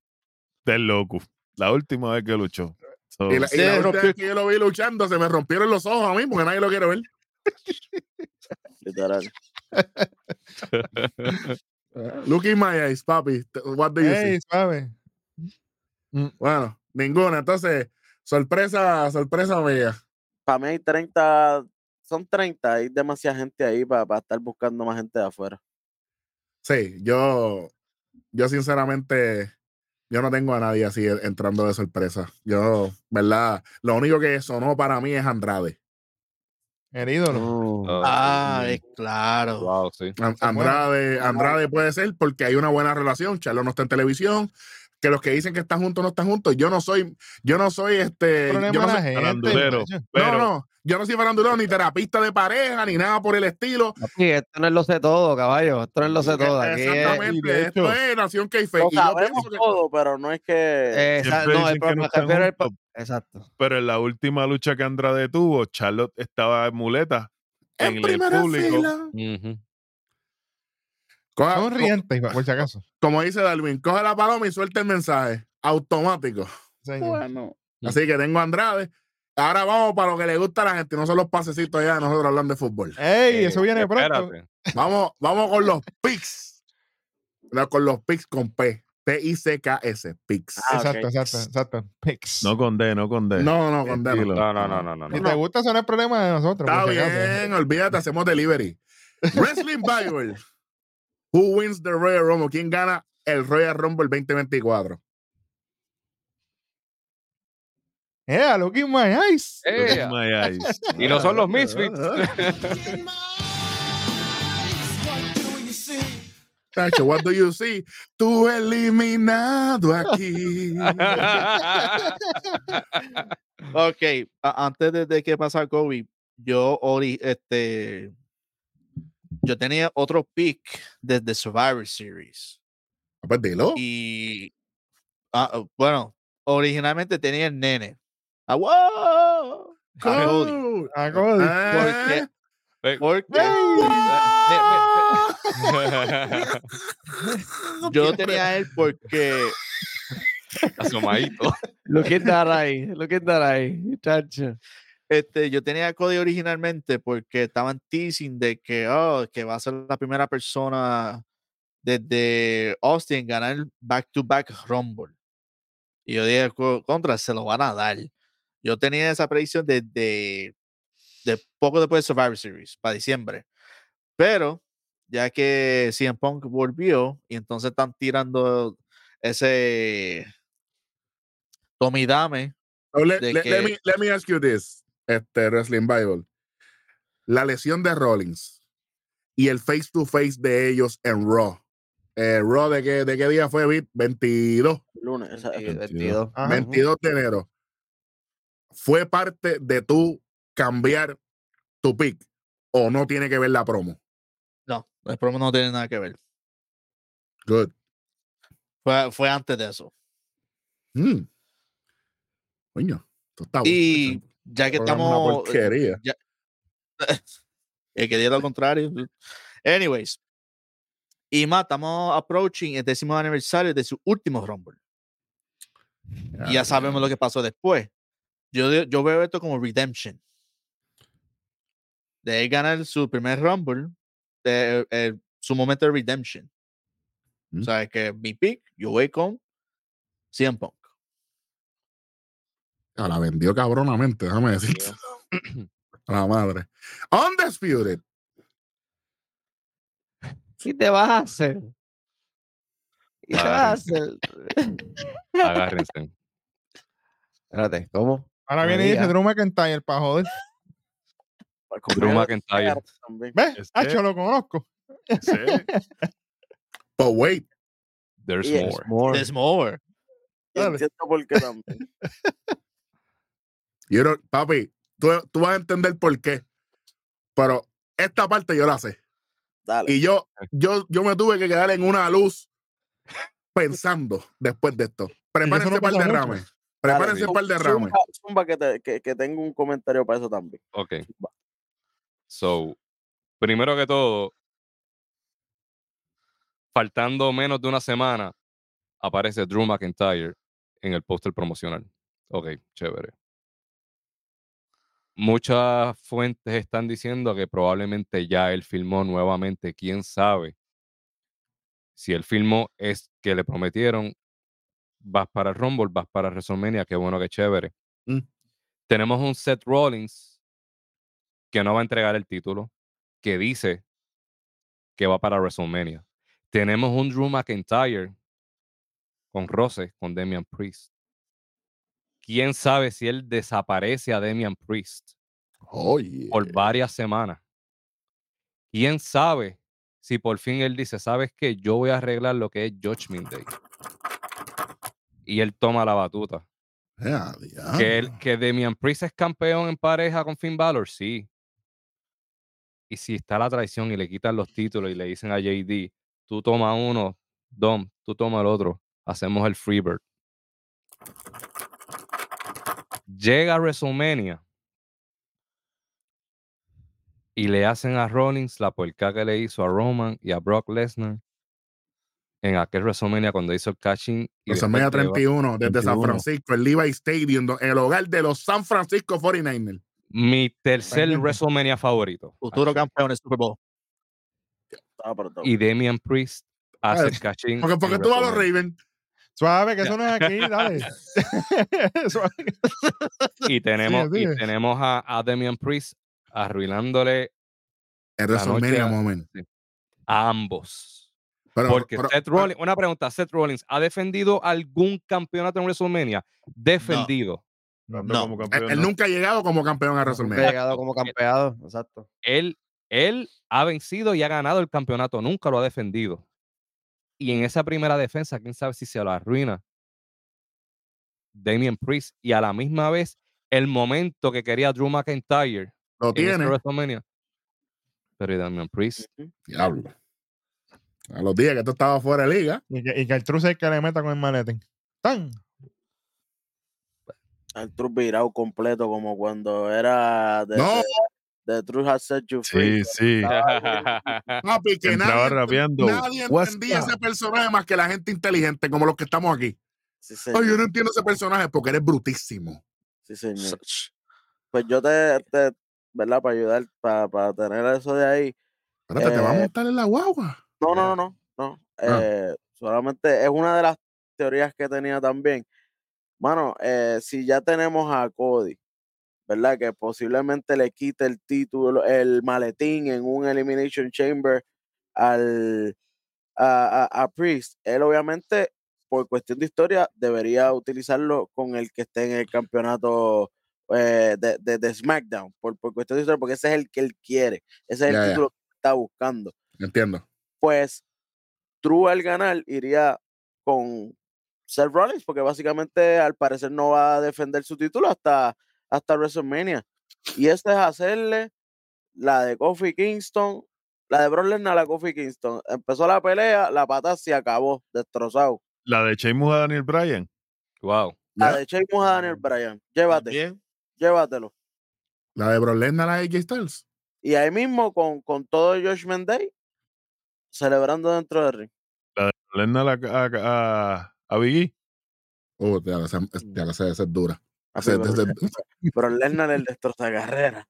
Speaker 5: del loco. La última vez que luchó. So,
Speaker 1: Y la, y la
Speaker 6: Se
Speaker 1: última
Speaker 6: rompió.
Speaker 1: vez que yo lo vi luchando, se me rompieron los ojos a mí porque nadie lo quiere ver.
Speaker 2: Literal.
Speaker 1: Look in my eyes, papi. T- What do you see?
Speaker 7: Ah. Ey, suave.
Speaker 1: Bueno, ninguna. Entonces, sorpresa, sorpresa mía.
Speaker 2: Para mí hay 30, son 30, hay demasiada gente ahí para, estar buscando más gente de afuera.
Speaker 1: Sí, yo, yo sinceramente, yo no tengo a nadie así eh, entrando de sorpresa. Yo, ¿verdad? Lo único que sonó para mí es Andrade.
Speaker 7: El ídolo.
Speaker 3: Uh.
Speaker 6: Ah, es claro.
Speaker 9: wow, sí.
Speaker 1: An-
Speaker 7: Se muere.
Speaker 1: Andrade, Andrade puede ser porque hay una buena relación. Charlo no está en televisión. Que los que dicen que están juntos no están juntos. Yo no soy, yo no soy este.
Speaker 7: El
Speaker 1: yo no
Speaker 7: problema de
Speaker 1: soy-
Speaker 7: la gente,
Speaker 5: farandulero.
Speaker 7: muchacho.
Speaker 5: pero-
Speaker 1: no, no, yo no soy farandulero ni terapista de pareja ni nada por el estilo.
Speaker 3: Papi, esto no es lo sé todo, caballo. Esto no es lo sé todo. Aquí eh, es-
Speaker 1: Exactamente,
Speaker 7: Y de
Speaker 1: esto
Speaker 7: hecho-
Speaker 1: es Nación k
Speaker 7: Pues,
Speaker 2: Lo sabemos todo, pero no es que.
Speaker 3: eh, esa-
Speaker 5: Siempre
Speaker 3: no, el
Speaker 5: dicen que no
Speaker 3: problema-
Speaker 5: están
Speaker 3: pero el-
Speaker 5: juntos.
Speaker 3: Exacto.
Speaker 5: Pero en la última lucha que Andrade tuvo, Charlotte estaba en muleta en,
Speaker 1: En
Speaker 5: el
Speaker 1: primera
Speaker 5: público.
Speaker 1: fila.
Speaker 9: Ujú.
Speaker 1: Coja- ah, co-
Speaker 7: Sonriente, iba- por si acaso.
Speaker 1: como dice Darwin, coge la paloma y suelta el mensaje. Automático.
Speaker 7: Señor.
Speaker 9: Mm.
Speaker 1: Así que tengo a Andrade. Ahora vamos para lo que le gusta a la gente. No son los pasecitos allá, nosotros hablando de fútbol.
Speaker 7: Ey,
Speaker 9: Eh,
Speaker 7: eso viene pronto.
Speaker 9: espérate.
Speaker 1: Vamos, vamos con los picks. No, con los picks con P. P-I-C-K-S. Picks.
Speaker 2: Ah, ok.
Speaker 7: Exacto, exacto, exacto. Picks.
Speaker 5: No con D, no con D.
Speaker 1: No, no, con D, no.
Speaker 5: Tranquilo.
Speaker 9: No, no, no, no, no.
Speaker 7: Si
Speaker 9: no.
Speaker 7: te gusta, eso no es problema de nosotros.
Speaker 1: Está
Speaker 7: por si acaso.
Speaker 1: bien, olvídate, hacemos delivery. Wrestling Bible. Who wins the Royal Rumble? ¿Quién gana el Royal Rumble 2024?
Speaker 7: Eh, look in my eyes.
Speaker 5: Look
Speaker 9: Eh,
Speaker 5: in my eyes.
Speaker 9: y no son los Misfits.
Speaker 1: Tacho, what do you see? Tú eliminado aquí.
Speaker 6: Ok, a- antes de, de que pasara COVID, yo, ori- este, yo tenía otro pick desde Survivor Series.
Speaker 1: Ah, Pues dilo.
Speaker 6: Y ah, ah, bueno, originalmente tenía el nene. Ah, wow, a Cody, Ah.
Speaker 1: Cool.
Speaker 7: Ah, ¿cómo di-
Speaker 1: Ah,
Speaker 6: porque
Speaker 7: eh,
Speaker 6: eh, yo tenía a él porque
Speaker 9: Asomadito.
Speaker 3: Look at that ahí. Look at that ahí. Chacho.
Speaker 6: Este, yo tenía a Cody originalmente porque estaban teasing de que, oh, que va a ser la primera persona desde Austin en ganar back-to-back Rumble. Y yo dije, "Co- contra, se lo van a dar. Yo tenía esa predicción desde de poco después de Survivor Series, para diciembre. Pero ya que CM Punk volvió y entonces están tirando ese Tommy Dame
Speaker 1: so le-
Speaker 6: de
Speaker 1: le-
Speaker 6: que-
Speaker 1: let, me, let me ask you this, este Wrestling Bible. La lesión de Rollins y el face to face de ellos en Raw. Eh, Raw, ¿de qué, ¿de qué día fue, Vic? 22.
Speaker 2: Lunes. o sea,
Speaker 3: Sí, 22.
Speaker 7: Ajá.
Speaker 1: 22 de enero. Fue parte de tu cambiar tu pick o no tiene que ver la promo?
Speaker 6: No, el promo no tiene nada que ver.
Speaker 1: Good.
Speaker 6: Fue, fue antes de eso.
Speaker 1: Mm. Coño, esto está bueno.
Speaker 6: Y
Speaker 1: Este
Speaker 6: ya que
Speaker 1: programa es una
Speaker 6: estamos.
Speaker 1: porquería.
Speaker 6: El que diera lo contrario. Anyways. Y más, estamos approaching el décimo aniversario de su último Rumble. Y ya sabemos lo que pasó después. Yo, de- yo veo esto como redemption. De él ganar su primer Rumble, de- eh, su momento de redemption. O
Speaker 1: Mm.
Speaker 6: sea, que mi pick, yo voy con 100 Punk.
Speaker 1: Ah, la vendió cabronamente, déjame decirte. A la madre. Undisputed.
Speaker 3: ¿Qué te vas a hacer? ¿Qué te vas a
Speaker 9: Ay.
Speaker 3: hacer?
Speaker 9: Agárrense.
Speaker 3: Espérate, ¿cómo?
Speaker 7: Ahora
Speaker 3: No
Speaker 7: viene y dice
Speaker 3: diga.
Speaker 7: Drew McIntyre para joder.
Speaker 9: Drew McIntyre.
Speaker 2: También.
Speaker 7: ¿Ves?
Speaker 5: Este-
Speaker 7: Hacho, lo conozco.
Speaker 5: Sí.
Speaker 1: But wait,
Speaker 9: There's
Speaker 2: Yes.
Speaker 9: more.
Speaker 3: More.
Speaker 6: There's more.
Speaker 2: Y
Speaker 7: Dale.
Speaker 2: Entiendo por qué también.
Speaker 1: you don't- papi, tú, tú vas a entender por qué. Pero esta parte yo la sé.
Speaker 2: Dale.
Speaker 1: Y yo, yo, yo me tuve que quedar en una luz pensando después de esto. Prepárense para
Speaker 7: no
Speaker 1: el
Speaker 7: pasa mucho.
Speaker 1: derrame. Prepárense
Speaker 2: Dale,
Speaker 1: para el
Speaker 2: zumba-
Speaker 1: derrame.
Speaker 2: Zumba, zumba que, te- que- que tengo un comentario para eso también.
Speaker 9: Ok. So, primero que todo, faltando menos de una semana, aparece Drew McIntyre en el póster promocional. Ok, chévere. Muchas fuentes están diciendo que probablemente ya él filmó nuevamente. ¿Quién sabe? Si él filmó es que le prometieron, vas para el Rumble, vas para WrestleMania, qué bueno, qué chévere.
Speaker 1: Mm.
Speaker 9: Tenemos un Seth Rollins que no va a entregar el título, que dice que va para WrestleMania. Tenemos un Drew McIntyre con roces con Damian Priest. ¿Quién sabe si él desaparece a Damian Priest
Speaker 1: Oye.
Speaker 9: por varias semanas? ¿Quién sabe si por fin él dice, sabes que yo voy a arreglar lo que es Judgment Day? Y él toma la batuta.
Speaker 1: eh, Ah,
Speaker 9: Que, el, que Damian Priest es campeón en pareja con Finn Balor, sí. Y si está la traición y le quitan los títulos y le dicen a JD, tú toma uno, Dom, tú toma el otro, hacemos el Freebird. Llega WrestleMania y le hacen a Rollins la puerca que le hizo a Roman y a Brock Lesnar en aquel WrestleMania cuando hizo el catching. y
Speaker 1: WrestleMania
Speaker 9: después lleva-
Speaker 1: 31, desde San
Speaker 9: 31.
Speaker 1: Francisco, el Levi Stadium, do- el hogar de los San Francisco 49ers.
Speaker 9: Mi tercer
Speaker 7: Imagínate.
Speaker 9: WrestleMania favorito.
Speaker 6: Futuro
Speaker 9: actually.
Speaker 6: campeón del Super Bowl.
Speaker 2: Ah, pero está-
Speaker 9: y Damian Priest hace el
Speaker 1: es-
Speaker 9: catching.
Speaker 1: Porque,
Speaker 9: en
Speaker 1: porque tú vas a los
Speaker 9: WrestleMania.
Speaker 1: Ravens.
Speaker 7: Suave, que eso no es aquí, dale. Suave.
Speaker 9: Y tenemos,
Speaker 7: así
Speaker 9: y
Speaker 7: es.
Speaker 9: tenemos a, a Damian Priest arruinándole
Speaker 1: En
Speaker 9: La noche
Speaker 1: WrestleMania
Speaker 9: a-
Speaker 1: Moment.
Speaker 9: a ambos.
Speaker 1: Pero,
Speaker 9: Porque
Speaker 1: pero-
Speaker 9: Seth Rollins, una pregunta, Seth Rollins, ¿ha defendido algún campeonato en WrestleMania? Defendido.
Speaker 5: Ando
Speaker 6: No.
Speaker 5: como
Speaker 1: él,
Speaker 5: campeón,
Speaker 1: eh, él
Speaker 5: ¿no?
Speaker 1: nunca ha llegado como campeón a
Speaker 3: Nunca he
Speaker 1: WrestleMania.
Speaker 3: llegado como campeado, exacto.
Speaker 9: Él, él ha vencido y ha ganado el campeonato, nunca lo ha defendido. Y en esa primera defensa, quién sabe si se lo arruina Damian Priest. Y a la misma vez, el momento que quería Drew McIntyre
Speaker 1: Lo
Speaker 9: en ese
Speaker 1: tiene.
Speaker 9: WrestleMania. Pero y Damian Priest,
Speaker 1: Diablo. A los días que tú estabas fuera de liga.
Speaker 7: Y que, y que el truce es el que le meta con el malete. ¡Tan!
Speaker 2: El truco virado completo, como cuando era de,
Speaker 1: No.
Speaker 2: de, de Truth Has Set You Free.
Speaker 5: Sí, sí.
Speaker 1: Papi, que
Speaker 5: Entraba
Speaker 1: nadie,
Speaker 5: rapeando.
Speaker 1: nadie
Speaker 5: "What's
Speaker 1: entendía
Speaker 5: up?"
Speaker 1: ese personaje más que la gente inteligente, como los que estamos aquí.
Speaker 2: Sí,
Speaker 1: Ay, yo
Speaker 2: señor.
Speaker 1: no entiendo ese personaje porque eres brutísimo.
Speaker 2: Sí, señor. Pues yo te, te- ¿verdad? Para ayudar, para, para tener eso de ahí.
Speaker 1: Espérate, te va a
Speaker 2: Eh,
Speaker 1: montar en la guagua.
Speaker 2: No, no, no, no. no.
Speaker 1: Eh. Ah.
Speaker 2: Eh, solamente es una de las teorías que tenía también. Mano, eh, si ya tenemos a Cody, ¿verdad? Que posiblemente le quite el título, el maletín en un Elimination Chamber al a, a- a Priest. Él obviamente, por cuestión de historia, debería utilizarlo con el que esté en el campeonato eh, de, de- de SmackDown, por, por cuestión de historia, porque ese es el que él quiere, ese es el
Speaker 1: Ya, ya.
Speaker 2: título que está buscando
Speaker 1: Entiendo.
Speaker 2: pues Drew al ganar iría con Seth Rollins, porque básicamente al parecer no va a defender su título hasta, hasta WrestleMania. Y eso es hacerle la de Kofi Kingston, la de Brock Lesnar a la Kofi Kingston. Empezó la pelea, la pata se acabó, destrozado.
Speaker 5: La de Sheamus a Daniel Bryan.
Speaker 9: Wow.
Speaker 2: La
Speaker 1: Ya.
Speaker 2: de Sheamus a Daniel Bryan. Llévate, llévatelo.
Speaker 1: La de Brock Lesnar, la de AJ Styles.
Speaker 2: Y ahí mismo con, con todo Josh Mendey celebrando dentro del ring.
Speaker 5: Lesnar a, a, a, a Big E.
Speaker 1: Oh, te la esa esa es dura.
Speaker 2: Así,
Speaker 1: Esa-
Speaker 2: Brock
Speaker 1: esa-
Speaker 2: Lesnar- Brock Lesnar el destroza carrera.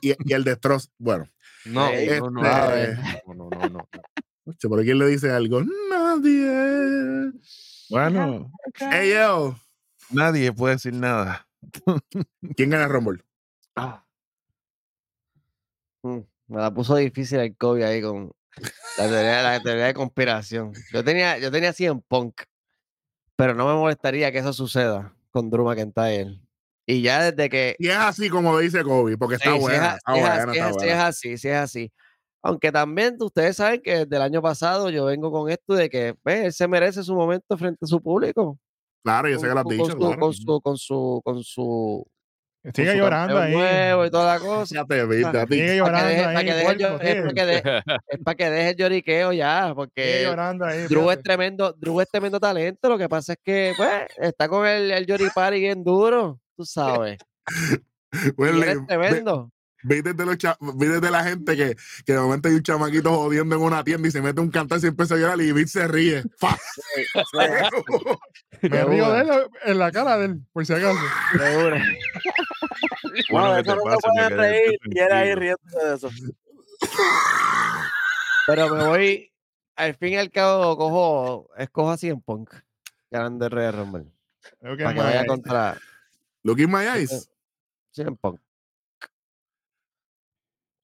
Speaker 1: y, y- y el destrozo. Bueno,
Speaker 9: No,
Speaker 2: Ey, pues.
Speaker 9: no, ah, eh. no,
Speaker 1: este-
Speaker 9: a ver, no, no, no, no.
Speaker 1: ocho, pero ¿quién le dice algo? Nadie.
Speaker 5: Bueno,
Speaker 1: Ey, yo.
Speaker 5: nadie puede decir nada.
Speaker 1: ¿Quién gana el Rumble? Ah.
Speaker 3: Mm, Me la puso difícil el COVID ahí con la teoría, la teoría de conspiración. Yo tenía, yo tenía 100 punk, pero no me molestaría que eso suceda con Drew McIntyre. Y ya desde que.
Speaker 1: Y es así como dice Kobe, porque está
Speaker 3: Sí, si es
Speaker 1: buena.
Speaker 3: a-
Speaker 1: está
Speaker 3: si es a-
Speaker 1: buena,
Speaker 3: si es
Speaker 1: está
Speaker 3: a- si
Speaker 1: buena.
Speaker 3: es así, si es así. Aunque también ustedes saben que desde el año pasado yo vengo con esto de que pues, él se merece su momento frente a su público.
Speaker 1: Claro, yo sé
Speaker 3: con,
Speaker 1: que lo has
Speaker 3: con-
Speaker 1: dicho.
Speaker 3: con su,
Speaker 1: claro.
Speaker 3: con su, con su, con su- con
Speaker 7: Sigue
Speaker 3: su
Speaker 7: llorando
Speaker 3: campeón
Speaker 7: ahí.
Speaker 3: nuevo y toda la cosa.
Speaker 1: Ya te vi, ya te-
Speaker 7: Sigue
Speaker 3: para que deje-
Speaker 7: llorando
Speaker 3: para
Speaker 7: ahí.
Speaker 3: que deje el
Speaker 7: puerco,
Speaker 3: llor- es para
Speaker 7: sigue.
Speaker 3: que deje- es para que deje el lloriqueo ya,
Speaker 7: Sigue
Speaker 3: porque
Speaker 7: llorando ahí.
Speaker 3: Drew es
Speaker 7: fíjate.
Speaker 3: tremendo, Drew es tremendo talento. Lo que pasa es que pues, está con el, el lloripari bien duro, tú sabes. Y este él
Speaker 1: Welly,
Speaker 3: es
Speaker 1: Pues, ve-
Speaker 3: tremendo.
Speaker 1: viste de, los cha- viste de la gente que, que de momento hay un chamaquito jodiendo en una tienda y se mete un cantazo y empieza a llorar y Bit se ríe. Fa.
Speaker 7: Me
Speaker 3: Seguro.
Speaker 7: río de él en la cara de él, por si acaso.
Speaker 3: seguro.
Speaker 5: Bueno,
Speaker 2: No, de
Speaker 5: que
Speaker 2: eso
Speaker 5: te
Speaker 2: no
Speaker 5: pase,
Speaker 2: te puedes reír.
Speaker 5: porque eres
Speaker 2: Y era ahí
Speaker 5: tranquilo.
Speaker 2: riéndose de eso.
Speaker 3: Pero me voy, al fin y al cabo, cojo, escojo así en punk. Grande Rey Rumble.
Speaker 7: Creo que
Speaker 3: Para que
Speaker 7: más.
Speaker 3: vaya contra
Speaker 1: Look in my eyes.
Speaker 3: CM Punk.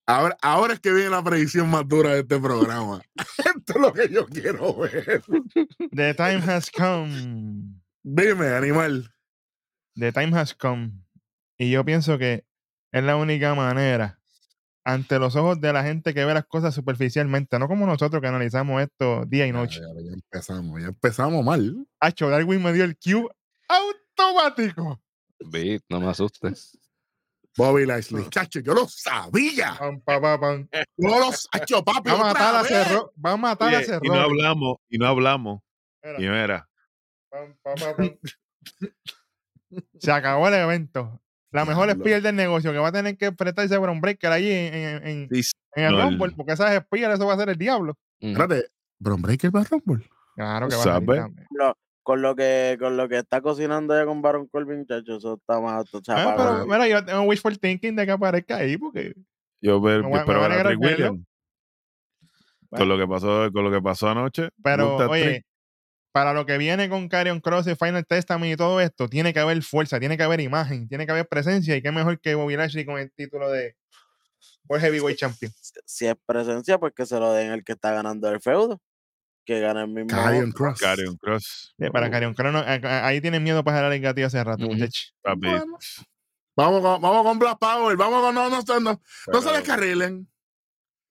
Speaker 1: Ahora, ahora es que viene la predicción más dura de este programa. Esto es lo que yo quiero ver.
Speaker 7: The time has come.
Speaker 1: Dime, animal.
Speaker 7: The time has come. Y yo pienso que es la única manera, ante los ojos de la gente que ve las cosas superficialmente, no como nosotros que analizamos esto día y noche.
Speaker 1: Ya, ya, ya empezamos, ya empezamos mal.
Speaker 7: Hacho, Darwin me dio el cue automático.
Speaker 9: Vic, no me asustes.
Speaker 1: Bobby
Speaker 3: Ah.
Speaker 1: Lashley. Chacho, yo lo sabía.
Speaker 7: Pam, pa, pa, pam.
Speaker 5: Eh,
Speaker 1: Yo lo sabía, papi.
Speaker 7: Va a
Speaker 1: otra
Speaker 7: matar a
Speaker 1: vez.
Speaker 7: Cerro. Va a matar a
Speaker 5: Oye, y no
Speaker 7: Cerro.
Speaker 5: hablamos, y no hablamos.
Speaker 7: Espera.
Speaker 5: Y mira,
Speaker 7: Pam, pa, pa, pam. Se acabó el evento. La mejor
Speaker 1: Diablo.
Speaker 7: spear del negocio que va a tener que enfrentarse a Bron Breaker allí en, en, en-
Speaker 5: dice,
Speaker 7: en el
Speaker 5: No, el-
Speaker 7: Rumble, porque esas espías eso va a ser el diablo.
Speaker 9: Mm.
Speaker 1: Espérate, Bron Breaker va a Rumble.
Speaker 7: Claro que va a
Speaker 5: ¿Sabe?
Speaker 7: salir también.
Speaker 2: Lo- con, lo que, con lo que está cocinando ya con Baron Corbin, chacho, eso está más alto. o sea,
Speaker 7: Ah,
Speaker 2: para-
Speaker 7: pero mira, yo tengo wishful thinking de que aparezca ahí porque
Speaker 5: yo ver,
Speaker 7: Me voy- me
Speaker 5: espero
Speaker 7: voy a
Speaker 5: ver a Trick
Speaker 7: alegrar verlo.
Speaker 5: Williams. Con lo que pasó, con lo que pasó anoche.
Speaker 7: pero
Speaker 5: gusta
Speaker 7: oye
Speaker 5: Trick.
Speaker 7: para lo que viene con Carrion Cross y Final Testament y todo esto tiene que haber fuerza tiene que haber imagen tiene que haber presencia y qué mejor que Bobby Lashley con el título de World Heavyweight Champion
Speaker 2: si- si es presencia, pues que se lo den al que está ganando el feudo. Que gane el mismo.
Speaker 1: Carrion Cross.
Speaker 5: Karrion Cross.
Speaker 7: Eh, para Carrion Cross no- a- a- ahí tienen miedo para jalar el gatillo hace rato
Speaker 9: Ujú.
Speaker 7: muchachos
Speaker 5: Papi.
Speaker 1: Bueno. Vamos con, vamos con Black Power. Vamos con. No, no, no, no, no se descarrilen.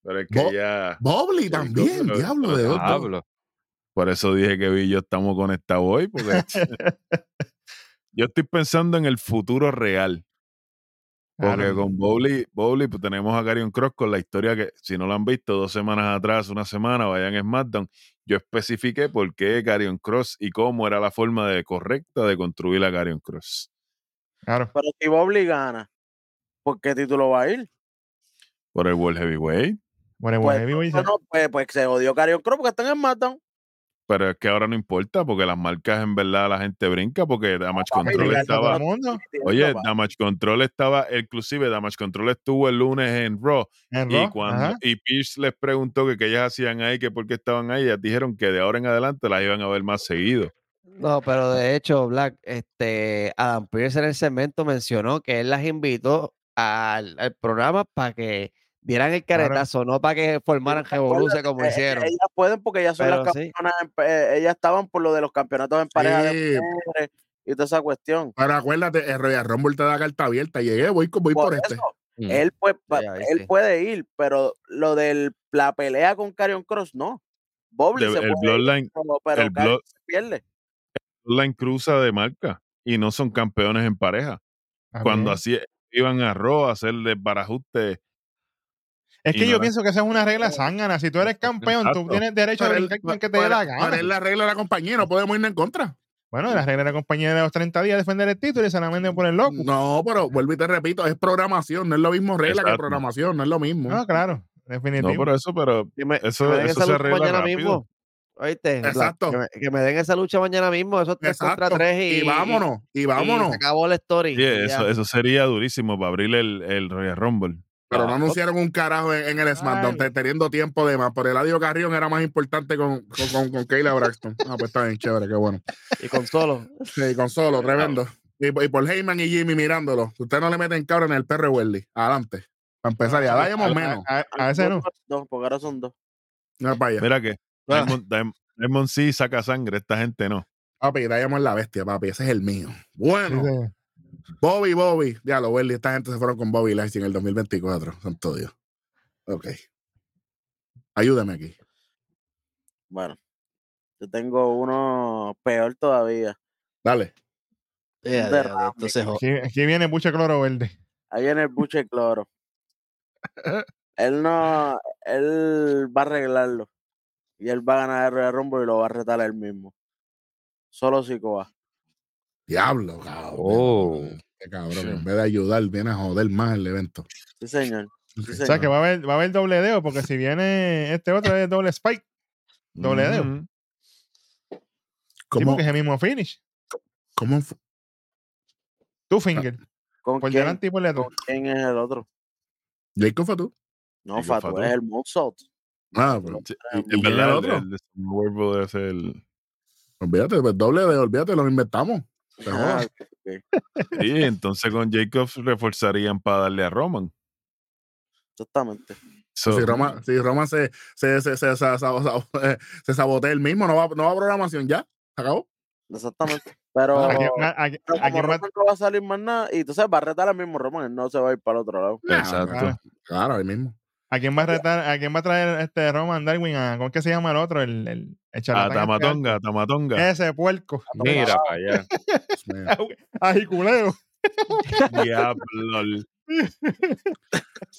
Speaker 5: Pero es
Speaker 1: Bo-
Speaker 5: que ya.
Speaker 1: Bobby también,
Speaker 5: pero-
Speaker 1: diablo
Speaker 5: pero
Speaker 1: de otro.
Speaker 9: Diablo.
Speaker 5: Por eso dije que vi yo estamos conectados hoy, porque yo estoy pensando en el futuro real. Porque
Speaker 7: Claro.
Speaker 5: con Bowley, Bowley pues, tenemos a Karrion Cross con la historia que, si no la han visto, dos semanas atrás, una semana, vayan a SmackDown. Yo especifiqué por qué Karrion Cross y cómo era la forma de correcta de construir a Karrion Cross.
Speaker 7: claro
Speaker 2: Pero si Bobby gana, ¿por qué título va a ir?
Speaker 5: Por el World Heavyweight.
Speaker 7: Bueno, World
Speaker 2: Pues,
Speaker 7: Heavyweight
Speaker 2: No, no, pues, pues se odió Carrion Cross porque están en SmackDown.
Speaker 5: Pero es que ahora no importa, porque las marcas en verdad la gente brinca, porque Damage
Speaker 2: papi,
Speaker 5: Control
Speaker 2: mira,
Speaker 5: estaba.
Speaker 7: el mundo
Speaker 5: Oye,
Speaker 2: Título, pa-
Speaker 5: Damage Control estaba, inclusive Damage Control estuvo el lunes en Raw
Speaker 7: en
Speaker 5: Y
Speaker 7: Raw,
Speaker 5: cuando
Speaker 7: ajá.
Speaker 5: y Pierce les preguntó que qué ellas hacían ahí, que por qué estaban ahí, ellas dijeron que de ahora en adelante las iban a ver más seguido.
Speaker 3: No, pero de hecho, Black, este, Adam Pearce en el segmento mencionó que él las invitó al, al programa para que dieran el
Speaker 7: Claro.
Speaker 3: caretazo, no para que formaran revolución
Speaker 2: Acuérdate,
Speaker 3: como
Speaker 2: eh, eh,
Speaker 3: hicieron.
Speaker 2: Ellas pueden porque ellas son las
Speaker 3: Pero sí.
Speaker 2: campeonas. en pa- eh, ellas estaban por lo de los campeonatos en pareja
Speaker 1: Sí.
Speaker 2: de mujeres y toda esa cuestión.
Speaker 1: Pero acuérdate, el Royal Rumble te da carta abierta. Llegué, voy, con- voy por,
Speaker 2: Por
Speaker 1: este.
Speaker 2: eso,
Speaker 9: Mm.
Speaker 2: él, pues, pa-
Speaker 3: ahí
Speaker 2: él
Speaker 3: sí.
Speaker 2: puede ir, pero lo de la pelea con Carrion Cross, no. Bobby
Speaker 5: De-
Speaker 2: se puede
Speaker 5: el
Speaker 2: ir,
Speaker 5: Bloodline,
Speaker 2: pero, pero
Speaker 5: el
Speaker 2: Karrion
Speaker 5: Blood-
Speaker 2: se pierde.
Speaker 5: Bloodline cruza de marca y no son campeones en pareja.
Speaker 7: También.
Speaker 5: Cuando así iban a Raw a hacerle barajuste.
Speaker 7: Es que
Speaker 5: Y no
Speaker 7: yo
Speaker 5: la-
Speaker 7: pienso que esa es una regla zángana. Si tú eres campeón, tú
Speaker 5: Exacto.
Speaker 7: tienes derecho a
Speaker 1: Pero el-
Speaker 7: brincar con que te dé la
Speaker 1: pero- pero es
Speaker 7: gana.
Speaker 1: la regla de la compañía, no podemos irnos en contra.
Speaker 7: Bueno, la regla de la compañía de los 30 días es defender el título y se la venden por el loco.
Speaker 1: No, pero vuelvo y te repito, es programación, no es lo mismo regla que
Speaker 5: Exacto.
Speaker 1: programación, no es lo mismo.
Speaker 7: No, claro, definitivo.
Speaker 5: No, pero eso, pero
Speaker 3: Que me-
Speaker 5: Eso-
Speaker 3: que me den
Speaker 5: eso
Speaker 3: esa
Speaker 5: se
Speaker 3: lucha
Speaker 5: arregla
Speaker 3: mañana
Speaker 5: rápido.
Speaker 3: mismo. ¿Oíste? Black?
Speaker 1: Exacto.
Speaker 3: Que me, que me den esa lucha mañana mismo. Esos tres
Speaker 1: Exacto.
Speaker 3: contra tres y,
Speaker 1: Y vámonos, y vámonos.
Speaker 3: se acabó la story.
Speaker 5: oye,
Speaker 3: y ya.
Speaker 5: eso, eso sería durísimo para abrir el, el Royal Rumble.
Speaker 1: Pero
Speaker 7: Ah,
Speaker 1: no anunciaron un carajo en, en el SmackDown, te- teniendo tiempo de más. Por el Eladio Carrión era más importante con, con, con, con Kayla Braxton. Ah, pues está bien, chévere, qué bueno.
Speaker 3: Y con solo.
Speaker 1: Sí, con solo, tremendo. Y, y por Heyman y Jimmy mirándolo. Si usted no le meten cabra en el perro Welly, adelante. Para empezar, y
Speaker 7: Ah,
Speaker 1: a Diamond menos.
Speaker 7: A,
Speaker 5: Ah,
Speaker 7: a- a veces no.
Speaker 2: Dos, porque ahora son dos.
Speaker 1: No es para allá.
Speaker 5: Mira que
Speaker 3: Ah.
Speaker 5: Diamond, Diamond- Diamond sí saca sangre, esta gente no.
Speaker 1: Papi, Diamond es la bestia, papi. Ese es el mío.
Speaker 7: Sí,
Speaker 1: Bueno,
Speaker 7: señor.
Speaker 1: Bobby, Bobby. Diablo, Welly, esta gente se fueron con Bobby Lashley en el 2024. Santo Dios. Ok. Ayúdame aquí.
Speaker 2: Bueno, yo tengo uno peor todavía.
Speaker 1: Dale.
Speaker 6: Ya, ya, ya, Eh, Entonces, jo-
Speaker 7: Aquí, aquí viene mucho cloro verde.
Speaker 2: Ahí en el buche cloro. él no, él va a arreglarlo. Y él va a ganar el Royal Rumble y lo va a retar él mismo. Solo si coa.
Speaker 1: Diablo, cabrón.
Speaker 9: Oh.
Speaker 1: Qué cabrón. En vez de ayudar, viene a joder más el evento.
Speaker 2: Sí, señor. Sí,
Speaker 7: O sea, que
Speaker 2: señor.
Speaker 7: va a haber, va a haber doble deo, porque si viene este otro es doble spike. Doble dedo.
Speaker 5: Ujú.
Speaker 7: Sí,
Speaker 1: ¿Cómo,
Speaker 7: porque es el mismo finish.
Speaker 1: cómo fu-
Speaker 7: Two finger.
Speaker 2: ¿Con
Speaker 5: Pues
Speaker 7: Por
Speaker 2: quién,
Speaker 7: delante y por detrás.
Speaker 2: con quién es el otro?
Speaker 1: Jacob fue tú?
Speaker 2: No,
Speaker 5: Digo,
Speaker 2: Fatu,
Speaker 5: Fatu.
Speaker 2: es el Moonsault.
Speaker 1: Ah, pero
Speaker 5: Sí,
Speaker 2: Ah,
Speaker 5: y-
Speaker 1: ¿y
Speaker 5: En
Speaker 1: quién
Speaker 5: verdad,
Speaker 1: era
Speaker 5: el
Speaker 1: otro?
Speaker 5: otro. El, de Summer Bowl es el.
Speaker 1: olvídate, pues, doble de, olvídate, lo inventamos. Te
Speaker 2: Ah,
Speaker 1: jodas.
Speaker 5: Sí, entonces con Jacobs reforzarían para darle a Roman.
Speaker 3: Pues
Speaker 2: exactamente.
Speaker 5: So,
Speaker 1: si Roma, si Roma se, se, se, se, se, se- se- se sabotea el mismo, no va, no va a programación ya. Se acabó.
Speaker 2: Exactamente. Pero,
Speaker 7: Aquí, aquí-
Speaker 2: pero
Speaker 7: aquí
Speaker 2: como
Speaker 7: va-
Speaker 2: Roman no va a salir más nada, y entonces va a retar al mismo Roman, él no se va a ir para el otro lado.
Speaker 5: Exacto.
Speaker 7: claro.
Speaker 1: Claro, el mismo.
Speaker 7: ah, ¿A quién va a retar? ¿A quién va a traer este Roman Darwin? ¿A, ¿Cómo es que se llama el otro? El, el, el
Speaker 5: a
Speaker 7: charlatán. este
Speaker 5: Tamatonga, a Tamatonga.
Speaker 3: Eh,
Speaker 7: alto. Ese puerco.
Speaker 9: Mira
Speaker 3: ah.
Speaker 9: para allá.
Speaker 1: Dios mío.
Speaker 7: A jiculeo.
Speaker 5: Diablo.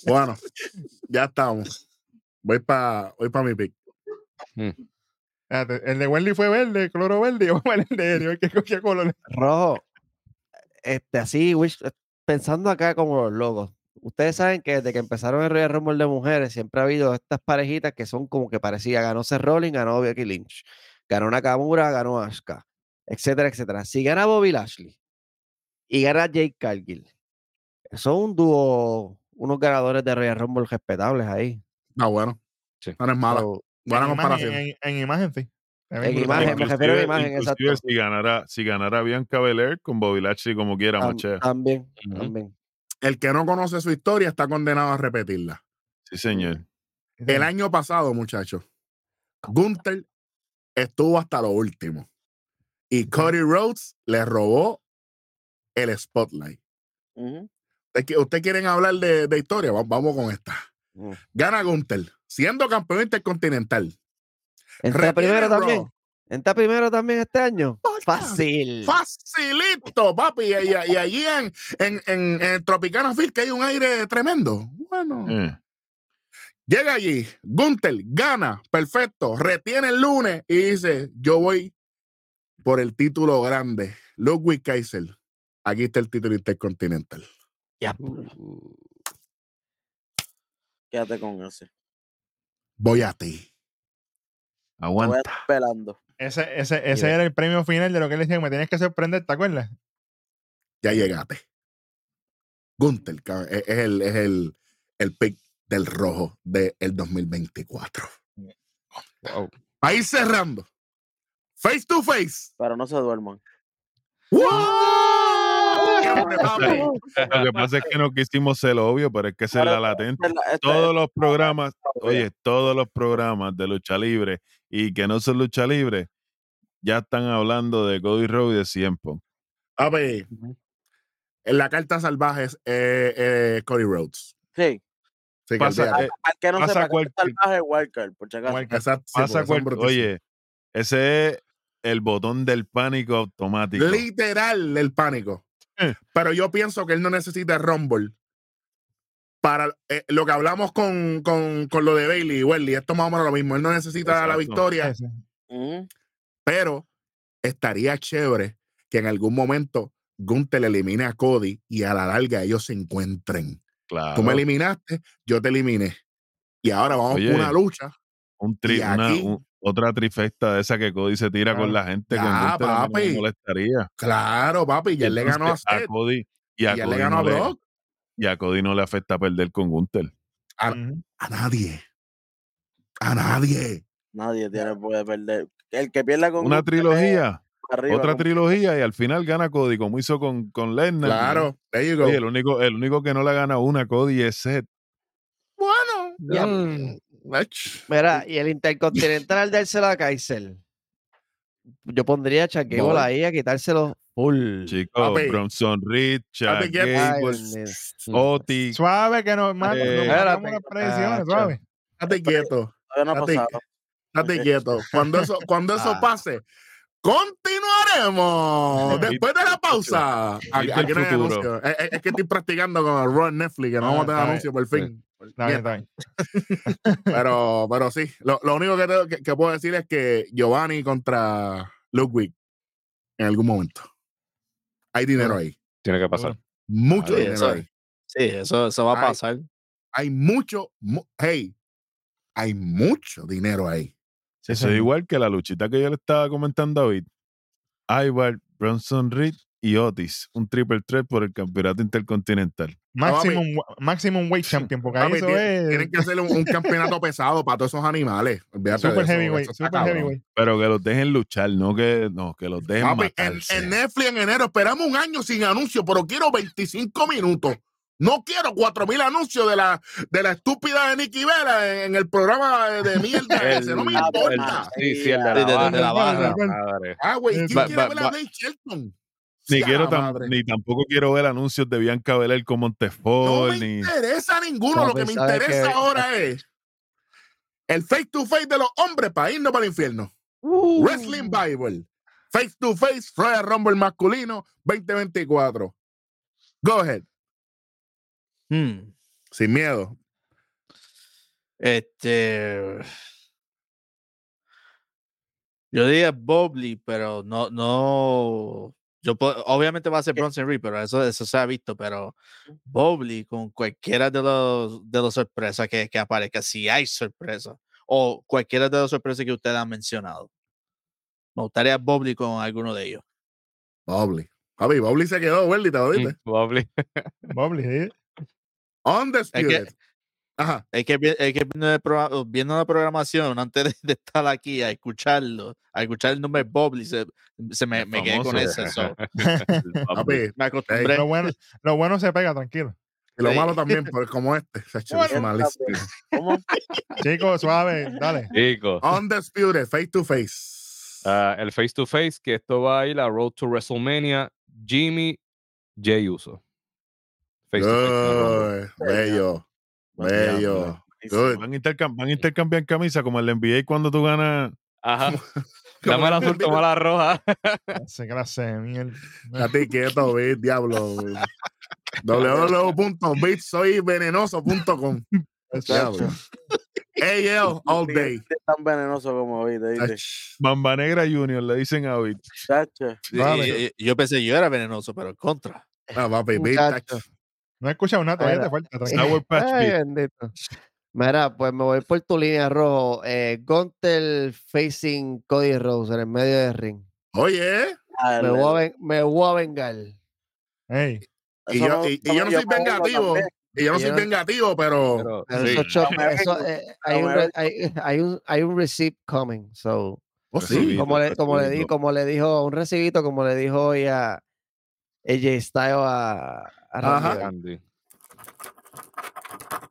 Speaker 1: Bueno, ya estamos. Voy para voy pa mi pick.
Speaker 7: Espérate, El de Wendy fue verde, color verde. y Vamos a ver el de Elio. ¿Qué, qué color?
Speaker 3: Rojo. Este, así, wish- pensando acá como los locos. Ustedes saben que desde que empezaron el Royal Rumble de mujeres, siempre ha habido estas parejitas que son como que parecía ganó Seth Rollins, ganó Becky Lynch, ganó Nakamura, ganó Asuka, etcétera, etcétera. Si gana Bobby Lashley y gana Jake Cargill, son un dúo, unos ganadores de Royal Rumble respetables ahí.
Speaker 1: Ah, bueno.
Speaker 9: Sí.
Speaker 1: No es mala.
Speaker 3: So,
Speaker 1: Buena
Speaker 7: en,
Speaker 1: comparación.
Speaker 7: imagen, en, en imagen, sí. Se ven
Speaker 3: En
Speaker 7: brutales.
Speaker 3: imagen, me refiero a la imagen,
Speaker 5: inclusive
Speaker 3: exacto.
Speaker 5: si ganara, si ganara Bianca Belair con Bobby Lashley como quiera,
Speaker 3: tam-
Speaker 5: machea.
Speaker 3: también,
Speaker 9: Ujú.
Speaker 3: también.
Speaker 1: El que no conoce su historia está condenado a repetirla.
Speaker 5: Sí, señor.
Speaker 7: Sí,
Speaker 1: El
Speaker 7: sí.
Speaker 1: año pasado, muchachos, Gunther estuvo hasta lo último. Y Cody Rhodes le robó el spotlight.
Speaker 2: Ujú.
Speaker 1: Es que ustedes quieren hablar de, de historia, Va- vamos con esta.
Speaker 3: Mm.
Speaker 1: Gana Gunther, siendo campeón intercontinental.
Speaker 3: Entra
Speaker 1: Retiene
Speaker 3: primero
Speaker 1: Raw.
Speaker 3: también. Entra primero también este año. Fácil.
Speaker 1: Facilito, papi. Y, y- y allí en, en, en, en Tropicana Field, que hay un aire tremendo. Bueno.
Speaker 5: Eh,
Speaker 1: Llega allí, Gunther gana, perfecto, retiene el lunes y dice, yo voy por el título grande. Ludwig Kaiser, aquí está el título intercontinental.
Speaker 6: ya,
Speaker 2: Quédate con ese.
Speaker 1: Voy a ti.
Speaker 2: Te voy a
Speaker 5: aguanta.
Speaker 2: estar pelando.
Speaker 7: Ese, ese, ese era el premio final de lo que él decía, me tienes que sorprender, ¿te acuerdas?
Speaker 1: Ya llegaste. Gunther ca- e, es es el, es el, el pick del rojo del 2024.
Speaker 9: Wow.
Speaker 1: Para ir cerrando. Face to face.
Speaker 2: Pero no se duerman.
Speaker 1: Siempre, papi.
Speaker 5: Lo que pasa es que no quisimos ser lo obvio, pero es que esa es la
Speaker 2: Esta Este
Speaker 5: latente.
Speaker 2: es la- esta-
Speaker 5: Todos los programas,
Speaker 2: esta-
Speaker 5: oye, todos los programas de lucha libre y que no son lucha libre, ya están hablando de Cody Rhodes y de Siempo.
Speaker 1: Papi, en la carta salvaje es eh, eh, Cody Rhodes.
Speaker 2: Sí.
Speaker 1: Sí, que
Speaker 5: Pasa,
Speaker 1: olvídate.
Speaker 5: eh,
Speaker 2: Al que no
Speaker 5: Pasa
Speaker 2: sepa que es
Speaker 5: cualquier-
Speaker 2: salvaje, Wildcard, por si acaso.
Speaker 7: Wildcard.
Speaker 1: Exacto, sí,
Speaker 5: pasa
Speaker 1: porque son
Speaker 5: cual-
Speaker 1: brutísimos.
Speaker 5: oye, ese es el botón del pánico automático.
Speaker 1: literal el pánico.
Speaker 5: Eh.
Speaker 1: Pero yo pienso que él no necesita el Rumble. Para eh, lo que hablamos con, con, con lo de Bailey y Welly, esto más o menos lo mismo. Él no necesita la
Speaker 5: Exacto.
Speaker 1: victoria,
Speaker 7: Ese.
Speaker 2: Mm.
Speaker 1: pero estaría chévere que en algún momento Gunther le elimine a Cody y a la larga ellos se encuentren.
Speaker 5: Claro.
Speaker 1: Tú me eliminaste, yo te eliminé. Y ahora vamos
Speaker 5: Oye,
Speaker 1: por una lucha.
Speaker 5: Un tri-
Speaker 1: y
Speaker 5: una-
Speaker 1: aquí-
Speaker 5: un- otra trifecta de esa que Cody se tira con la gente. Con
Speaker 1: Ya,
Speaker 5: Gunther a mí no
Speaker 1: papi.
Speaker 5: me molestaría.
Speaker 1: Claro, papi, ya él le ganó a
Speaker 5: Entonces,
Speaker 1: Seth.
Speaker 5: Cody. Y
Speaker 1: Y
Speaker 5: a,
Speaker 1: él
Speaker 5: Cody
Speaker 1: le ganó
Speaker 5: no
Speaker 1: a
Speaker 5: le-
Speaker 1: Brock.
Speaker 5: y a Cody no le afecta perder con Gunther.
Speaker 1: Ah,
Speaker 7: Ujú.
Speaker 1: A nadie. A nadie.
Speaker 2: Nadie tiene puede perder. El que pierda con eh,
Speaker 5: Una
Speaker 2: Gunther es
Speaker 5: trilogía,
Speaker 2: arriba,
Speaker 5: otra
Speaker 2: como-
Speaker 5: trilogía, y al final gana Cody, como hizo con, con Lesnar.
Speaker 1: Claro, there you go.
Speaker 5: Oye, el, único, el único que no le gana una a Cody es Seth.
Speaker 1: Bueno, mm,
Speaker 3: Ya.
Speaker 1: ach,
Speaker 3: Mira, y el Intercontinental dárselo a Kaiser. Yo pondría a Chuck Gable
Speaker 1: Voy.
Speaker 3: ahí a quitárselo full.
Speaker 5: Chicos,
Speaker 1: Papi.
Speaker 5: Bronson Reed, Chuck
Speaker 1: Papi, ¿qué- oh,
Speaker 5: Gable,
Speaker 3: Ay, Dios mío.
Speaker 5: Oti.
Speaker 7: Suave que nos mata.
Speaker 5: Eh,
Speaker 7: nos matamos
Speaker 3: espérate,
Speaker 7: las predicciones,
Speaker 1: Ah,
Speaker 3: cacho.
Speaker 7: suave.
Speaker 1: estate quieto,
Speaker 2: Todavía no ha
Speaker 1: Date-
Speaker 2: pasado.
Speaker 1: estate quieto. Cuando eso, cuando eso
Speaker 6: Ah.
Speaker 1: pase, continuaremos
Speaker 5: Viste
Speaker 1: después de la pausa. Aquí,
Speaker 5: Viste el
Speaker 1: aquí no hay
Speaker 5: futuro.
Speaker 1: anuncio. Es, es- es que estoy practicando con el Raw en Netflix, que no
Speaker 7: Ah,
Speaker 1: vamos a tener
Speaker 7: está
Speaker 1: anuncio por fin.
Speaker 7: Está bien, está bien.
Speaker 1: Pero, pero sí, lo, lo único que, tengo- que- que puedo decir es que Giovanni contra Ludwig en algún momento. Hay dinero ahí.
Speaker 9: Tiene que pasar.
Speaker 1: Mucho
Speaker 6: Ahí,
Speaker 1: dinero
Speaker 6: eso
Speaker 1: ahí.
Speaker 6: es. Sí, eso, eso va a
Speaker 1: Ay.
Speaker 6: pasar.
Speaker 1: Hay mucho, mu- hey, hay mucho dinero ahí.
Speaker 5: Eso es igual que la luchita que yo le estaba comentando a David. Ivar, Bronson Reed y Otis. Un triple threat por el campeonato intercontinental.
Speaker 7: Maximum, wa- maximum Weight Champion, porque ahí
Speaker 1: Papi,
Speaker 7: eso
Speaker 1: tien-
Speaker 7: es
Speaker 1: Tienen que hacer un, un campeonato pesado para todos esos animales. Olvídate de
Speaker 7: super
Speaker 1: eso,
Speaker 7: heavyweight.
Speaker 1: eso está
Speaker 7: Super
Speaker 1: cabrón.
Speaker 7: heavyweight.
Speaker 5: Pero que los dejen luchar, no que, no, que los dejen
Speaker 1: Papi, en,
Speaker 5: matarse.
Speaker 1: en Netflix en enero esperamos un año sin anuncios, pero quiero 25 minutos. No quiero 4000 anuncios de la, de la estúpida de Nikki Vela en, en el programa de, de mierda. ese. No me
Speaker 9: El- el-
Speaker 1: importa.
Speaker 9: sí, sí,
Speaker 2: Sí,
Speaker 9: el de la,
Speaker 6: de- de-
Speaker 9: barra,
Speaker 6: de la barra.
Speaker 9: madre.
Speaker 1: Ah, güey, ¿quién
Speaker 6: Va-
Speaker 1: quiere
Speaker 6: va-
Speaker 1: ver a
Speaker 6: va-
Speaker 1: Blake Shelton?
Speaker 5: Ni,
Speaker 1: Ya,
Speaker 5: quiero tam-
Speaker 1: madre.
Speaker 5: ni tampoco quiero ver anuncios de Bianca Belair con
Speaker 1: No
Speaker 5: Montefort,
Speaker 1: me
Speaker 5: ni
Speaker 1: interesa ninguno. Lo que me
Speaker 3: Papi, ¿sabe
Speaker 1: interesa
Speaker 3: qué?
Speaker 1: ahora es el face to face de los hombres para irnos para el infierno.
Speaker 3: Uh.
Speaker 1: Wrestling Bible. Face to face, Royal Rumble masculino 2024. Go ahead.
Speaker 6: Hmm.
Speaker 1: Sin miedo.
Speaker 6: Este. Yo diría Bobley, pero no, no. Yo puedo- obviamente va a ser Bronson Reed, pero eso, eso se ha visto. Pero Bobley con cualquiera de los de las sorpresas que, que aparezca, si hay sorpresa, o cualquiera de las sorpresas que ustedes han mencionado. Me gustaría Bobley con alguno de ellos.
Speaker 1: Bobby. Bobby, Bobby se quedó, Welly, te lo
Speaker 9: Mm.
Speaker 1: dije.
Speaker 9: Probable.
Speaker 7: Bobby, sí.
Speaker 1: Undisputed.
Speaker 6: Es
Speaker 1: Ajá.
Speaker 6: Es que, vi- es que viendo, el progra- viendo la programación, antes de, de estar aquí a escucharlo, a escuchar el nombre Bobley, se, se me,
Speaker 5: El
Speaker 6: me quedé con
Speaker 5: famoso.
Speaker 6: ese. so,
Speaker 1: Papi,
Speaker 6: me acostumbré.
Speaker 7: Lo bueno, lo bueno se pega, tranquilo.
Speaker 1: y lo
Speaker 6: Sí.
Speaker 1: malo también, porque como este. Se ha hecho
Speaker 7: Bueno,
Speaker 1: es malísimo.
Speaker 2: ¿Cómo?
Speaker 7: Chicos, suave, dale.
Speaker 9: Chico.
Speaker 1: Undisputed, face to face.
Speaker 9: Ah, el face to face, que esto va a ir a Road to WrestleMania, Jimmy Jay Uso. Face to face en el Rumble.
Speaker 1: Good. Bello. Bello. Good.
Speaker 5: Van a, intercam- van a intercambiar camisa como el NBA cuando tú ganas.
Speaker 9: Ajá. Dame la azul, toma la roja.
Speaker 7: Se clase de mierda.
Speaker 1: A ti quieto, Bit, diablo. www.bitsoyvenenoso.com Diablo. AL all day.
Speaker 2: Tan venenoso como viste, ¿viste?
Speaker 1: Ach,
Speaker 5: Mamba Negra Junior le dicen a Bit.
Speaker 2: Chacho.
Speaker 6: Y-
Speaker 7: Vale.
Speaker 6: y- y- yo pensé yo era venenoso, pero contra.
Speaker 1: Ah, papi, Bit,
Speaker 3: Muchacho.
Speaker 1: ach,
Speaker 7: No he escuchado nada, todavía
Speaker 3: Ahora,
Speaker 7: te falta. tranquilo.
Speaker 5: Sour Patch
Speaker 3: Ay,
Speaker 5: Beat.
Speaker 3: bendito. Mira, pues me voy por tu línea rojo. Eh, Gunter facing Cody Rose en el medio del ring.
Speaker 1: Oye, eh,
Speaker 3: Me voy a, ven- me voy a vengar.
Speaker 7: Ey,
Speaker 1: y yo- y- y yo no soy vengativo. y yo no
Speaker 3: Y
Speaker 1: soy
Speaker 3: yo-
Speaker 1: vengativo, pero
Speaker 9: Pero,
Speaker 3: Pero
Speaker 9: sí,
Speaker 3: esos choques-
Speaker 2: me
Speaker 3: eso,
Speaker 2: vengo,
Speaker 3: eh,
Speaker 2: pero
Speaker 3: hay, un
Speaker 2: me
Speaker 3: re- hay- hay un, hay un receipt coming. So,
Speaker 1: oh, sí.
Speaker 5: Recibí.
Speaker 3: como le, como le di,
Speaker 5: recibito.
Speaker 3: como le dijo, un recibito, como le dijo hoy a AJ Styles a, a Randy
Speaker 7: Ah,
Speaker 1: Ajá.
Speaker 3: Orton.
Speaker 9: Randy.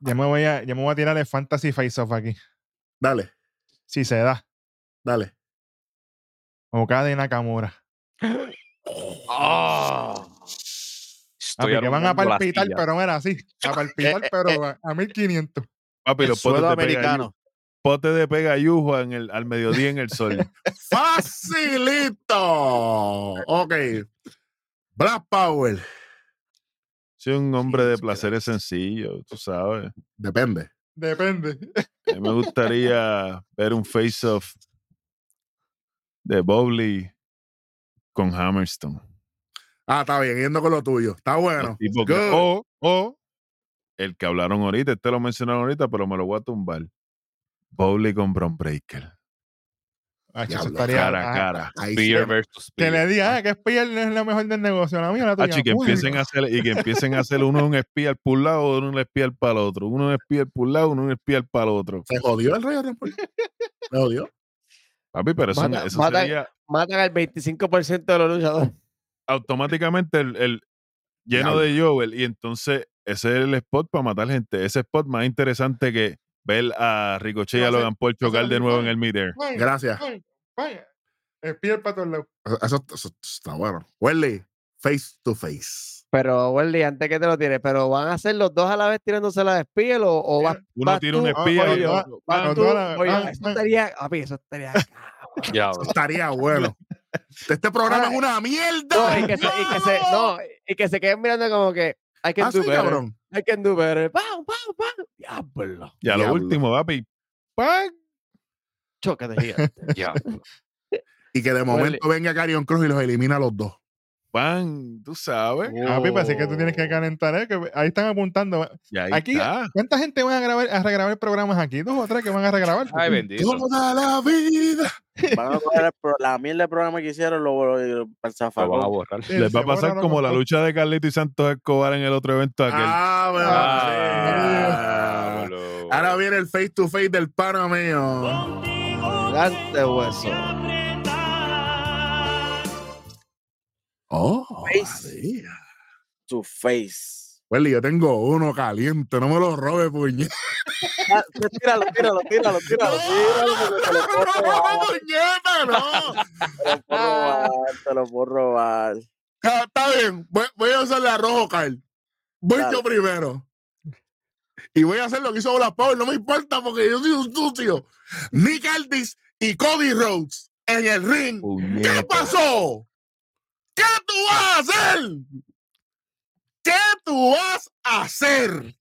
Speaker 7: ya me voy a, ya me voy a tirar el fantasy face off aquí.
Speaker 1: Dale,
Speaker 7: Si se da.
Speaker 1: dale.
Speaker 7: Okada y Nakamura. Papi,
Speaker 9: Estoy
Speaker 7: que Ah, van a
Speaker 9: arrumando la
Speaker 7: palpitar,
Speaker 9: silla.
Speaker 7: pero mira, así.
Speaker 1: Eh,
Speaker 7: A palpitar, pero a, a 1500.
Speaker 5: Papi,
Speaker 6: El
Speaker 5: los potes
Speaker 6: suelo
Speaker 5: de, pega,
Speaker 6: americano.
Speaker 5: pote de pegayujo en el, al mediodía en el sol.
Speaker 1: Facilito. Ok. Black Power
Speaker 5: Soy un hombre de placeres sencillos, tú sabes.
Speaker 1: Depende.
Speaker 7: Depende.
Speaker 5: A mí me gustaría ver un face-off de Bobley con Hammerstone.
Speaker 1: Ah, está bien, yendo con lo tuyo. Está bueno.
Speaker 5: Tipo que-
Speaker 1: Good.
Speaker 5: o, o el que hablaron ahorita, este lo mencionaron ahorita, pero me lo voy a tumbar. Bobley con Bron Breaker.
Speaker 7: Ah, eso
Speaker 1: Diablo,
Speaker 7: estaría-
Speaker 5: Cara
Speaker 7: ah,
Speaker 5: a cara.
Speaker 1: Ahí sí.
Speaker 9: Spear versus
Speaker 7: Que
Speaker 9: Spear.
Speaker 7: le diga ah, que Spear no es la mejor del negocio, la mía, la tuya.
Speaker 5: Hacho, y que
Speaker 7: Uy,
Speaker 5: empiecen a hacer, y que empiecen a hacer uno un espía al por un lado, uno un espía al para el otro, uno un espía al por un lado, uno un espía al para el otro.
Speaker 1: Se jodió el rey de Rampol. Se jodió.
Speaker 5: Papi, pero eso,
Speaker 3: Mata-
Speaker 5: eso
Speaker 3: mata-
Speaker 5: sería
Speaker 3: Matan al 25% de los luchadores.
Speaker 5: automáticamente el, el lleno de Joel. Y entonces ese es el spot para matar gente. Ese spot más interesante que ver a Ricochet y a
Speaker 7: Hacer-
Speaker 5: Logan Paul chocar de nuevo en el midair.
Speaker 7: uy,
Speaker 1: Gracias.
Speaker 7: uy, uy. Spear para todos lados.
Speaker 1: Eso, eso- eso está bueno. Welly, face to face.
Speaker 3: Pero, Wendy, antes que te lo tires, ¿pero van a hacer los dos a la vez tirándose la despiel o, o vas,
Speaker 5: Uno
Speaker 3: vas
Speaker 5: tira un
Speaker 3: tú,
Speaker 5: espía.
Speaker 3: voy
Speaker 5: el
Speaker 3: yo,
Speaker 5: otro-
Speaker 3: vas
Speaker 7: los
Speaker 3: tú,
Speaker 7: dos a la-
Speaker 3: voy yo?
Speaker 7: ah,
Speaker 3: Eso
Speaker 7: ah.
Speaker 3: estaría, papi, eso estaría...
Speaker 9: Diablo.
Speaker 1: Estaría bueno. Este programa es una
Speaker 3: No,
Speaker 1: mierda.
Speaker 3: y que se, y que se, no, y que se queden mirando como que hay que
Speaker 1: Ah, sí,
Speaker 3: do better,
Speaker 1: cabrón.
Speaker 3: I can do better. ¡Pam, pam, pam! ¡Diablo!
Speaker 5: Y a lo
Speaker 1: Diablo.
Speaker 5: último, papi. ¡pac!
Speaker 3: Chócate, gigante.
Speaker 9: Diablo.
Speaker 1: Y que de momento venga Carion Cruz y los elimina a los dos.
Speaker 5: ¡Pan! Tú sabes.
Speaker 7: Ah, Pipa, así que tú
Speaker 5: Oh.
Speaker 7: tienes que calentar, eh, que ahí están apuntando.
Speaker 5: Y ahí
Speaker 7: Aquí-
Speaker 5: está.
Speaker 7: ¿Cuánta gente van a grabar, a regrabar programas aquí? Dos o tres que van a regrabar.
Speaker 9: Ay, bendito.
Speaker 1: Toda la vida.
Speaker 2: Van a coger el pro- la mierda del programa que hicieron, lo vuelven a
Speaker 9: Lo van a
Speaker 2: zafacón.
Speaker 9: borrar.
Speaker 7: Sí,
Speaker 5: Les va a pasar
Speaker 7: se borraron
Speaker 5: como
Speaker 7: los
Speaker 5: la
Speaker 7: dos.
Speaker 5: lucha de Carlito y Santos Escobar en el otro evento aquel.
Speaker 1: Ah, bueno.
Speaker 5: Ah,
Speaker 1: sí. Ahora viene el face to face del pana mío.
Speaker 3: Gigante hueso.
Speaker 1: Oh,
Speaker 2: Face.
Speaker 1: María.
Speaker 2: Su face.
Speaker 1: Welly, yo tengo uno caliente, no me lo robes, puñet.
Speaker 2: Ah, pues Tíralo, tíralo, tíralo, tíralo. Tíralo, porque te lo puedo robar.
Speaker 1: puñeta, no.
Speaker 2: Te lo puedo
Speaker 3: Ah,
Speaker 5: Ah.
Speaker 2: robar, te lo puedo robar.
Speaker 1: Ah, Está bien, voy, voy a usar la rojo, Carl. Voy
Speaker 2: Dale.
Speaker 1: yo primero. Y voy a hacer lo que hizo Ola Power, no me importa porque yo soy un sucio. Nick Aldis y Cody Rhodes en el ring. ¿Qué pasó? ¿Qué tú vas a hacer? ¿Qué tú vas a hacer?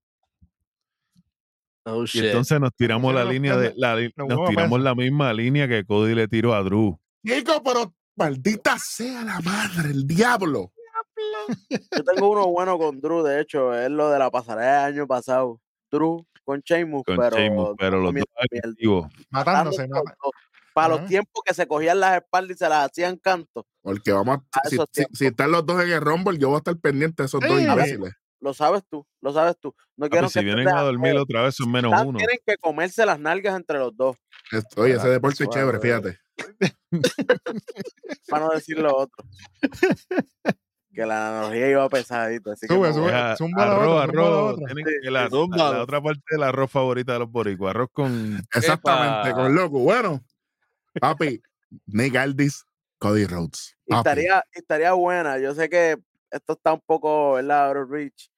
Speaker 6: Oh,
Speaker 5: Y
Speaker 6: shit.
Speaker 5: entonces nos tiramos la
Speaker 7: Entonces nos
Speaker 5: línea de la, li-
Speaker 7: nos
Speaker 5: nos
Speaker 7: vamos a
Speaker 5: tiramos la misma línea que Cody le tiró a Drew.
Speaker 1: Chico, pero maldita sea la madre, el diablo.
Speaker 2: Yo tengo uno bueno con Drew, de hecho, es lo de la pasarela del año pasado. Drew con Sheamus,
Speaker 5: Con
Speaker 2: pero.
Speaker 5: Sheamus, pero los dos
Speaker 2: comiendo mierda.
Speaker 5: activos.
Speaker 7: Matándose.
Speaker 2: Ambos
Speaker 7: mata-
Speaker 2: los dos. Para
Speaker 7: Ajá.
Speaker 2: los tiempos que se cogían las espaldas y se las hacían canto,
Speaker 1: Porque vamos a-
Speaker 2: A
Speaker 1: si,
Speaker 2: esos
Speaker 1: si-
Speaker 2: tiempos.
Speaker 1: si están los dos en el Rumble, yo voy a estar pendiente de esos dos
Speaker 7: Sí.
Speaker 1: imbéciles.
Speaker 2: lo sabes tú, lo sabes tú. No
Speaker 5: Papi,
Speaker 2: quiero
Speaker 5: Ah, pues si
Speaker 2: que
Speaker 5: vienen a dormir otra vez son menos uno.
Speaker 2: Tienen que comerse las nalgas entre los dos,
Speaker 1: Esto- Oye, ese
Speaker 5: Espérate,
Speaker 1: deporte es chévere,
Speaker 2: suave.
Speaker 1: fíjate.
Speaker 2: para no decir lo otro. que la analogía iba pesadita. Así que
Speaker 7: Sube,
Speaker 2: me voy.
Speaker 7: sube.
Speaker 5: Deja-
Speaker 7: zumba la
Speaker 5: Arroz,
Speaker 7: otra, zumba la
Speaker 5: arroz.
Speaker 7: otra.
Speaker 5: Tienen
Speaker 2: Sí,
Speaker 5: que- la,
Speaker 2: sí, zumba.
Speaker 5: la otra parte del arroz favorita de los boricuas. Arroz con...
Speaker 1: Exactamente,
Speaker 9: Epa.
Speaker 1: con loco. Bueno, papi, Nick Aldis, Cody Rhodes.
Speaker 2: Y
Speaker 3: Ah,
Speaker 1: Papi.
Speaker 2: estaría, y estaría buena. Yo sé que esto está un poco, ¿verdad? Out of reach.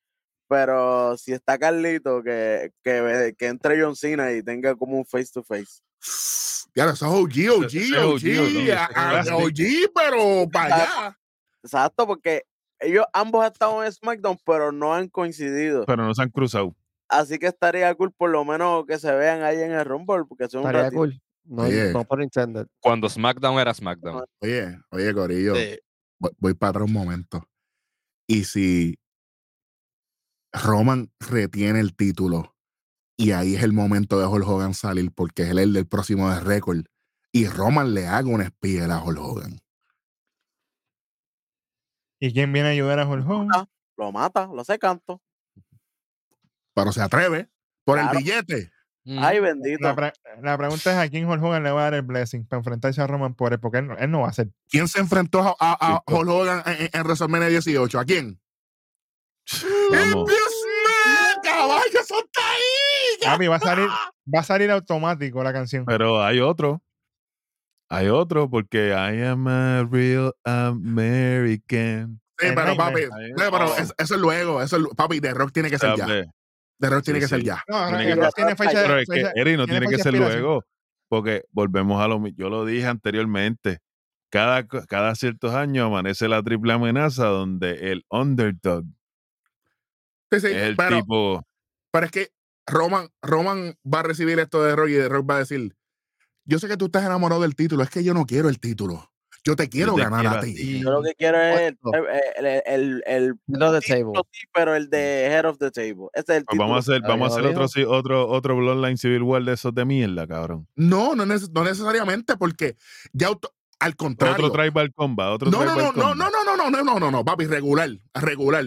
Speaker 2: Pero si está Carlito, que, que, que entre John Cena y tenga como un face to face.
Speaker 1: Ya, eso es OG, OG,
Speaker 5: Ese es
Speaker 1: OG,
Speaker 5: OG,
Speaker 1: a- a-
Speaker 5: ¿no?
Speaker 1: OG, ah, pero para allá.
Speaker 2: Exacto, porque ellos ambos han estado en SmackDown, pero no han coincidido.
Speaker 5: Pero no se han cruzado.
Speaker 2: Así que estaría cool por lo menos que se vean ahí en el Rumble, porque son un
Speaker 3: Estaría
Speaker 2: ratito.
Speaker 3: cool. No,
Speaker 1: Oye.
Speaker 3: no por intended.
Speaker 9: Cuando SmackDown era SmackDown.
Speaker 1: Oye, oye, Corillo,
Speaker 6: Sí.
Speaker 1: voy, voy para atrás un momento. Y si Roman retiene el título, y ahí es el momento de Hulk Hogan salir, porque es él el del próximo de récord, y Roman le haga una espía a Hulk Hogan.
Speaker 7: ¿Y quién viene a ayudar a Hulk Hogan?
Speaker 2: Ah. Lo mata, lo hace canto.
Speaker 1: Pero se atreve por el
Speaker 2: Claro.
Speaker 1: billete.
Speaker 3: Mm,
Speaker 2: Ay,
Speaker 7: La,
Speaker 2: bendito.
Speaker 7: pre- la pregunta es a quién Hulk Hogan le va a dar el blessing para enfrentarse a Roman Power, porque él, no- él no va a ser.
Speaker 1: ¿Quién se enfrentó a, a, a Hulk Hogan en, en- en WrestleMania 18? ¿A quién?
Speaker 5: Vamos.
Speaker 1: mío! ¡Caballo, eso está ahí!
Speaker 7: Papi, va a salir, va a salir automático la canción.
Speaker 5: Pero hay otro. Hay otro porque I am a real American.
Speaker 1: Sí,
Speaker 7: El
Speaker 1: pero papi,
Speaker 7: Nightmare.
Speaker 1: sí, pero es- eso es luego, eso es lu- papi, The Rock tiene que ser ya.
Speaker 5: Hombre,
Speaker 1: The Rock tiene
Speaker 5: Sí,
Speaker 1: que ser
Speaker 5: sí.
Speaker 1: ya.
Speaker 7: No, no,
Speaker 5: Tiene
Speaker 7: el
Speaker 5: que-
Speaker 7: Rock tiene fecha de-
Speaker 5: Pero es que,
Speaker 7: fecha-
Speaker 5: Eri, no
Speaker 7: tiene
Speaker 5: tiene que
Speaker 7: fecha de
Speaker 5: ser
Speaker 7: expiración.
Speaker 5: luego. Porque volvemos a lo mismo. Yo lo dije anteriormente. Cada, co- cada ciertos años amanece la triple amenaza donde el underdog
Speaker 1: Sí, sí,
Speaker 5: el
Speaker 1: pero,
Speaker 5: tipo. pues
Speaker 1: pero es que Roman, Roman va a recibir esto de Rock y de Rock va a decir: Yo sé que tú estás enamorado del título, es que yo no quiero el título. Yo te quiero
Speaker 5: te
Speaker 1: ganar
Speaker 5: quiero
Speaker 1: a
Speaker 5: a
Speaker 1: ti.
Speaker 2: Yo lo que quiero es el, el, el, el, el
Speaker 3: Below the
Speaker 2: título,
Speaker 3: table.
Speaker 2: sí, pero el de Head of the Table. Ese es el título.
Speaker 5: Vamos a hacer,
Speaker 3: Ah,
Speaker 5: vamos a
Speaker 3: ya
Speaker 5: hacer
Speaker 3: lo
Speaker 5: otro, sí, otro, otro Bloodline Civil War de esos de mierda, cabrón.
Speaker 1: No, no, neces- no necesariamente, porque ya auto- al contrario.
Speaker 5: Otro Tribal Combat, otro
Speaker 1: No, no,
Speaker 5: Tribal
Speaker 1: no, no,
Speaker 5: Combat.
Speaker 1: no, no, no, no, no, no, no, no, papi, regular, regular.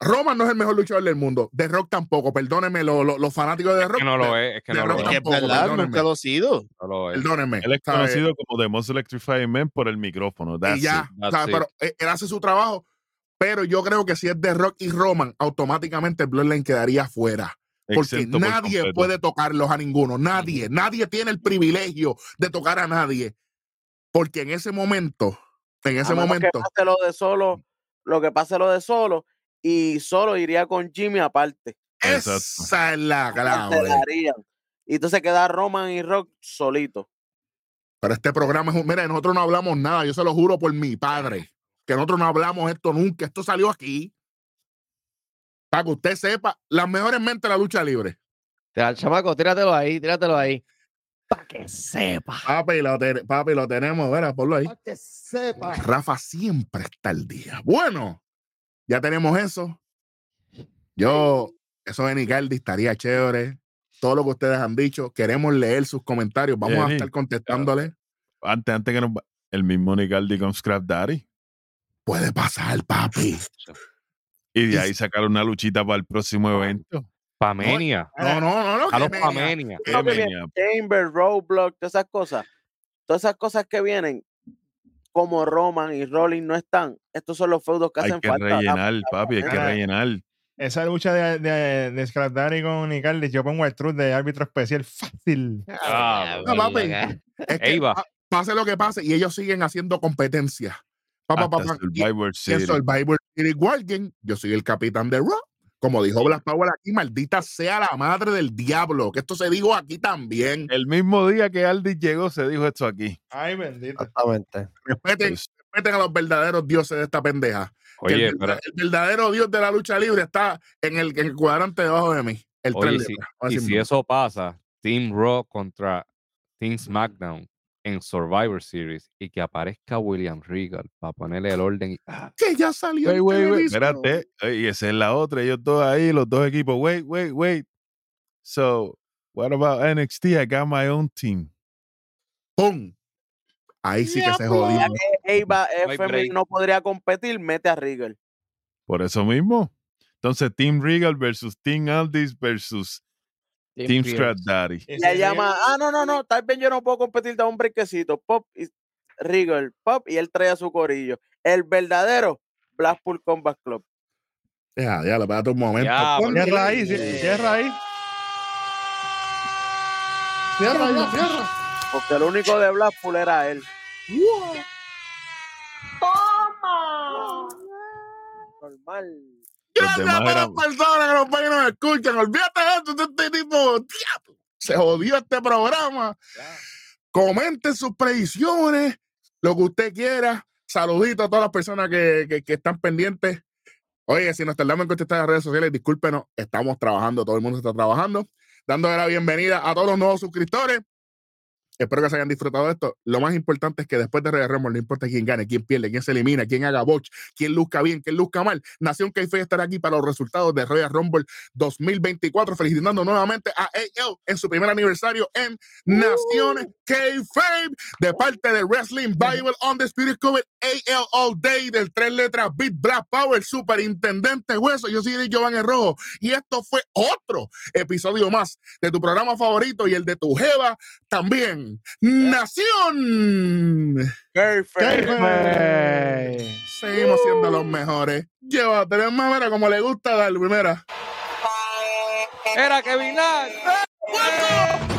Speaker 1: Roman no es el mejor luchador del mundo. De Rock tampoco, perdónenme, lo- lo- los fanáticos de Rock.
Speaker 9: Que no lo es, es que
Speaker 1: de
Speaker 9: no lo
Speaker 1: rock
Speaker 9: es.
Speaker 6: Que es
Speaker 1: tampoco,
Speaker 6: verdad,
Speaker 1: perdónenme.
Speaker 6: nunca lo ha sido.
Speaker 9: no lo es.
Speaker 1: Perdónenme.
Speaker 5: Él es
Speaker 1: ¿sabes?
Speaker 5: conocido como The Most Electrifying Man por el micrófono. That's
Speaker 1: y ya,
Speaker 9: it, that's
Speaker 1: ¿sabes?
Speaker 9: it.
Speaker 1: pero eh, él hace su trabajo. Pero yo creo que si es de Rock y Roman, automáticamente el Bloodline quedaría fuera.
Speaker 5: it.
Speaker 1: Porque
Speaker 5: Exento por
Speaker 1: nadie
Speaker 5: completo.
Speaker 1: puede tocarlos a ninguno. Nadie. Nadie tiene el privilegio de tocar a nadie. Porque en ese momento, en ese
Speaker 2: a menos
Speaker 1: momento. Mm.
Speaker 2: Que pase lo de solo, lo que pase lo de solo, y solo iría con Jimmy aparte.
Speaker 5: Exacto.
Speaker 1: Esa es la clave.
Speaker 2: Cancelarían. Y entonces queda Roman y Rock solito.
Speaker 1: Pero este programa es un. Mira, nosotros no hablamos nada, yo se lo juro por mi padre, que nosotros no hablamos esto nunca. Esto salió aquí. Para que usted sepa, las mejores mentes de la lucha libre.
Speaker 3: Tira- Chamaco, tíratelo ahí, tíratelo ahí. Para que sepa.
Speaker 1: Papi, lo, ten- papi, lo tenemos, verá, ponlo ahí.
Speaker 3: Para Ah. que sepa.
Speaker 1: Rafa siempre está al día. Bueno, ya tenemos eso. Yo, eso de Nicaldi estaría chévere. Todo lo que ustedes han dicho, queremos leer sus comentarios. Vamos a
Speaker 5: Eri,
Speaker 1: estar contestándole.
Speaker 5: Antes, antes que nos. va- El mismo Nicaldi con Scrap Daddy.
Speaker 1: Puede pasar, papi.
Speaker 5: Y
Speaker 1: Y-
Speaker 5: de ahí sacar una luchita para el próximo
Speaker 2: Ah,
Speaker 5: evento.
Speaker 9: Pamenia.
Speaker 1: No, no, no, no.
Speaker 9: A los
Speaker 1: que me-
Speaker 9: Pamenia.
Speaker 5: Qué
Speaker 2: Lo que viene.
Speaker 5: menia.
Speaker 2: Chamber, Roadblock, todas esas cosas. Todas esas cosas que vienen, como Roman y Rollins no están, estos son los feudos que
Speaker 5: Hay
Speaker 2: hacen
Speaker 5: que
Speaker 2: falta.
Speaker 5: rellenar, papi, hay que
Speaker 7: Ah.
Speaker 5: rellenar.
Speaker 7: Esa lucha de, de, de Scrap Daddy con Nicaldi, yo pongo el truth de árbitro especial fácil.
Speaker 9: Ah,
Speaker 1: Ah, papi. Es que,
Speaker 9: Ahí va.
Speaker 1: pa- pase lo que pase, y ellos siguen haciendo competencia. Pa, pa, pa,
Speaker 5: Hasta
Speaker 1: pa. Y-
Speaker 5: Survivor
Speaker 1: y en
Speaker 5: Series.
Speaker 1: Survivor Series Wargame, yo soy el capitán de Raw. Como dijo Black Power aquí, maldita sea la madre del diablo, que esto se dijo aquí también.
Speaker 5: El mismo día que Aldi llegó, se dijo esto aquí. Pues,
Speaker 7: Ay, bendito.
Speaker 3: Exactamente.
Speaker 1: Respeten, respeten a los verdaderos dioses de esta pendeja. Que
Speaker 9: Oye,
Speaker 1: el,
Speaker 9: pero
Speaker 1: verda- el verdadero dios de la lucha libre está en el, en el cuadrante debajo de mí. El
Speaker 9: Oye,
Speaker 1: tres
Speaker 9: sí,
Speaker 1: letras, vamos a
Speaker 9: y
Speaker 1: decirlo.
Speaker 9: si eso pasa, Team Raw contra Team SmackDown en Survivor Series y que aparezca William Regal para ponerle el orden. y- Ah,
Speaker 1: Que ya salió.
Speaker 5: Wey,
Speaker 1: en
Speaker 5: wey, wey.
Speaker 1: televisión.
Speaker 5: Espérate. eh, Y esa es la otra. Ellos todos ahí, los dos equipos. Wait, wait, wait. So, what about NXT? I got my own team.
Speaker 1: ¡Pum! Ahí sí que se
Speaker 2: Diablo.
Speaker 1: jodió.
Speaker 2: Ya que Eva
Speaker 9: pues, No hay
Speaker 2: FM
Speaker 9: break.
Speaker 2: no podría competir, mete a Regal.
Speaker 5: Por eso mismo. Entonces, Team Regal versus Team Aldis versus Team Scrap Daddy.
Speaker 7: Y
Speaker 2: Ya
Speaker 7: si
Speaker 2: llama, ah, no, no, no, tal vez yo no puedo competir, da un briquecito, pop, y Regal, pop, y él trae a su corillo. El verdadero Blackpool Combat Club.
Speaker 1: Ya, ya, lo espérate un momento.
Speaker 9: Ya,
Speaker 1: Pon-
Speaker 7: Cierra ahí, cier- cierra ahí.
Speaker 10: Cierra ya, cierra.
Speaker 2: Porque el único de Blackpool era él.
Speaker 4: ¡Toma!
Speaker 2: Normal.
Speaker 5: Los
Speaker 1: Gracias
Speaker 5: demás
Speaker 1: para las
Speaker 5: eran-
Speaker 1: personas que nos ven y nos escuchan. Olvídate de esto, de este tipo. diablo, Se jodió este programa. Comenten sus predicciones, lo que usted quiera. Saludito a todas las personas que, que- que están pendientes. Oye, si nos tardamos en contestar las redes sociales, discúlpenos, estamos trabajando, todo el mundo está trabajando. Dándole la bienvenida a todos los nuevos suscriptores. Espero que se hayan disfrutado de esto. Lo más importante es que después de Reyes Rumble, no importa quién gane, quién pierde, quién se elimina, quién haga botch, quién luzca bien, quién luzca mal. Nación Café estará aquí para los resultados de Royal Rumble 2024, felicitando nuevamente a AL en su primer aniversario en Nación K-Fame de parte de Wrestling Bible Undisputed Cover AL All Day del tres letras Big Black Power, superintendente hueso. Yo soy Giovanni Rojo y esto fue otro episodio más de tu programa favorito y el de tu jeva también. Nación.
Speaker 7: Café.
Speaker 1: Seguimos siendo los mejores. Llévatelo, más mira, como le gusta a Darwin, mira.
Speaker 9: Era Kevin Nash.
Speaker 1: ¡Guapo!